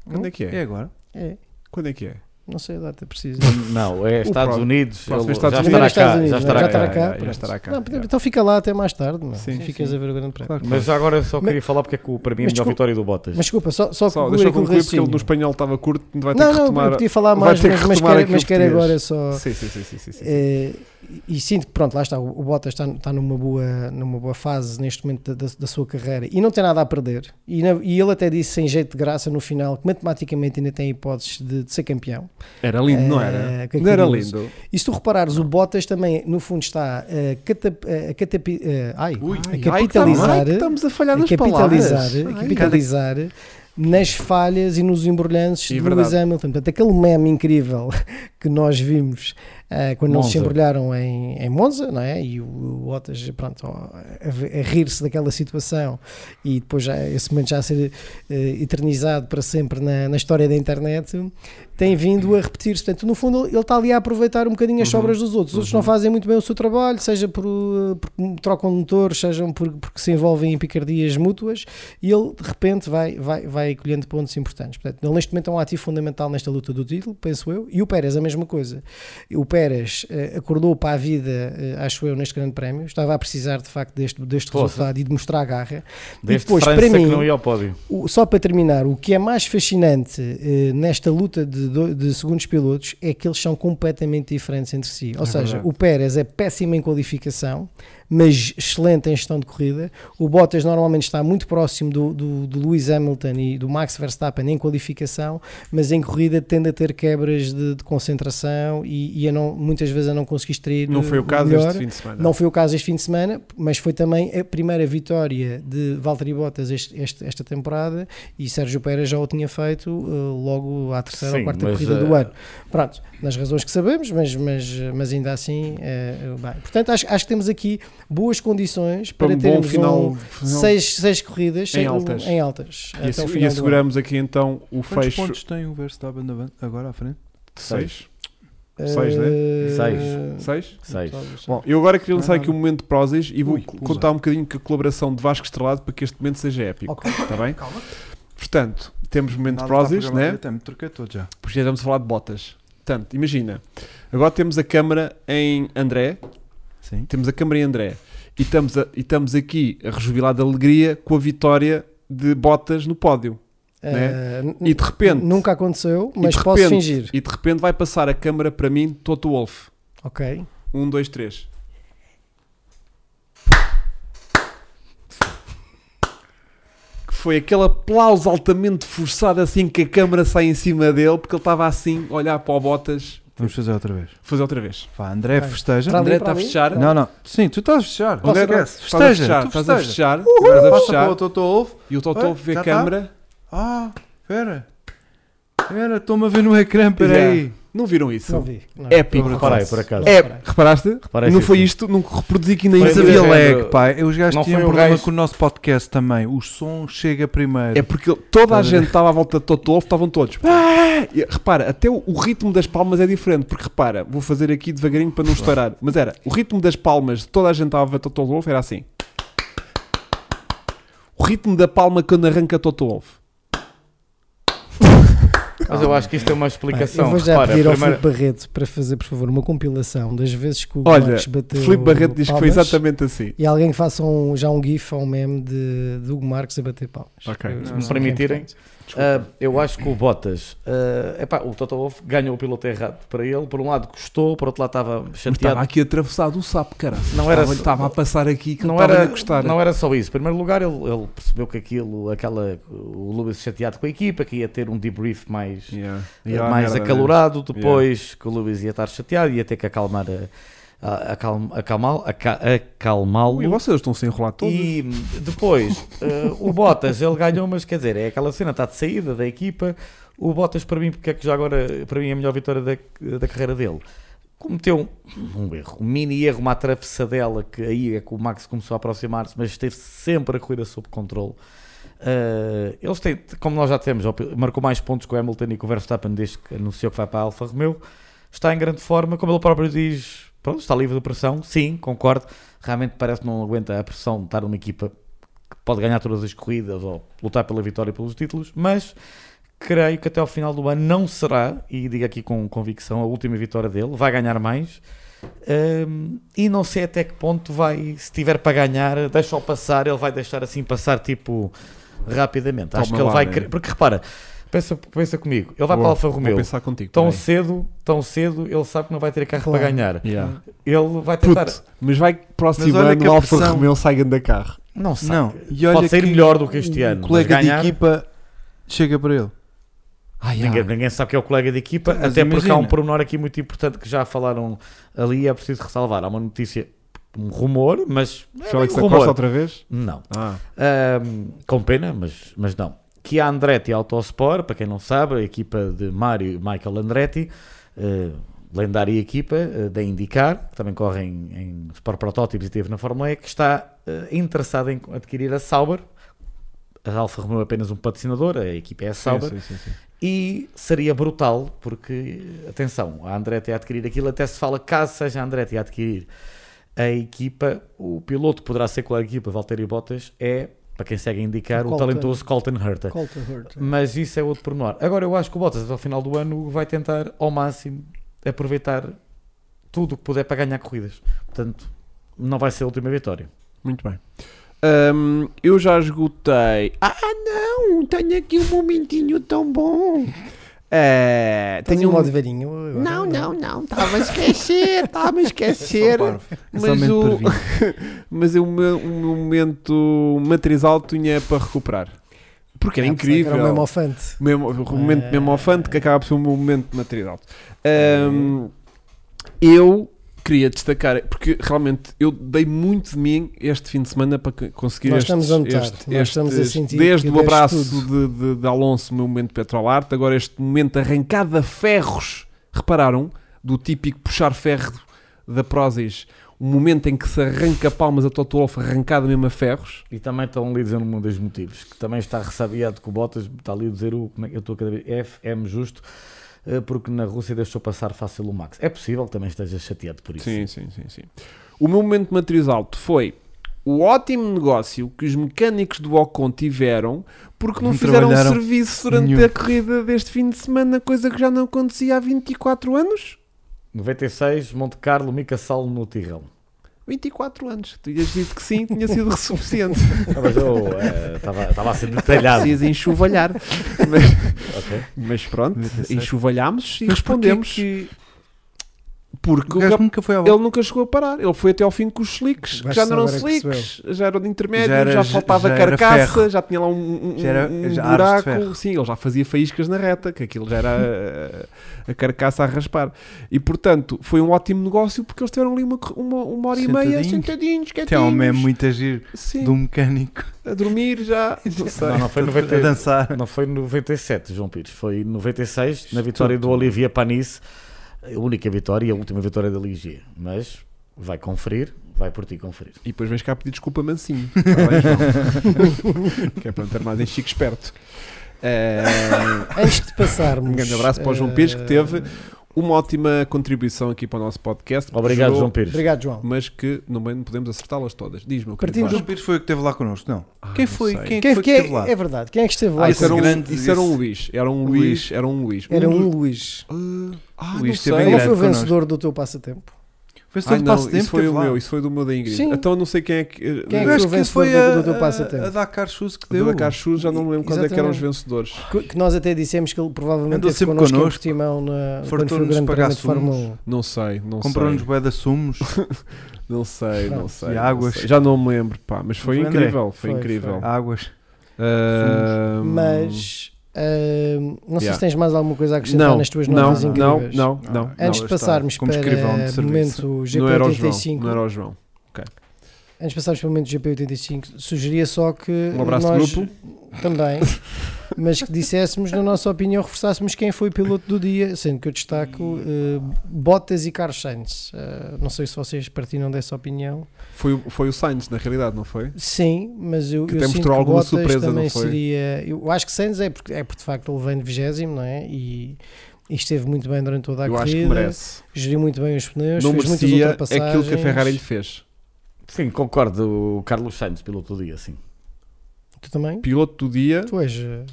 S3: Quando é que é?
S1: É agora?
S2: É,
S3: Quando é que é?
S2: não sei a data precisa.
S4: Não, é Estados
S3: próximo-
S4: Unidos.
S3: próximo é
S4: ele
S3: Estados
S4: já
S3: Unidos.
S4: estará
S2: Estados
S4: cá.
S2: Unidos,
S4: já
S2: não é? Já
S4: estará cá.
S2: estará cá,
S3: já, já estará cá.
S2: Não, então fica lá até mais tarde, não.
S3: Sim,
S2: Ficas
S1: sim.
S2: a ver o Grande Prémio.
S1: Claro que
S4: Mas agora eu só queria falar porque é que o- para mim é a
S2: Mas
S4: melhor
S2: desculpa-
S4: vitória do Bottas.
S2: Mas desculpa, só, só,
S3: Só,
S2: concluir
S3: deixa eu
S2: aqui o
S3: concluir porque ele
S2: raciocínio.
S3: no espanhol estava curto, vai ter
S2: Não,
S3: que
S2: não,
S3: retomar.
S2: eu podia falar
S3: vai
S2: mais,
S3: ter que
S2: mas, mas
S3: retomar
S2: quero,
S3: aquilo
S2: mas
S3: que
S2: quero
S3: tinhas.
S2: agora só.
S3: Sim, sim, sim, sim, sim, sim.
S2: eh, E, e sinto que, pronto, lá está, o, o Bottas está, está numa, boa, numa boa fase neste momento da, da- da sua carreira e não tem nada a perder. E, na- e ele até disse, sem jeito de graça, no final, que matematicamente ainda tem hipóteses de, de ser campeão.
S3: Era lindo, não
S2: Eh,
S3: era?
S2: o que é que
S3: não era
S2: eu digo?
S3: lindo.
S2: E se tu reparares, o Bottas também, no fundo, está eh, catap- eh, a, catapi- eh, ai,
S1: Ui,
S2: a
S3: Ai, que
S2: capitalizar.
S3: tam- ai, que estamos a falhar
S2: a
S3: nas
S2: É capitalizar,
S3: palavras.
S2: a
S3: Ai,
S2: capitalizar nas falhas e nos embrulhantes
S3: E
S2: de
S3: verdade.
S2: Lewis Hamilton. Portanto, aquele meme incrível que nós vimos ah, quando eles se
S4: Monza.
S2: embrulharam em, em Monza, não é? E o, o Bottas, pronto, ó, a, a rir-se daquela situação e depois já, esse momento já a ser eh, eternizado para sempre na, na história da internet, tem vindo a repetir-se. Portanto, no fundo, ele está ali a aproveitar um bocadinho as
S3: Uhum.
S2: sobras dos outros. Os outros não fazem muito bem o seu trabalho, seja por, eh, porque trocam de motores, sejam por- porque se envolvem em picardias mútuas, e ele de repente vai, vai, vai colhendo pontos importantes. Portanto, ele neste momento é um ativo fundamental nesta luta do título, penso eu, e o Pérez a mesma coisa. O Pérez eh, acordou para a vida, eh, acho eu, neste grande prémio, estava a precisar de facto deste, deste
S4: Poça.
S2: resultado e de mostrar a garra.
S4: Desde
S2: depois,
S4: França
S2: para mim,
S4: que não ia ao pódio.
S2: O- Só para terminar, o que é mais fascinante eh, nesta luta de, do- de segundos pilotos é que eles são completamente diferentes entre si. Ou
S3: É
S2: seja,
S3: verdade.
S2: o Pérez é péssimo em qualificação, mas excelente em gestão de corrida. O Bottas normalmente está muito próximo do, do, do Lewis Hamilton e do Max Verstappen em qualificação, mas em corrida tende a ter quebras de, de concentração e, e a não, muitas vezes a não conseguir extrair
S3: Não
S2: eh,
S3: foi o caso
S2: melhor.
S3: este fim de semana.
S2: Não foi o caso este fim de semana, mas foi também a primeira vitória de Valtteri Bottas este- este- esta temporada e Sérgio Pérez já o tinha feito eh, logo à terceira ou
S4: Sim,
S2: quarta
S4: mas,
S2: corrida do
S4: eh,
S2: ano. Pronto, nas razões que sabemos, mas, mas, mas ainda assim, eh, bem. Portanto, acho, acho que temos aqui boas condições para,
S3: Para um bom
S2: termos
S3: final.
S2: um
S3: final.
S2: seis, seis corridas
S3: Em
S2: seis-
S3: altas.
S2: em altas
S3: E
S2: até o
S3: assu- e
S2: final do ano.
S3: asseguramos aqui então o
S1: Quantos
S3: fecho
S1: pontos tem o Verstappen avan- agora à frente?
S3: de 6.
S2: Eh,
S3: seis, né?
S4: Seis.
S3: 6?
S4: Seis.
S3: Bom, eu agora queria
S1: Não é
S3: lançar aqui
S1: nada.
S3: um momento de prosas e vou
S1: Ui,
S3: co-
S1: pula.
S3: contar um bocadinho com a colaboração de Vasco Estrelado para que este momento seja épico.
S2: Ok.
S3: Está bem?
S1: Calma.
S3: Portanto, temos momento de
S1: Nada
S3: prosas,
S1: está programado.
S3: né?
S1: Eu até me troquei todo já.
S3: porque já estamos a falar de botas. Portanto, imagina, agora temos a câmara em André,
S1: Sim.
S3: temos a câmara em André, e estamos, a- e estamos aqui a rejubilar de alegria com a vitória de botas no pódio.
S2: Eh,
S3: Né? E de repente,
S2: Nunca aconteceu,
S3: e
S2: mas
S3: de
S2: posso
S3: repente-
S2: fingir.
S3: E de repente vai passar a câmara para mim, Toto Wolff.
S2: Ok.
S3: Um, dois, três. Que foi aquele aplauso altamente forçado assim que a câmara sai em cima dele, porque ele estava assim, a olhar para o Botas.
S1: Vamos fazer outra vez.
S3: Fazer outra vez.
S1: Vá, André,
S2: Ok.
S1: festeja.
S2: Para ali,
S3: André
S2: para
S3: está a
S2: ali.
S3: fechar.
S1: Não, não. Sim, tu estás a fechar. é
S3: André,
S1: Não esquece.
S3: estás a
S1: Festeja.
S3: fechar,
S1: tu
S3: estás a
S1: festeja.
S3: fechar, estás a
S1: Passa
S3: fechar.
S1: para o Toto Wolff.
S3: E o Totó
S1: Oi,
S3: vê
S1: já
S3: a
S1: tá?
S3: câmara.
S1: Ah, pera. Pera, estou-me a ver no ecrã, pera aí.
S3: Não viram isso?
S2: Não vi. Não.
S3: É Épico.
S4: Reparei, por acaso.
S3: É, reparaste?
S4: Reparei
S3: não
S4: sim,
S3: foi
S4: sim.
S3: isto, não reproduzi aqui nem
S4: Mas
S1: Mas
S3: isso.
S4: Foi
S1: havia
S4: do
S1: lag,
S4: género.
S1: é pá. Os gajos
S4: Não
S1: tinham
S4: foi
S1: um
S4: o
S1: problema
S4: gajo.
S1: com o nosso podcast também. O som chega primeiro.
S3: É porque ele- toda a
S1: Estás a
S3: gente estava à volta de Toto Wolff, estavam todos. "Ah!" E, Repara, até o, o ritmo das palmas é diferente, porque repara, vou fazer aqui devagarinho para não estourar. Mas era, o ritmo das palmas de toda a gente estava a ver Toto Wolff era assim. O ritmo da palma quando arranca Toto Wolff.
S4: Mas eu acho que isto é uma
S2: Bem,
S4: explicação.
S2: eu vou já
S4: Repara,
S2: pedir ao
S4: primeiro-
S2: Filipe Barreto para fazer, por favor, uma compilação das vezes que o
S3: Olha,
S2: Marques bateu.
S3: Filipe Barreto diz que foi
S2: palmas
S3: exatamente assim.
S2: E alguém que faça um- já um GIF ou um meme de, de Hugo Marques a bater palmas.
S3: Ok.
S2: Eu-
S3: Se
S2: eu sei
S4: me
S2: que é
S4: permitirem.
S2: importante.
S4: Ah, eu acho que o Bottas, ah, epá, o Toto Wolff ganhou o piloto errado para ele. Por um lado gostou, por outro lado estava
S3: Estava
S4: chateado.
S3: aqui atravessado o sapo, cara.
S4: Não era-
S3: estava a passar aqui que
S4: Não
S3: estava
S4: era,
S3: a gostar.
S4: não era só isso. Em primeiro lugar, ele, ele percebeu que aquilo, aquela, o Lewis chateado com a equipa, que ia ter um debrief mais,
S3: Yeah.
S4: eh,
S3: Yeah,
S4: mais
S3: merda, né?
S4: acalorado. Depois que o Luís ia estar chateado, ia ter que acalmar a, a, acalm- acalmá-lo- aca- acalmá-lo.
S3: Ui, vocês estão sem enrolar todos.
S4: E hum, depois eh, o Bottas ele ganhou, mas quer dizer, é aquela cena, está de saída da equipa. O Bottas, para mim, porque é que já agora para mim é a melhor vitória da, da carreira dele. Cometeu um, um erro, um mini erro, uma atravessadela que aí é que o Max começou a aproximar-se, mas esteve sempre a corrida sob controle. Eh, eles têm, como nós já temos, marcou mais pontos com o Hamilton e com o Verstappen desde que anunciou que vai para a Alfa Romeo está em grande forma, como ele próprio diz, pronto, está livre de pressão, sim, concordo, realmente parece que não aguenta a pressão de estar numa equipa que pode ganhar todas as corridas ou lutar pela vitória e pelos títulos, mas creio que até ao final do ano não será, e digo aqui com convicção, a última vitória dele, vai ganhar mais, hum, e não sei até que ponto vai, se tiver para ganhar, deixa-o passar, ele vai deixar assim passar tipo rapidamente, acho
S3: Toma
S4: que ele
S3: lá,
S4: vai,
S3: né?
S4: querer- porque repara, Pensa, pensa comigo, ele vai
S3: Vou-
S4: para Alfa
S3: Vou
S4: Romeo.
S3: pensar contigo.
S4: Tão
S3: peraí.
S4: cedo, tão cedo, ele sabe que não vai ter carro
S2: Claro.
S4: para ganhar.
S3: Yeah.
S4: Ele vai tentar.
S3: Puto, mas vai que próximo
S1: Mas olha que
S3: ano
S1: a
S3: o Alfa
S1: pressão-
S3: Romeo sai da carro.
S4: Não sabe.
S1: Não, e olha
S4: Pode sair
S1: que
S4: melhor do que este ano.
S1: o
S4: mas
S1: colega
S4: ganhar,
S1: de equipa chega para ele.
S3: Ah, yeah.
S4: Ninguém, ninguém sabe que é o colega de equipa,
S1: Mas
S4: até porque há um
S1: imagina.
S4: pormenor aqui muito importante que já falaram ali e é preciso ressalvar. Há uma notícia, um rumor, mas. é
S3: Félix
S4: bem
S3: da
S4: um
S3: Costa
S4: rumor.
S3: outra vez?
S4: Não.
S3: Ah,
S4: Ahm, com pena, mas, mas não. Que a Andretti Autosport, para quem não sabe, a equipa de Mário e Michael Andretti, eh, lendária equipa eh, da IndyCar, que também corre em, em Sport Protótipos e teve na Fórmula E, que está eh, interessada em adquirir a Sauber. A Alfa Romeo é apenas um patrocinador, a equipa é a
S3: sim,
S4: Sauber.
S3: sim, sim, sim.
S4: E seria brutal, porque, atenção, a Andretti a adquirir aquilo, até se fala, caso seja a Andretti a adquirir a equipa, o piloto poderá ser com a equipa, Valtteri Bottas, é, para quem segue a indicar, o
S2: Colton.
S4: talentoso Colton Herta.
S2: Colton Hurt.
S4: Mas isso é outro pormenor. Agora, eu acho que o Bottas, até ao final do ano, vai tentar, ao máximo, aproveitar tudo o que puder para ganhar corridas. Portanto, não vai ser a última vitória.
S3: Muito bem. Ahm, eu já esgotei. Ah, não! Tenho aqui um momentinho tão bom. É,
S2: Tem
S3: tenho
S2: um
S3: um...
S2: modo velhinho. agora.
S3: Não, não, É um não. Estava a esquecer. Estava a esquecer. Mas,
S1: Somente
S3: o...
S1: parvinho.
S3: Mas o meu, o meu momento matrizal tinha para recuperar. Porque era
S2: Ah, pensava que
S3: incrível.
S2: Era o mesmo ofante.
S3: Memo- o momento
S2: Ah.
S3: memofante que acaba por ser um momento material.
S2: Uhum.
S3: Ahm, eu queria destacar, porque realmente eu dei muito de mim este fim de semana para co- conseguir
S2: Nós
S3: estes-
S2: estamos a notar,
S3: estes-
S2: nós estamos a
S3: estes-
S2: sentir
S3: desde
S2: que
S3: o
S2: deste
S3: abraço de,
S2: tudo.
S3: de, de Alonso, meu momento de Petrolarte, agora este momento de arrancada a ferros, repararam? Do típico puxar ferro da Prozis, o momento em que se arranca palmas a Toto Wolff arrancada mesmo a ferros.
S4: E também estão ali dizendo um dos motivos, que também está ressabiado com o Bottas, está ali a dizer o como é que eu estou cada vez FM justo, eh, porque na Rússia deixou passar fácil o Max. É possível que também esteja chateado por isso.
S3: Sim, sim, sim, sim. O meu momento de matriz alto foi o ótimo negócio que os mecânicos do Ocon tiveram porque não,
S1: Não
S3: fizeram
S1: trabalharam
S3: serviço durante
S1: nenhum.
S3: a corrida deste fim de semana, coisa que já não acontecia há 24 anos.
S4: 96, Monte Carlo, Mica Salo no Tirrão.
S3: 24 anos. Tu tinhas dito que sim, tinha sido suficiente.
S4: Ah, mas eu eh, estava estava a ser detalhado.
S3: Precisas enxovalhar. Mas,
S4: ok?
S3: mas pronto,
S1: Devia ter sido.
S3: enxovalhámos e
S1: Mas porquê
S3: respondemos.
S1: que
S3: Porque
S1: o
S3: o
S1: gajo
S3: Gap-
S1: nunca foi à bola.
S3: ele nunca chegou a parar. Ele foi até ao fim com os slicks, que
S2: Vai-se
S3: já não eram
S2: agora que
S3: slicks, já eram de intermédio, já,
S1: Já era-
S3: faltava
S1: já era
S3: carcaça,
S1: ferro.
S3: já tinha lá um, um,
S1: Já era-
S3: um
S1: já aros de
S3: buraco.
S1: ferro.
S3: Sim, ele já fazia faíscas na reta, que aquilo já era eh, a, a carcaça a raspar. E portanto, foi um ótimo negócio porque eles tiveram ali uma, cor- uma, uma hora e meia
S1: Sentadinhos.
S3: sentadinhos,
S1: tem um meme
S3: quietinhos,
S1: muito a giro
S3: sim,
S1: de um mecânico
S3: a dormir já. Não sei.
S4: Não, não foi
S1: a
S4: 90,
S1: dançar.
S4: não foi 97, João Pires, foi 96, na vitória do Olivia Panis, a única vitória e a última vitória da Ligia. Mas vai conferir, vai por ti conferir.
S3: E depois vens cá pedir desculpa mansinho. Tá bem, João? que é para não ter mais em Chico esperto. Eh,
S2: Antes de passarmos. eh,
S3: Um grande abraço para o João Pires, que teve uma ótima contribuição aqui para o nosso podcast. que
S4: Obrigado,
S3: gerou,
S4: João Pires.
S2: Obrigado, João.
S3: Mas que não, bem- não podemos acertá-las todas. Diz-me, é eu
S1: O
S2: Partindo
S1: João Pires foi o que esteve lá connosco, não? quem
S3: não
S1: foi?
S3: sei.
S1: Quem, é
S2: Quem
S1: que
S2: é,
S1: foi
S2: que
S1: que esteve lá?
S2: é, é verdade. Quem é que esteve lá?
S1: Ah,
S3: Isso era um,
S1: grande
S3: isso era um
S1: disse.
S3: Luís. Era um
S1: Luís.
S3: Luís. Era um Luís.
S2: Era
S3: dos-
S2: um Luís.
S3: Ah,
S1: Luís
S3: não
S1: teve
S3: sei.
S1: em
S2: Qual foi o
S1: connosco.
S2: vencedor do teu passatempo?
S1: Foi só
S3: Ai,
S1: de
S3: não,
S1: passo tempo
S3: isso
S1: que
S3: foi
S1: esteve
S3: o
S1: lá.
S3: meu, isso foi do meu da Ingrid.
S2: Sim.
S3: Então não sei quem é que.
S2: Quem é
S1: Eu
S2: que
S1: acho
S2: foi o
S1: que
S2: vencedor
S1: foi
S2: do-
S1: a,
S2: do- do
S1: a,
S2: passatempo?
S1: a Dakar Shoes que
S3: Do
S1: deu.
S3: Dakar Shoes, já não me lembro quando é que eram os
S2: Exatamente.
S3: vencedores.
S2: Que, que nós até dissemos que ele provavelmente
S1: Andou
S2: esteve
S1: sempre
S2: connosco, em
S1: connosco.
S2: Portimão na, quando foi o
S1: Fartou-nos
S2: grande
S1: pagar
S2: prémio de
S1: sumos.
S2: Fórmula
S3: Não sei, não
S1: Comprou-nos
S3: sei.
S1: bué de sumos.
S3: Não sei, não
S2: Pronto.
S3: sei.
S1: E
S3: não
S1: águas.
S3: sei. Já não me lembro, pá, mas foi
S1: Foi, André?
S3: incrível. Foi
S2: Foi,
S3: incrível.
S1: Águas.
S2: 1.
S3: Ahm,
S2: Mas ahm, não sei
S3: Um, Yeah.
S2: se tens mais alguma coisa a acrescentar
S3: não,
S2: nas tuas
S3: não,
S2: notas
S3: não,
S2: incríveis.
S3: não, não,
S1: Ah,
S3: não.
S2: Antes
S1: Não,
S2: de
S1: está.
S2: passarmos
S1: Como
S2: para
S1: escrivão de
S2: o
S1: serviço.
S2: momento
S3: Não era o João.
S2: GP85,
S3: Não era o João.
S2: antes de passarmos para o momento GP85, sugeria só que
S3: Um abraço de
S2: Eh, nós
S3: grupo.
S2: também, mas que dissessemos, na nossa opinião, reforçássemos quem foi o piloto do dia, sendo que eu destaco eh, Bottas e Carlos Sainz. Eh, não sei se vocês partiram dessa opinião.
S3: Foi, o- foi o Sainz, na realidade, não foi?
S2: Sim, mas eu,
S3: Que
S2: eu
S3: até
S2: sinto
S3: mostrou
S2: que
S3: alguma
S2: Bottas
S3: surpresa,
S2: também
S3: não foi?
S2: seria. Eu acho que Sainz é porque, é porque de facto ele vem de vigésimo, não é? E, e esteve muito bem durante toda a
S3: Eu acho que
S2: corrida,
S3: merece.
S2: geriu muito bem os pneus,
S3: não
S2: fez muitas
S3: merecia aquilo que a
S2: ultrapassagens.
S3: Ferrari lhe fez.
S4: Sim, concordo. O Carlos Sainz, piloto do dia, sim.
S2: Tu também?
S3: Piloto do dia
S2: Tu és. eh,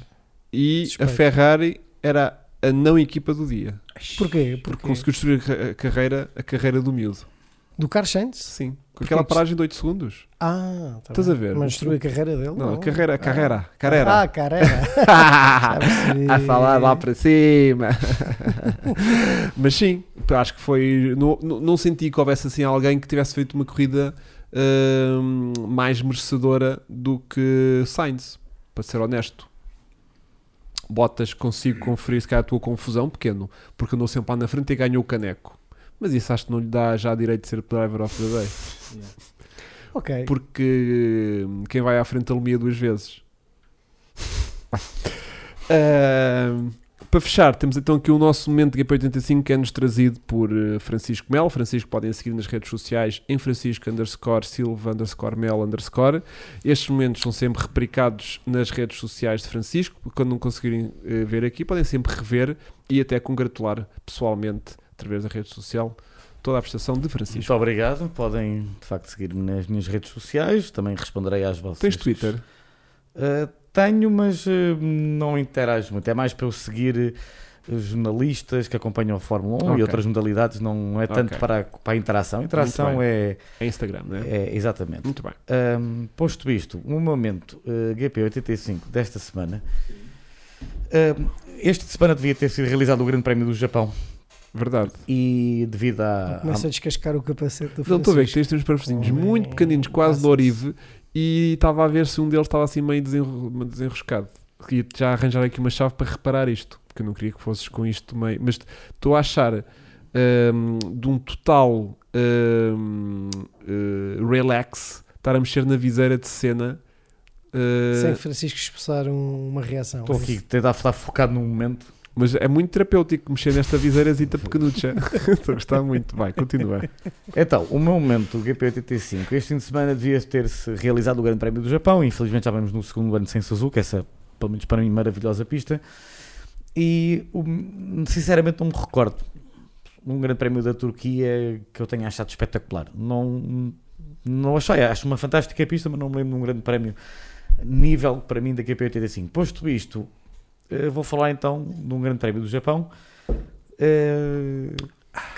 S3: e
S2: Suspeito.
S3: a Ferrari era a não equipa do dia.
S2: Porquê?
S3: Porque
S2: Porquê?
S3: conseguiu destruir a, ca- a carreira, a carreira do miúdo.
S2: Do Carlos Sainz?
S3: Sim. Com
S2: Porque
S3: aquela
S2: é que-
S3: paragem de 8 segundos.
S2: Ah, tá
S3: Estás
S2: bem.
S3: a ver?
S2: Mas destruiu a carreira dele?
S3: Não, carreira, carreira,
S2: Oh, Ah, ah
S3: carreira.
S2: carreira. Já percebi.
S3: a falar lá para cima. Mas sim, pá, acho que foi. Não, não- não senti que houvesse assim alguém que tivesse feito uma corrida hum, mais merecedora do que Sainz, para ser honesto. Botas, consigo conferir se calhar a tua confusão, pequeno, porque andou sempre lá na frente e ganhou o caneco. Mas isso acho que não lhe dá já direito de ser driver of the day.
S2: Ok.
S3: Porque hum, quem vai à frente alumia duas vezes. Ahm, para fechar, temos então aqui o nosso momento GP85 que é-nos trazido por eh, Francisco Mel. Francisco podem seguir nas redes sociais em Francisco underscore Silva underscore Mel underscore. Estes momentos são sempre replicados nas redes sociais de Francisco. Quando não conseguirem eh, ver aqui, podem sempre rever e até congratular pessoalmente através da rede social toda a prestação de Francisco.
S4: Muito obrigado. Podem, de facto, seguir-me nas minhas redes sociais. Também responderei às vossas.
S3: Tens Twitter?
S4: Uh, tenho, mas uh, não interajo muito. É mais para eu seguir uh, jornalistas que acompanham a Fórmula 1
S3: Ok.
S4: e outras modalidades. Não é tanto
S3: Ok.
S4: para, a, para a interação. Interação
S3: Muito
S4: é,
S3: É Instagram, não é?
S4: é. Exatamente.
S3: Muito bem.
S4: Um, posto isto, um momento uh, GP85 desta semana. Um, este semana devia ter sido realizado o Grande Prémio do Japão
S3: Verdade.
S4: e devido à, à
S2: Começa a descascar o capacete do
S3: Não estou a ver que
S2: Francisco.
S3: tens uns parafusinhos
S2: Oh,
S3: muito
S2: é.
S3: pequeninos, quase de
S2: Graças.
S3: Orive, e estava a ver se um deles estava assim meio desenro- desenroscado. Queria já arranjar aqui uma chave para reparar isto, porque eu não queria que fosses com isto meio. Mas estou a achar hum, de um total hum, eh, relax estar a mexer na viseira de cena. eh,
S2: Sem Francisco expressar um- uma reação.
S4: Estou aqui a tentar estar focado num momento.
S3: mas é muito terapêutico mexer nesta viseirazita pequenucha. é? Estou a gostar muito. Vai, continua.
S4: Então, o meu momento do GP85, este fim de semana devia ter-se realizado o Grande Prémio do Japão, infelizmente já vamos no segundo ano sem Suzuka, essa, pelo menos para mim, maravilhosa pista. E o- sinceramente não me recordo um Grande Prémio da Turquia que eu tenha achado espetacular. Não, não achei, acho uma fantástica pista, mas não me lembro de um Grande Prémio nível para mim da GP85. Posto isto, eh, vou falar então de um Grande Prémio do Japão. eh,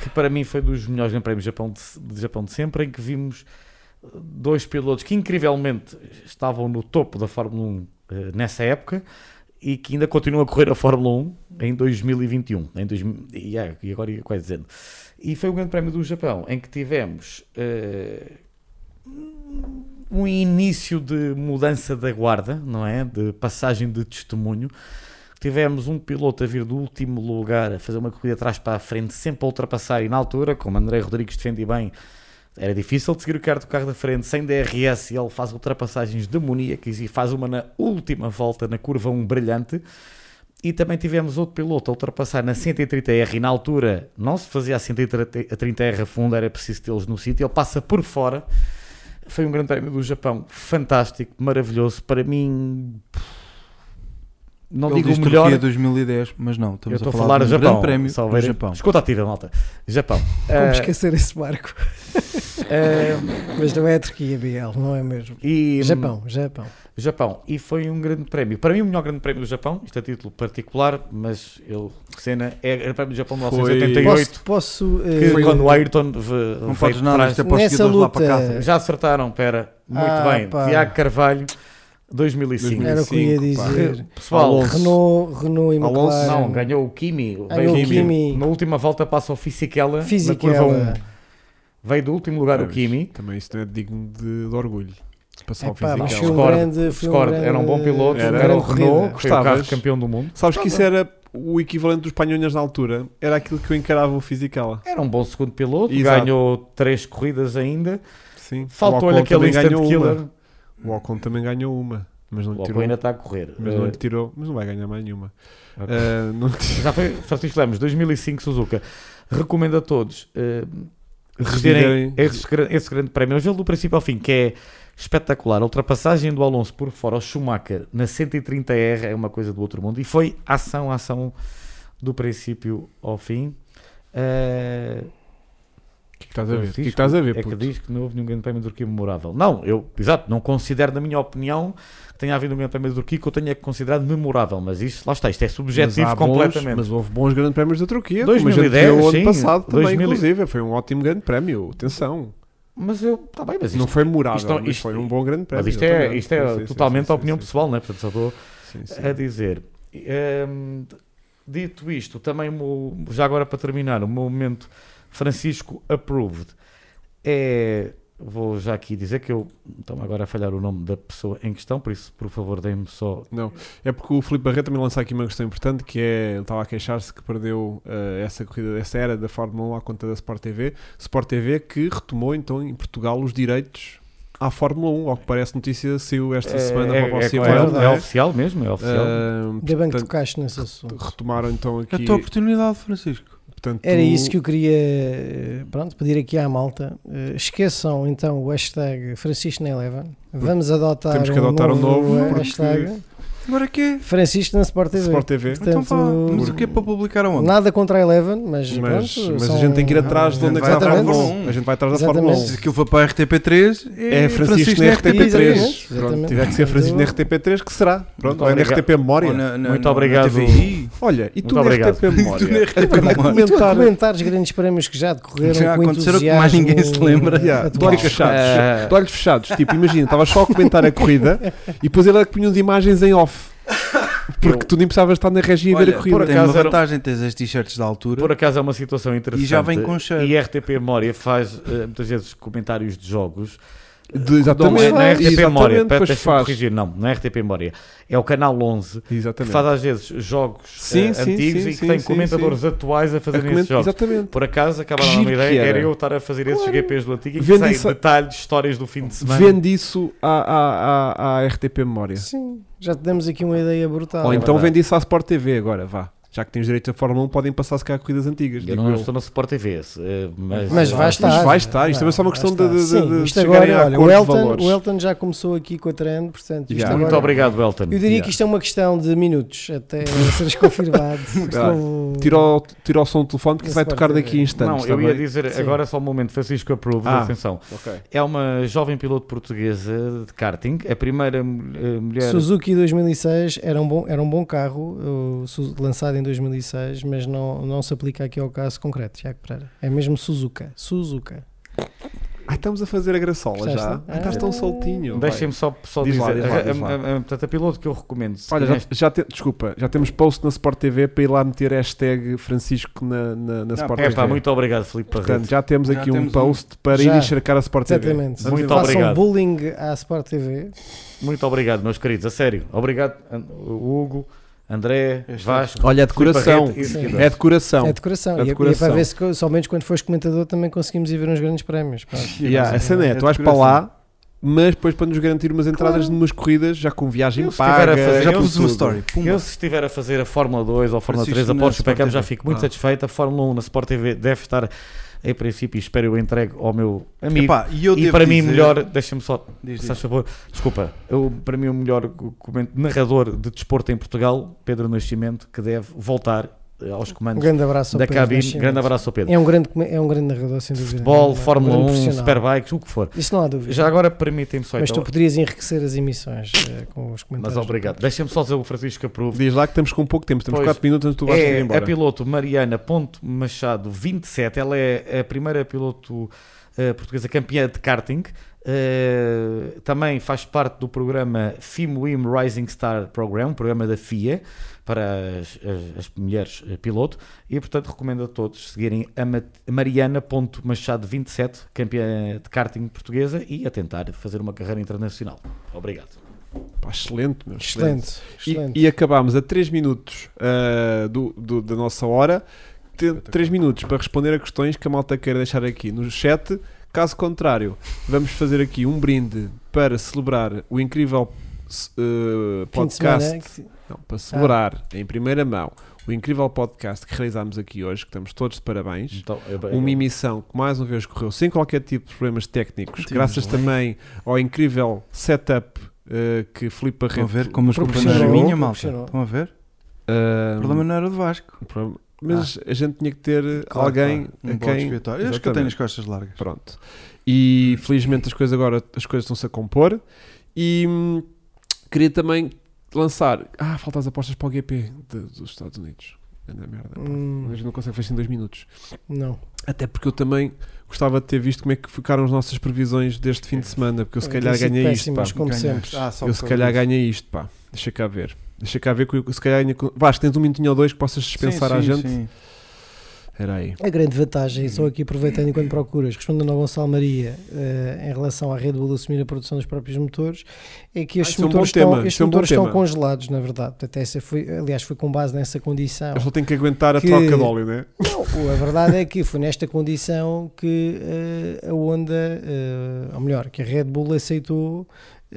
S4: que para mim foi dos melhores Grandes Prémios de Japão de, de Japão de sempre, em que vimos eh, dois pilotos que incrivelmente estavam no topo da Fórmula 1 eh, nessa época e que ainda continuam a correr a Fórmula 1 em 2021. Em 2000 e, é, e agora ia quase dizendo. E foi o Grande Prémio do Japão em que tivemos eh, um início de mudança da guarda, não é? De passagem de testemunho. Tivemos um piloto a vir do último lugar a fazer uma corrida atrás para a frente, sempre a ultrapassar, e na altura, como André Rodrigues defende bem, era difícil de seguir o carro do carro da frente sem DRS e ele faz ultrapassagens demoníacas e faz uma na última volta na curva 1 brilhante. E também tivemos outro piloto a ultrapassar na 130R e na altura não se fazia a 130R a fundo, era preciso tê-los no sítio. Ele passa por fora. Foi um grande prémio do Japão fantástico, maravilhoso. Para mim, não
S1: Ele
S4: digo
S1: diz
S4: o melhor.
S1: Turquia 2010, mas não,
S4: Eu
S1: estamos
S4: estou
S1: a falar, de um
S4: Japão.
S1: grande prémio
S4: só
S1: do
S4: ver-
S1: Japão.
S4: Escuta ativa, malta. Japão.
S2: Como
S4: Ah,
S2: esquecer esse barco.
S4: ah,
S2: Mas não é a Turquia, BL, não é mesmo?
S3: Hum.
S4: e,
S2: Japão, Japão.
S4: Japão. E foi um grande prémio. Para mim, o melhor grande prémio do Japão. Isto é título particular, mas eu, cena, é o grande prémio do Japão de
S3: Foi-
S2: Posso,
S4: 1988.
S2: posso eh,
S4: Que quando o Ayrton ve-
S1: Não
S4: veio
S1: podes nada,
S4: atrás-
S1: isto é para os
S2: Nessa
S1: seguidores lá
S2: luta-
S1: para casa.
S4: Já acertaram, pera. Muito
S2: Ah,
S4: bem.
S2: pá.
S4: Tiago Carvalho, 2005.
S2: era o que eu ia
S3: 2005, pá.
S2: dizer.
S4: Pessoal,
S2: Renault, Renault e
S4: Alonso
S2: McLaren.
S4: não, ganhou o Kimi.
S2: Ganhou o
S4: Veio-
S2: Kimi.
S4: Na última volta passa o Fisichella. Na curva
S2: Fisichella.
S4: 1. Veio do último lugar
S3: Ah,
S4: o
S3: mas
S4: Kimi.
S3: Também isso não é digno de, de orgulho. Passar É o
S2: Epá, mas
S3: Fisichella.
S2: foi um
S4: Discordo,
S2: grande. Foi
S4: Discordo,
S2: um grande
S4: era um bom piloto,
S3: Era.
S4: era, o
S2: grande
S4: Renault,
S2: corrida.
S4: que foi o carro
S3: Gostavas?
S4: campeão do mundo.
S3: Sabes que isso era o equivalente dos panhonhas na altura? Era aquilo que eu encarava o Fisichella.
S4: Era um bom segundo piloto,
S3: Exato.
S4: ganhou três corridas ainda.
S3: Sim.
S4: Faltou-lhe
S3: O Ocon
S4: aquele
S3: também
S4: instant
S3: ganhou
S4: killer.
S3: Uma. O Ocon também ganhou uma, mas não
S4: O
S3: lhe
S4: Ocon
S3: tirou.
S4: ainda está a correr.
S3: Mas não é.
S4: Eh,
S3: lhe tirou, mas não vai ganhar mais nenhuma.
S4: ok.
S3: Ah, não lhe-
S4: Já foi Francisco Lemos, 2005 Suzuka. Recomendo a todos eh,
S3: Reviverem.
S4: revirem esse, gra- esse grande prémio. Mas vê-lo do princípio ao fim, que é espetacular. A ultrapassagem do Alonso por fora ao Schumacher na 130R é uma coisa do outro mundo. E foi ação, ação do princípio ao fim. Eh,
S3: que é que estás a ver? O que é que
S4: Francisco
S3: estás a ver,
S4: É que
S3: puto?
S4: diz que não houve nenhum grande prémio do Turquia memorável. Não, eu, exato, não considero, na minha opinião, que tenha havido um grande prémio do Turquia que eu tenha considerado memorável, mas isto, lá está, isto é subjetivo
S3: Mas há bons-
S4: completamente.
S3: mas houve bons grandes prémios da Turquia.
S4: 2010,
S3: como a gente viu
S4: sim,
S3: ano passado também,
S4: 2000.
S3: inclusive. Foi um ótimo grande prémio. Atenção.
S4: Mas eu, está bem, mas isto,
S3: não foi memorável,
S4: isto-
S3: mas
S4: isto-
S3: foi um bom grande prémio.
S4: mas isto é,
S3: exatamente.
S4: isto é
S3: Sim, sim, sim,
S4: totalmente
S3: sim,
S4: a opinião Eh,
S3: sim,
S4: pessoal, não é? Portanto, só estou
S3: sim, sim.
S4: a dizer. Hum, dito isto, também, o meu- já agora para terminar, o meu momento Francisco Approved é. Vou já aqui dizer que eu. Então, agora a falhar o nome da pessoa em questão, por isso, por favor, deem-me só
S3: Não, é porque o Filipe Barreto também lança aqui uma questão importante que é, ele estava a queixar-se que perdeu eh, essa corrida, essa era da Fórmula 1 à conta da Sport TV, Sport TV que retomou então em Portugal os direitos à Fórmula 1, ao que parece notícia saiu esta semana
S4: é,
S3: para o
S4: é,
S3: Possível,
S4: é,
S2: claro,
S3: não
S4: é
S3: é?
S4: oficial mesmo, é oficial.
S3: Ahm,
S2: Da banco
S3: portanto,
S2: do Caixo nesse assunto.
S3: retomaram então
S1: É
S3: aqui
S1: a tua oportunidade, Francisco.
S3: portanto,
S2: Era isso que eu queria eh, pronto, pedir aqui à malta. Eh, Esqueçam então o hashtag Francisco na Eleven. Vamos adotar,
S3: Temos que adotar
S2: um
S3: um
S2: novo,
S3: novo,
S2: eh,
S3: porque-
S2: hashtag
S1: Agora é quê?
S2: Francisco na Sport TV.
S3: Sport TV
S1: Então vá,
S2: Portanto,
S1: mas o que é para publicar aonde?
S2: Nada contra a Eleven, mas,
S3: mas,
S2: pronto,
S3: mas a
S2: são-
S3: gente tem que ir atrás de onde é que está a
S2: Exatamente.
S3: Fórmula 1 a gente vai atrás da Fórmula 1
S2: Exatamente.
S1: Se aquilo foi para a RTP3, é,
S3: é Francisco, na
S2: Exatamente,
S3: RTP3
S2: exatamente.
S3: Pronto,
S2: Então,
S3: tiver que ser Francisco na
S2: Portanto-
S3: RTP3 que será, pronto,
S4: Muito
S3: ou na
S4: obrigado.
S3: RTP Memória
S1: Ou na- na-
S4: Muito
S1: na- na
S4: obrigado.
S1: TVI.
S3: Olha, e
S4: Muito
S3: tu na
S4: obrigado.
S3: RTP Memória.
S1: Tu na
S2: É
S1: RTP
S3: a
S1: Memória.
S2: E tu a
S3: comentar.
S2: comentar os grandes prémios que já decorreram
S1: Já
S2: com
S1: aconteceram que mais
S2: entusiasmo
S1: ninguém se lembra.
S3: Yeah, de
S2: atual.
S3: olhos fechados.
S4: Ah.
S3: De olhos fechados. Tipo, imagina, estava só a comentar a corrida e depois ele é que punha as imagens em off. Porque tu nem precisavas estar na regia a ver
S1: Olha,
S3: a corrida.
S1: tem
S4: acaso
S1: uma
S4: era-
S1: vantagem, tens as t-shirts da altura.
S4: Por acaso é uma situação interessante.
S1: E já vem com cheiro.
S4: E a RTP Memória faz eh, muitas vezes comentários de jogos.
S3: De-
S4: Não é
S3: um exatamente.
S4: na RTP Memória,
S3: exatamente,
S4: para
S3: depois
S4: deixa-me
S3: faz.
S4: corrigir, não, não é RTP Memória. É o canal 11 que
S3: Exatamente.
S4: faz às vezes jogos eh,
S3: Sim, sim,
S4: antigos
S3: sim,
S4: e que
S3: sim,
S4: tem
S3: sim,
S4: comentadores atuais a
S3: A
S4: fazerem
S3: coment-
S4: esses jogos.
S3: Exatamente.
S4: Por acaso
S3: Que
S4: acabaram
S3: giro
S4: uma
S3: que
S4: ideia,
S3: era.
S4: era. eu estar a fazer esses GPs do antigo e que
S3: Vendo
S4: saem
S3: isso a-
S4: detalhes, histórias do fim de semana.
S3: Vende isso à, à, à, à RTP Memória.
S2: Sim, já te demos aqui uma ideia brutal.
S3: Ou
S4: é
S3: então
S4: verdade.
S3: vende isso à Sport TV agora, vá. Já que tens direito à Fórmula 1, podem passar se calhar corridas antigas.
S4: Eu
S3: digo
S4: não
S3: eu.
S4: estou na Sport TV, eh, mas,
S2: Mas vai estar.
S3: vai estar, isto
S2: Vai,
S3: é só uma
S2: vai
S3: questão
S2: estar.
S3: de- de- de-
S2: Sim,
S3: de
S2: isto
S3: chegarem a
S2: agora, olha,
S3: acordo
S2: o
S3: de
S2: Elton,
S3: valores.
S2: o Elton já começou aqui com a trend, portanto, isto
S3: Yeah.
S2: agora-
S4: Muito obrigado, Elton.
S2: Eu diria
S3: Yeah.
S2: que isto é uma questão de minutos até seres confirmado.
S3: Claro. Tira o, tira o som do telefone porque
S2: Esse
S3: isso vai
S2: Sport
S3: tocar
S2: TV.
S3: daqui a instantes.
S4: Não,
S3: está
S4: eu ia
S3: bem?
S4: dizer
S2: Sim.
S4: agora só um momento, Francisco Approves,
S3: Ah.
S4: atenção.
S3: Ok.
S4: É uma jovem piloto portuguesa de karting, a primeira mu- eh, mulher.
S2: Suzuki 2006 era um bom, era um bom carro, o Su- lançado em 2006, mas não, não se aplica aqui ao caso concreto, Tiago Pereira. É mesmo Suzuka. Suzuka.
S3: Ai, estamos a fazer a graçola
S2: Gostaste?
S3: já. Ah, estás tão soltinho. vai.
S4: Deixem-me só, só
S3: Diz
S4: dizer.
S3: lá, diz lá, diz lá.
S4: a, a- a- portanto, a piloto que eu recomendo. se
S3: Olha, já,
S4: quiseres-
S3: já te- desculpa, já temos post na Sport TV para ir lá meter hashtag Francisco na, na, na Sport
S4: é
S3: TV.
S4: pá, muito obrigado, Filipe
S3: Portanto,
S4: Parreto.
S3: já temos
S1: Já
S3: aqui um
S1: temos
S3: post para
S2: Já.
S3: ir encharcar a Sport TV.
S2: Exatamente.
S4: Muito
S2: Façam
S4: obrigado.
S2: bullying à Sport TV.
S4: Muito obrigado, meus queridos, a sério. Obrigado, An- Hugo, André,
S1: Este
S4: Vasco.
S3: Olha, é de
S4: Filipe
S3: coração.
S4: Barreto e
S2: Sim.
S4: Filipe.
S3: É de coração.
S2: é decoração.
S3: é
S2: E- E, é
S3: decoração.
S2: para ver se, co- somente quando fores comentador, também conseguimos ir ver uns grandes prémios. Pronto.
S3: Yeah, a cena é,
S1: É de
S3: tu vais para
S1: coração.
S3: lá, mas depois para nos garantir umas entradas de umas corridas, já com viagem
S4: Eu, se
S3: paga.
S4: tiver a fazer-
S1: Já
S4: eu
S1: pus
S3: tudo.
S1: uma story. Pumba.
S4: Eu, se estiver a fazer a Fórmula 2 ou a Fórmula
S1: Francisco
S4: 3,
S1: na
S3: é
S4: após o
S1: Sport
S4: Specam, já
S1: TV.
S4: fico muito
S1: Ah.
S4: satisfeito. A Fórmula 1 na Sport TV deve estar, em princípio, e espero eu entregue ao meu amigo.
S1: Epá, e eu
S4: e
S1: devo
S4: para mim,
S1: dizer-
S4: melhor, deixa-me só,
S1: Diz,
S4: se
S1: diz.
S4: faz favor, desculpa, eu, para mim, o melhor comento- narrador de desporto em Portugal, Pedro Nascimento, que deve voltar eh, aos
S2: Um
S4: comandos
S2: grande abraço ao
S4: da
S2: Pedro
S4: cabine.
S2: Nascimento.
S4: Grande abraço ao Pedro.
S2: É um grande, come- é um grande narrador, sem dúvida.
S4: Futebol,
S2: nenhuma. Um
S4: Fórmula
S2: grande
S4: 1,
S2: profissional.
S4: Superbikes, o que for.
S2: Isso não há dúvida.
S4: Já agora, permitem-me só,
S2: mas
S4: então,
S2: tu poderias enriquecer as emissões eh, com os comentários.
S4: mas obrigado. Deixa-me só dizer o Francisco Aprovo.
S3: Diz lá que estamos com pouco tempo, temos
S4: Pois.
S3: 4 minutos antes tu vais ir
S4: é a
S3: embora.
S4: piloto Mariana Ponto Machado, 27. Ela é a primeira piloto eh, portuguesa campeã de karting. Eh, também faz parte do programa FIMWIM Rising Star Program, um programa da FIA para as, as- as mulheres eh, piloto. E portanto recomendo a todos seguirem a Ma- Mariana Ponto Machado, 27, campeã de karting portuguesa e a tentar fazer uma carreira internacional. Obrigado.
S3: Pá, excelente, meu.
S2: Excelente,
S3: E-
S2: excelente.
S3: E, acabámos a 3 minutos ah, do, do- da nossa hora. 3 minutos para responder a questões que a malta queira deixar aqui no chat. Caso contrário, vamos fazer aqui um brinde para celebrar o incrível s- ah,
S2: Fim de semana,
S3: podcast.
S2: que-
S3: Não, para celebrar em primeira mão o incrível podcast que realizámos aqui hoje, que estamos todos de parabéns
S4: Então, eu-
S3: uma emissão que mais uma vez correu sem qualquer tipo de problemas técnicos,
S1: Tivemos
S3: graças
S1: bem.
S3: também ao incrível setup eh, que Filipe
S1: Estão a
S3: Barreto.
S1: ver como as culpas não
S2: Proporcionou,
S1: eram minha, malta?
S2: proporcionou.
S1: Estão a ver?
S3: Ahm,
S1: O problema não era do Vasco.
S3: o problema- mas a gente tinha que ter
S1: Claro,
S3: alguém
S1: claro, um
S3: a
S1: bode
S3: quem.
S1: expiatório. Eu acho que eu tenho
S3: Exatamente.
S1: as costas largas.
S3: Pronto. E felizmente as coisas agora as coisas estão-se a compor. E hum, queria também lançar. Ah, faltam as apostas para o GP de- dos Estados Unidos. Anda merda. pá.
S2: Hum,
S3: A gente não consegue fazer isso em dois minutos.
S2: não.
S3: Até porque eu também gostava de ter visto como é que ficaram as nossas previsões deste fim de semana, porque eu se
S2: É,
S3: calhar
S2: tem sido
S3: ganhei isto, pá.
S2: péssimas, Como
S1: Ganhaste.
S2: sempre.
S1: Ah, só
S3: Eu
S1: por
S3: se
S1: causa
S3: calhar
S1: disso.
S3: ganhei isto, pá. Deixa cá ver. Deixa cá ver que eu- se calhar ainda... con- Vá, se tens um minutinho ou dois que possas dispensar
S1: Sim,
S3: à
S1: sim,
S3: gente.
S1: sim.
S3: Era aí.
S2: A grande vantagem, só aqui aproveitando enquanto procuras, respondendo ao Gonçalo Maria eh, em relação à Red Bull assumir a produção dos próprios motores, é que estes
S3: isso é um bom
S2: motores,
S3: tema,
S2: estão, estes
S3: isso é um bom
S2: motores estão
S3: tema.
S2: congelados, na verdade. Portanto, essa foi, aliás, foi com base nessa condição.
S3: Eu só tenho que aguentar a
S2: Que-
S3: troca de óleo, né?
S2: Não, a verdade é que foi nesta condição que eh, a Honda, eh, ou melhor, que a Red Bull aceitou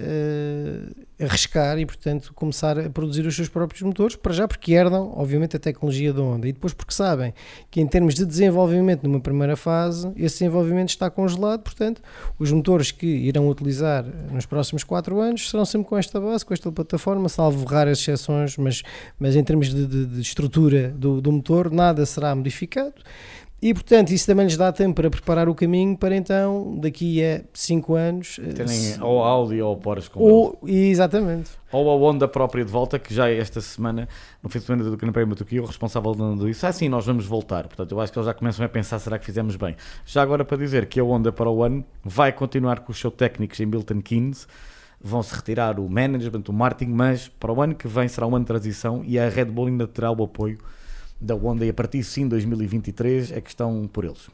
S2: eh, arriscar e, portanto, começar a produzir os seus próprios motores, para já porque herdam, obviamente, a tecnologia da Honda e depois porque sabem que, em termos de desenvolvimento numa primeira fase, esse desenvolvimento está congelado, portanto, os motores que irão utilizar nos próximos 4 anos serão sempre com esta base, com esta plataforma, salvo raras exceções, mas mas em termos de, de- de estrutura do, do motor, nada será modificado. E, portanto, isso também lhes dá tempo para preparar o caminho para então, daqui a 5 anos. eh, se-
S4: Terem ou a Audi ou a Porsche com eles.
S2: ou, exatamente.
S4: Ou a Honda própria de volta, que já é esta semana, no fim de semana do Grande Prémio de Tokio, o responsável do disse, ah sim, nós vamos voltar. Portanto, eu acho que eles já começam a pensar, será que fizemos bem? Já agora para dizer que a Honda para o ano vai continuar com os seus técnicos em Milton Keynes, vão-se retirar o management, o marketing, mas para o ano que vem será um ano de transição e a Red Bull ainda terá o apoio da Honda e a partir sim 2023 é que estão por eles.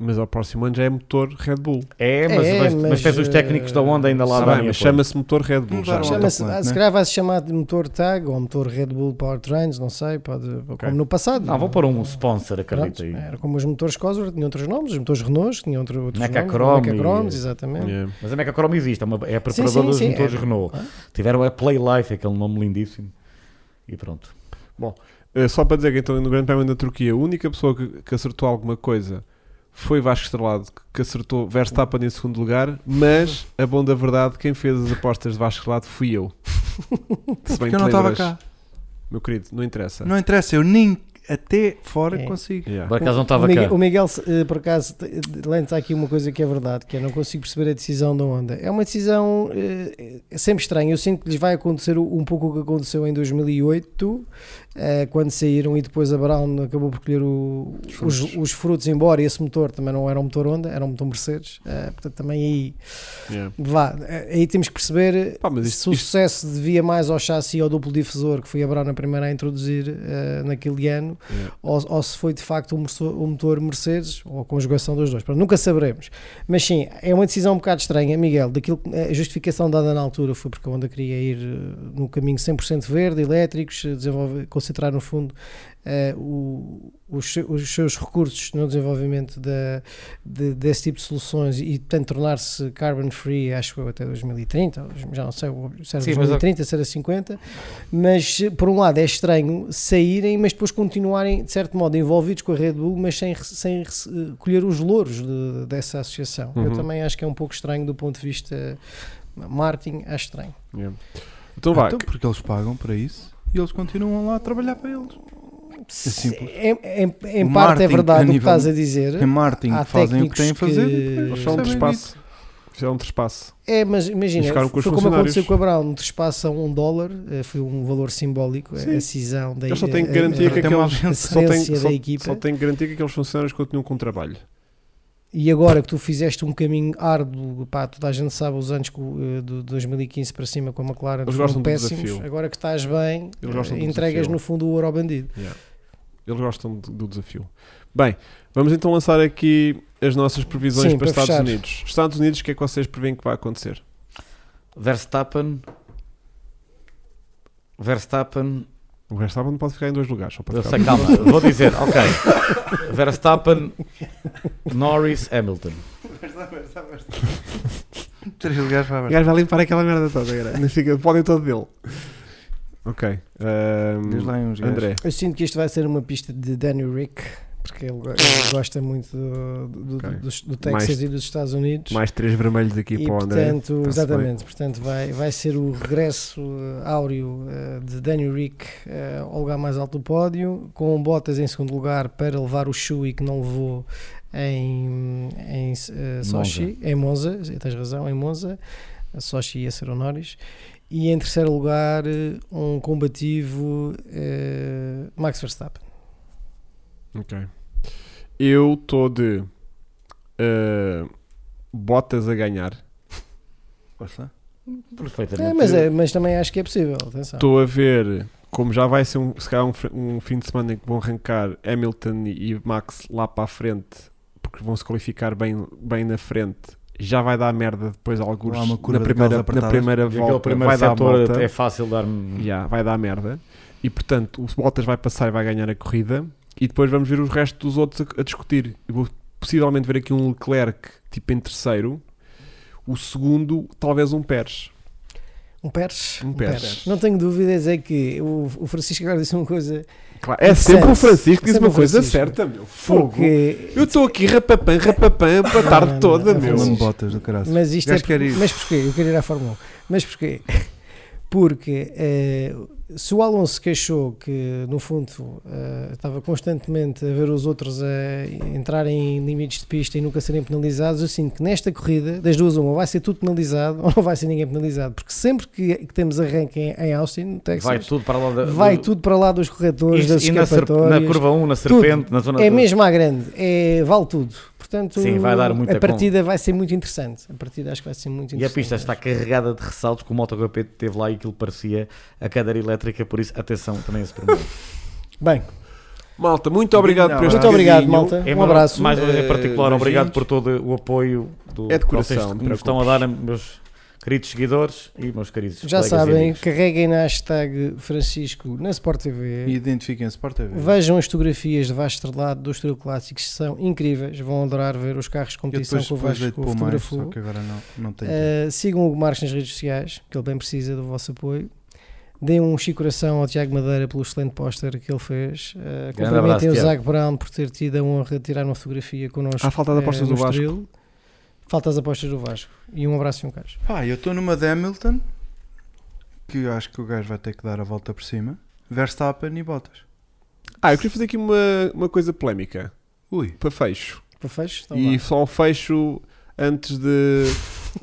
S3: Mas ao próximo ano já é motor Red Bull.
S4: É, mas,
S2: É,
S4: mas, mas
S2: mas,
S4: tens os técnicos da Honda ainda lá
S3: Está
S4: darem
S3: bem, mas
S4: apoio.
S3: chama-se motor Red Bull. Já.
S1: Mudaram
S4: é
S3: Já.
S1: a-
S2: Chama-se,
S1: autocolante,
S2: se
S1: né?
S2: calhar vai-se chamar de motor TAG ou motor Red Bull Powertrains, não sei, pode, como no passado.
S4: Não, vão pôr um sponsor, acredito
S2: Pronto, É,
S4: aí.
S2: era como os motores Cosworth tinham outros nomes, os motores Renault tinham outro, outros
S4: Mecachrome.
S2: nomes, Mecacromes, exatamente.
S3: Yeah.
S4: Mas a Mecachrome existe, é, uma, é a preparadora
S2: sim,
S4: dos
S2: sim,
S4: motores
S2: é.
S4: Renault.
S2: Ah.
S4: Tiveram a Play Life, aquele nome lindíssimo. E pronto.
S3: Uh, Só para dizer que então no Grande Prémio da Turquia a única pessoa que, que acertou alguma coisa foi Vasco Estrelado, que- que acertou Verstappen em segundo lugar, mas a bom da verdade, quem fez as apostas de Vasco Estrelado fui eu. Se bem
S1: Porque eu
S3: te
S1: não estava
S3: lembras.
S1: cá.
S3: Meu querido, não interessa.
S1: Não interessa, eu nem até fora
S2: É.
S1: consigo.
S3: Yeah.
S4: Por acaso não estava
S2: o Miguel,
S4: cá.
S2: o Miguel, eh, por acaso, te- te- lenta aqui uma coisa que é verdade, que eu não consigo perceber a decisão da Honda. É uma decisão eh, é sempre estranha. Eu sinto que lhes vai acontecer o- um pouco o que aconteceu em 2008, eh, quando saíram e depois a Brown acabou por colher o- os,
S3: frutos.
S2: os, frutos, embora esse motor também não era um motor Honda, era um motor Mercedes. Eh, portanto, também aí,
S3: Yeah.
S2: vá, eh, aí temos que perceber eh,
S3: Pá, mas isto-
S2: se o sucesso devia mais ao chassi ou ao duplo difusor que foi a Brown a primeira a introduzir eh, naquele ano
S3: Yeah.
S2: ou, ou se foi de facto o motor, o motor Mercedes ou a conjugação dos dois. Pronto, nunca saberemos. Mas sim, é uma decisão um bocado estranha, Miguel. Daquilo, que- a justificação dada na altura foi porque a Honda queria ir eh, no caminho 100% verde, elétricos, eh, desenvolver, concentrar no fundo eh, o- os, se- os seus recursos no desenvolvimento da, de- desse tipo de soluções e, portanto, tornar-se carbon free, acho eu, até 2030, ou já não sei, ou se era
S4: Sim, mas a-
S2: 2030, se era 50 mas por um lado é estranho saírem, mas depois continuarem de certo modo envolvidos com a Red Bull, mas sem, sem eh, colher os louros de- dessa associação.
S3: Uhum.
S2: Eu também acho que é um pouco estranho do ponto de vista marketing, acho estranho.
S3: Yeah. Então vai.
S1: Então, porque eles pagam para isso e eles continuam lá a trabalhar para eles.
S3: É
S1: simples.
S2: Em, em- em
S1: O
S2: parte é
S1: marketing,
S2: verdade
S1: a
S2: o que
S1: nível-
S2: estás a dizer.
S1: Em marketing
S2: Há
S1: fazem o que têm a
S2: técnicos
S1: fazer.
S2: que-
S1: e depois
S3: Eles são É. um
S1: recebem
S3: trespasso. Fizeram um trespasso.
S2: É, mas
S3: E
S2: imagina,
S3: ficaram com
S2: foi
S3: os
S2: como aconteceu
S3: funcionários.
S2: com a Brown, despassam um dólar, eh, foi um valor simbólico, a-
S3: Sim.
S2: a cisão da
S3: Eles só têm
S2: a-
S3: que garantir
S2: a-
S3: que
S1: Tem uma
S3: aqueles.
S2: a
S3: Só têm,
S2: cedência da
S3: só,
S2: equipa.
S3: só têm que garantir que aqueles funcionários continuam com o trabalho.
S2: E agora que tu fizeste um caminho árduo, pá, toda a gente sabe os anos que o, eh, de 2015 para cima com a McLaren
S3: Eles
S2: foram
S3: gostam do
S2: péssimos.
S3: desafio.
S2: Agora que estás bem,
S3: Eles gostam
S2: eh,
S3: do
S2: entregas
S3: desafio.
S2: no fundo o ouro ao bandido.
S3: Eles gostam de- do desafio. Bem, vamos então lançar aqui as nossas previsões
S2: Sim,
S3: para,
S2: para
S3: Estados
S2: fechar.
S3: Unidos. Estados Unidos, o que é que vocês preveem que vai acontecer?
S4: Verstappen. Verstappen.
S3: O Verstappen não pode ficar em dois lugares. Só para
S4: Eu
S3: ficar
S4: sei, calma, vou dizer, ok. Verstappen, Norris, Hamilton.
S1: Três lugares para
S3: O
S1: abaixo.
S3: gajo vai limpar aquela merda toda, cara. Nem fica- Podem todo dele. Ok. ahm,
S1: Diz lá aí uns gajos.
S3: André.
S2: Eu sinto que isto vai ser uma pista de Danny Rick porque ele, ele gosta muito do, do,
S3: Ok.
S2: dos- do Texas
S3: Mais-
S2: e dos Estados Unidos.
S3: Mais três vermelhos aqui
S2: e
S3: para o André.
S2: portanto,
S3: Está-se
S2: exatamente, portanto vai, vai ser o regresso eh, áureo eh, de Daniel Rick eh, ao lugar mais alto do pódio, com Bottas em segundo lugar para levar o Shui que não levou em, em eh, Sochi, em Monza, tens razão, em Monza, a Sochi ia ser honoris. E em terceiro lugar, eh, um combativo eh, Max Verstappen.
S3: Ok. Eu estou de eh, botas a ganhar.
S1: Posso?
S4: Perfeitamente.
S2: É, mas, é- mas também acho que é possível, atenção.
S3: Estou a ver, como já vai ser um, se calhar um, fr- um fim de semana em que vão arrancar Hamilton e Max lá para a frente, porque vão se qualificar bem, bem na frente. Já vai dar merda depois, alguns
S1: Lá uma
S3: na
S1: curva
S3: primeira,
S1: daquelas
S3: na primeira
S4: E aquele
S3: volta.
S4: primeiro
S3: vai dar
S4: setor
S3: volta.
S4: é fácil dar-me.
S3: Yeah, vai dar merda. E portanto, o Bottas vai passar e vai ganhar a corrida. E depois vamos ver os restos dos outros a, a discutir. Eu vou possivelmente ver aqui um Leclerc tipo em terceiro. O segundo, talvez um Pérez.
S2: Um Pérez.
S3: Um Pérez.
S2: Não tenho dúvidas, é que o, o Francisco agora disse uma coisa
S3: Claro, é sempre o Francisco que diz
S2: Sempre
S3: uma
S2: o
S3: coisa
S2: Francisco.
S3: certa, meu. Fogo.
S2: Porque-
S3: Eu estou aqui rapapã, rapapã, para a
S2: Não,
S3: tarde
S2: não,
S3: toda,
S2: não,
S3: meu.
S2: não,
S1: Falando
S2: não.
S1: de botas do caralho.
S2: Mas isto é.
S1: Gajo quer ir.
S2: Mas porquê? Eu quero ir à Fórmula 1. Mas porquê? Porque eh, se o Alonso queixou que, no fundo, eh, estava constantemente a ver os outros a entrarem em limites de pista e nunca serem penalizados, eu sinto que nesta corrida, das duas, uma, vai ser tudo penalizado ou não vai ser ninguém penalizado. Porque sempre que, que temos arranque em, em Austin, no Texas,
S4: Vai
S2: vai,
S4: tudo para lá da. do-
S2: tudo para lá dos corretores,
S4: Isto-
S2: das
S4: e na, serp-
S2: escapatórias.
S4: na curva 1, na serpente, na zona
S2: É
S4: do-
S2: mesmo à grande, é, vale tudo. Portanto,
S4: Sim, vai dar muita
S2: a partida vai ser muito interessante. A partida acho que vai ser muito
S4: E a
S2: interessante.
S4: pista está carregada de ressaltos que o MotoGP teve lá e aquilo parecia a cadeira elétrica, por isso, atenção também é a esse pormenor.
S2: Bem,
S3: Malta, muito obrigado
S1: Não,
S3: por este
S2: muito obrigado,
S3: bocadinho.
S2: malta.
S4: É,
S2: um abraço.
S4: Mais uma vez, em
S3: Eh,
S4: particular,
S3: beijinhos.
S4: obrigado por todo o apoio do,
S3: É de
S4: que
S3: coração,
S4: vocês
S3: não
S4: me estão a dar, meus queridos seguidores e meus queridos
S2: Já
S4: colegas e
S2: sabem,
S4: amigos.
S2: carreguem na hashtag Francisco na Sport TV.
S1: E identifiquem-se, Sport TV.
S2: Vejam as fotografias de Vasco Estrelado do Estrela Clássicos, são incríveis. Vão adorar ver os carros de
S1: Eu
S2: competição
S1: depois,
S2: que o
S1: depois
S2: Vasco
S1: deito para o mais,
S2: fotografou.
S1: só que agora não, não tenho. tempo.
S2: Uh, sigam o Hugo Marques nas redes sociais, que ele bem precisa do vosso apoio. Deem um chico coração ao Tiago Madeira pelo excelente póster que ele fez. Uh,
S4: abraço,
S2: cumprimentem o
S4: Tiago.
S2: Zago Brown por ter tido a honra de tirar uma fotografia connosco.
S3: À falta de
S2: eh,
S3: apostas
S2: no
S3: do Vasco.
S2: Estoril. Falta as apostas do Vasco. E um abraço e um queijo.
S1: Pá, eu estou numa de Hamilton que eu acho que o gajo vai ter que dar a volta por cima. Verstappen e Bottas.
S3: Ah, eu queria fazer aqui uma, uma coisa polémica
S1: Ui,
S3: para fecho.
S2: Para fecho, então
S3: E
S2: vá.
S3: só um fecho antes de,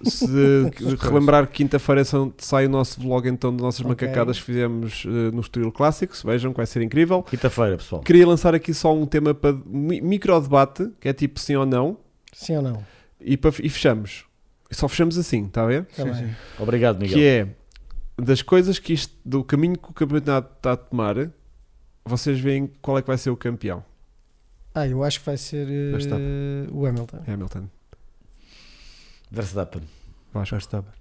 S3: se- de relembrar que quinta-feira são- sai o nosso vlog então das nossas
S2: Ok.
S3: macacadas que fizemos eh, no Estoril Clássicos. Vejam que vai ser incrível.
S4: Quinta-feira, pessoal.
S3: Queria lançar aqui só um tema para mi- micro-debate, que é tipo sim ou não,
S2: Sim ou não? Tá
S3: e, pa- e fechamos. Só fechamos assim, está a ver?
S2: Está
S1: sim,
S2: Tá bem.
S1: sim.
S4: Obrigado, Miguel.
S3: Que é das coisas que isto, do caminho que o campeonato está a tomar, vocês veem qual é que vai ser o campeão,
S2: Ah, eu acho que vai ser eh,
S1: Verstappen.
S2: o Hamilton.
S3: É Hamilton.
S4: Verstappen.
S3: Vasco.
S1: Verstappen.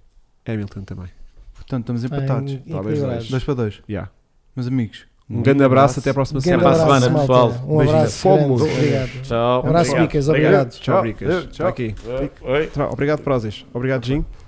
S3: É Hamilton também.
S1: Portanto, estamos
S2: Ah,
S1: empatados.
S2: em-
S3: Talvez
S2: equilibrados.
S1: 2 para 2.
S3: Yeah.
S1: Meus amigos,
S3: Um, grande abraço, até a próxima
S2: Grande
S3: semana.
S4: Até para a
S2: abraço,
S4: semana,
S2: malta.
S4: pessoal.
S2: Um
S4: Beijinho.
S2: abraço.
S3: Fomos.
S2: grande. Obrigado.
S4: Tchau.
S2: Abraço, Bicas. Obrigado.
S3: Tchau, Bricas.
S1: Tchau.
S3: Aqui. Obrigado, Prozis. Obrigado, Jim.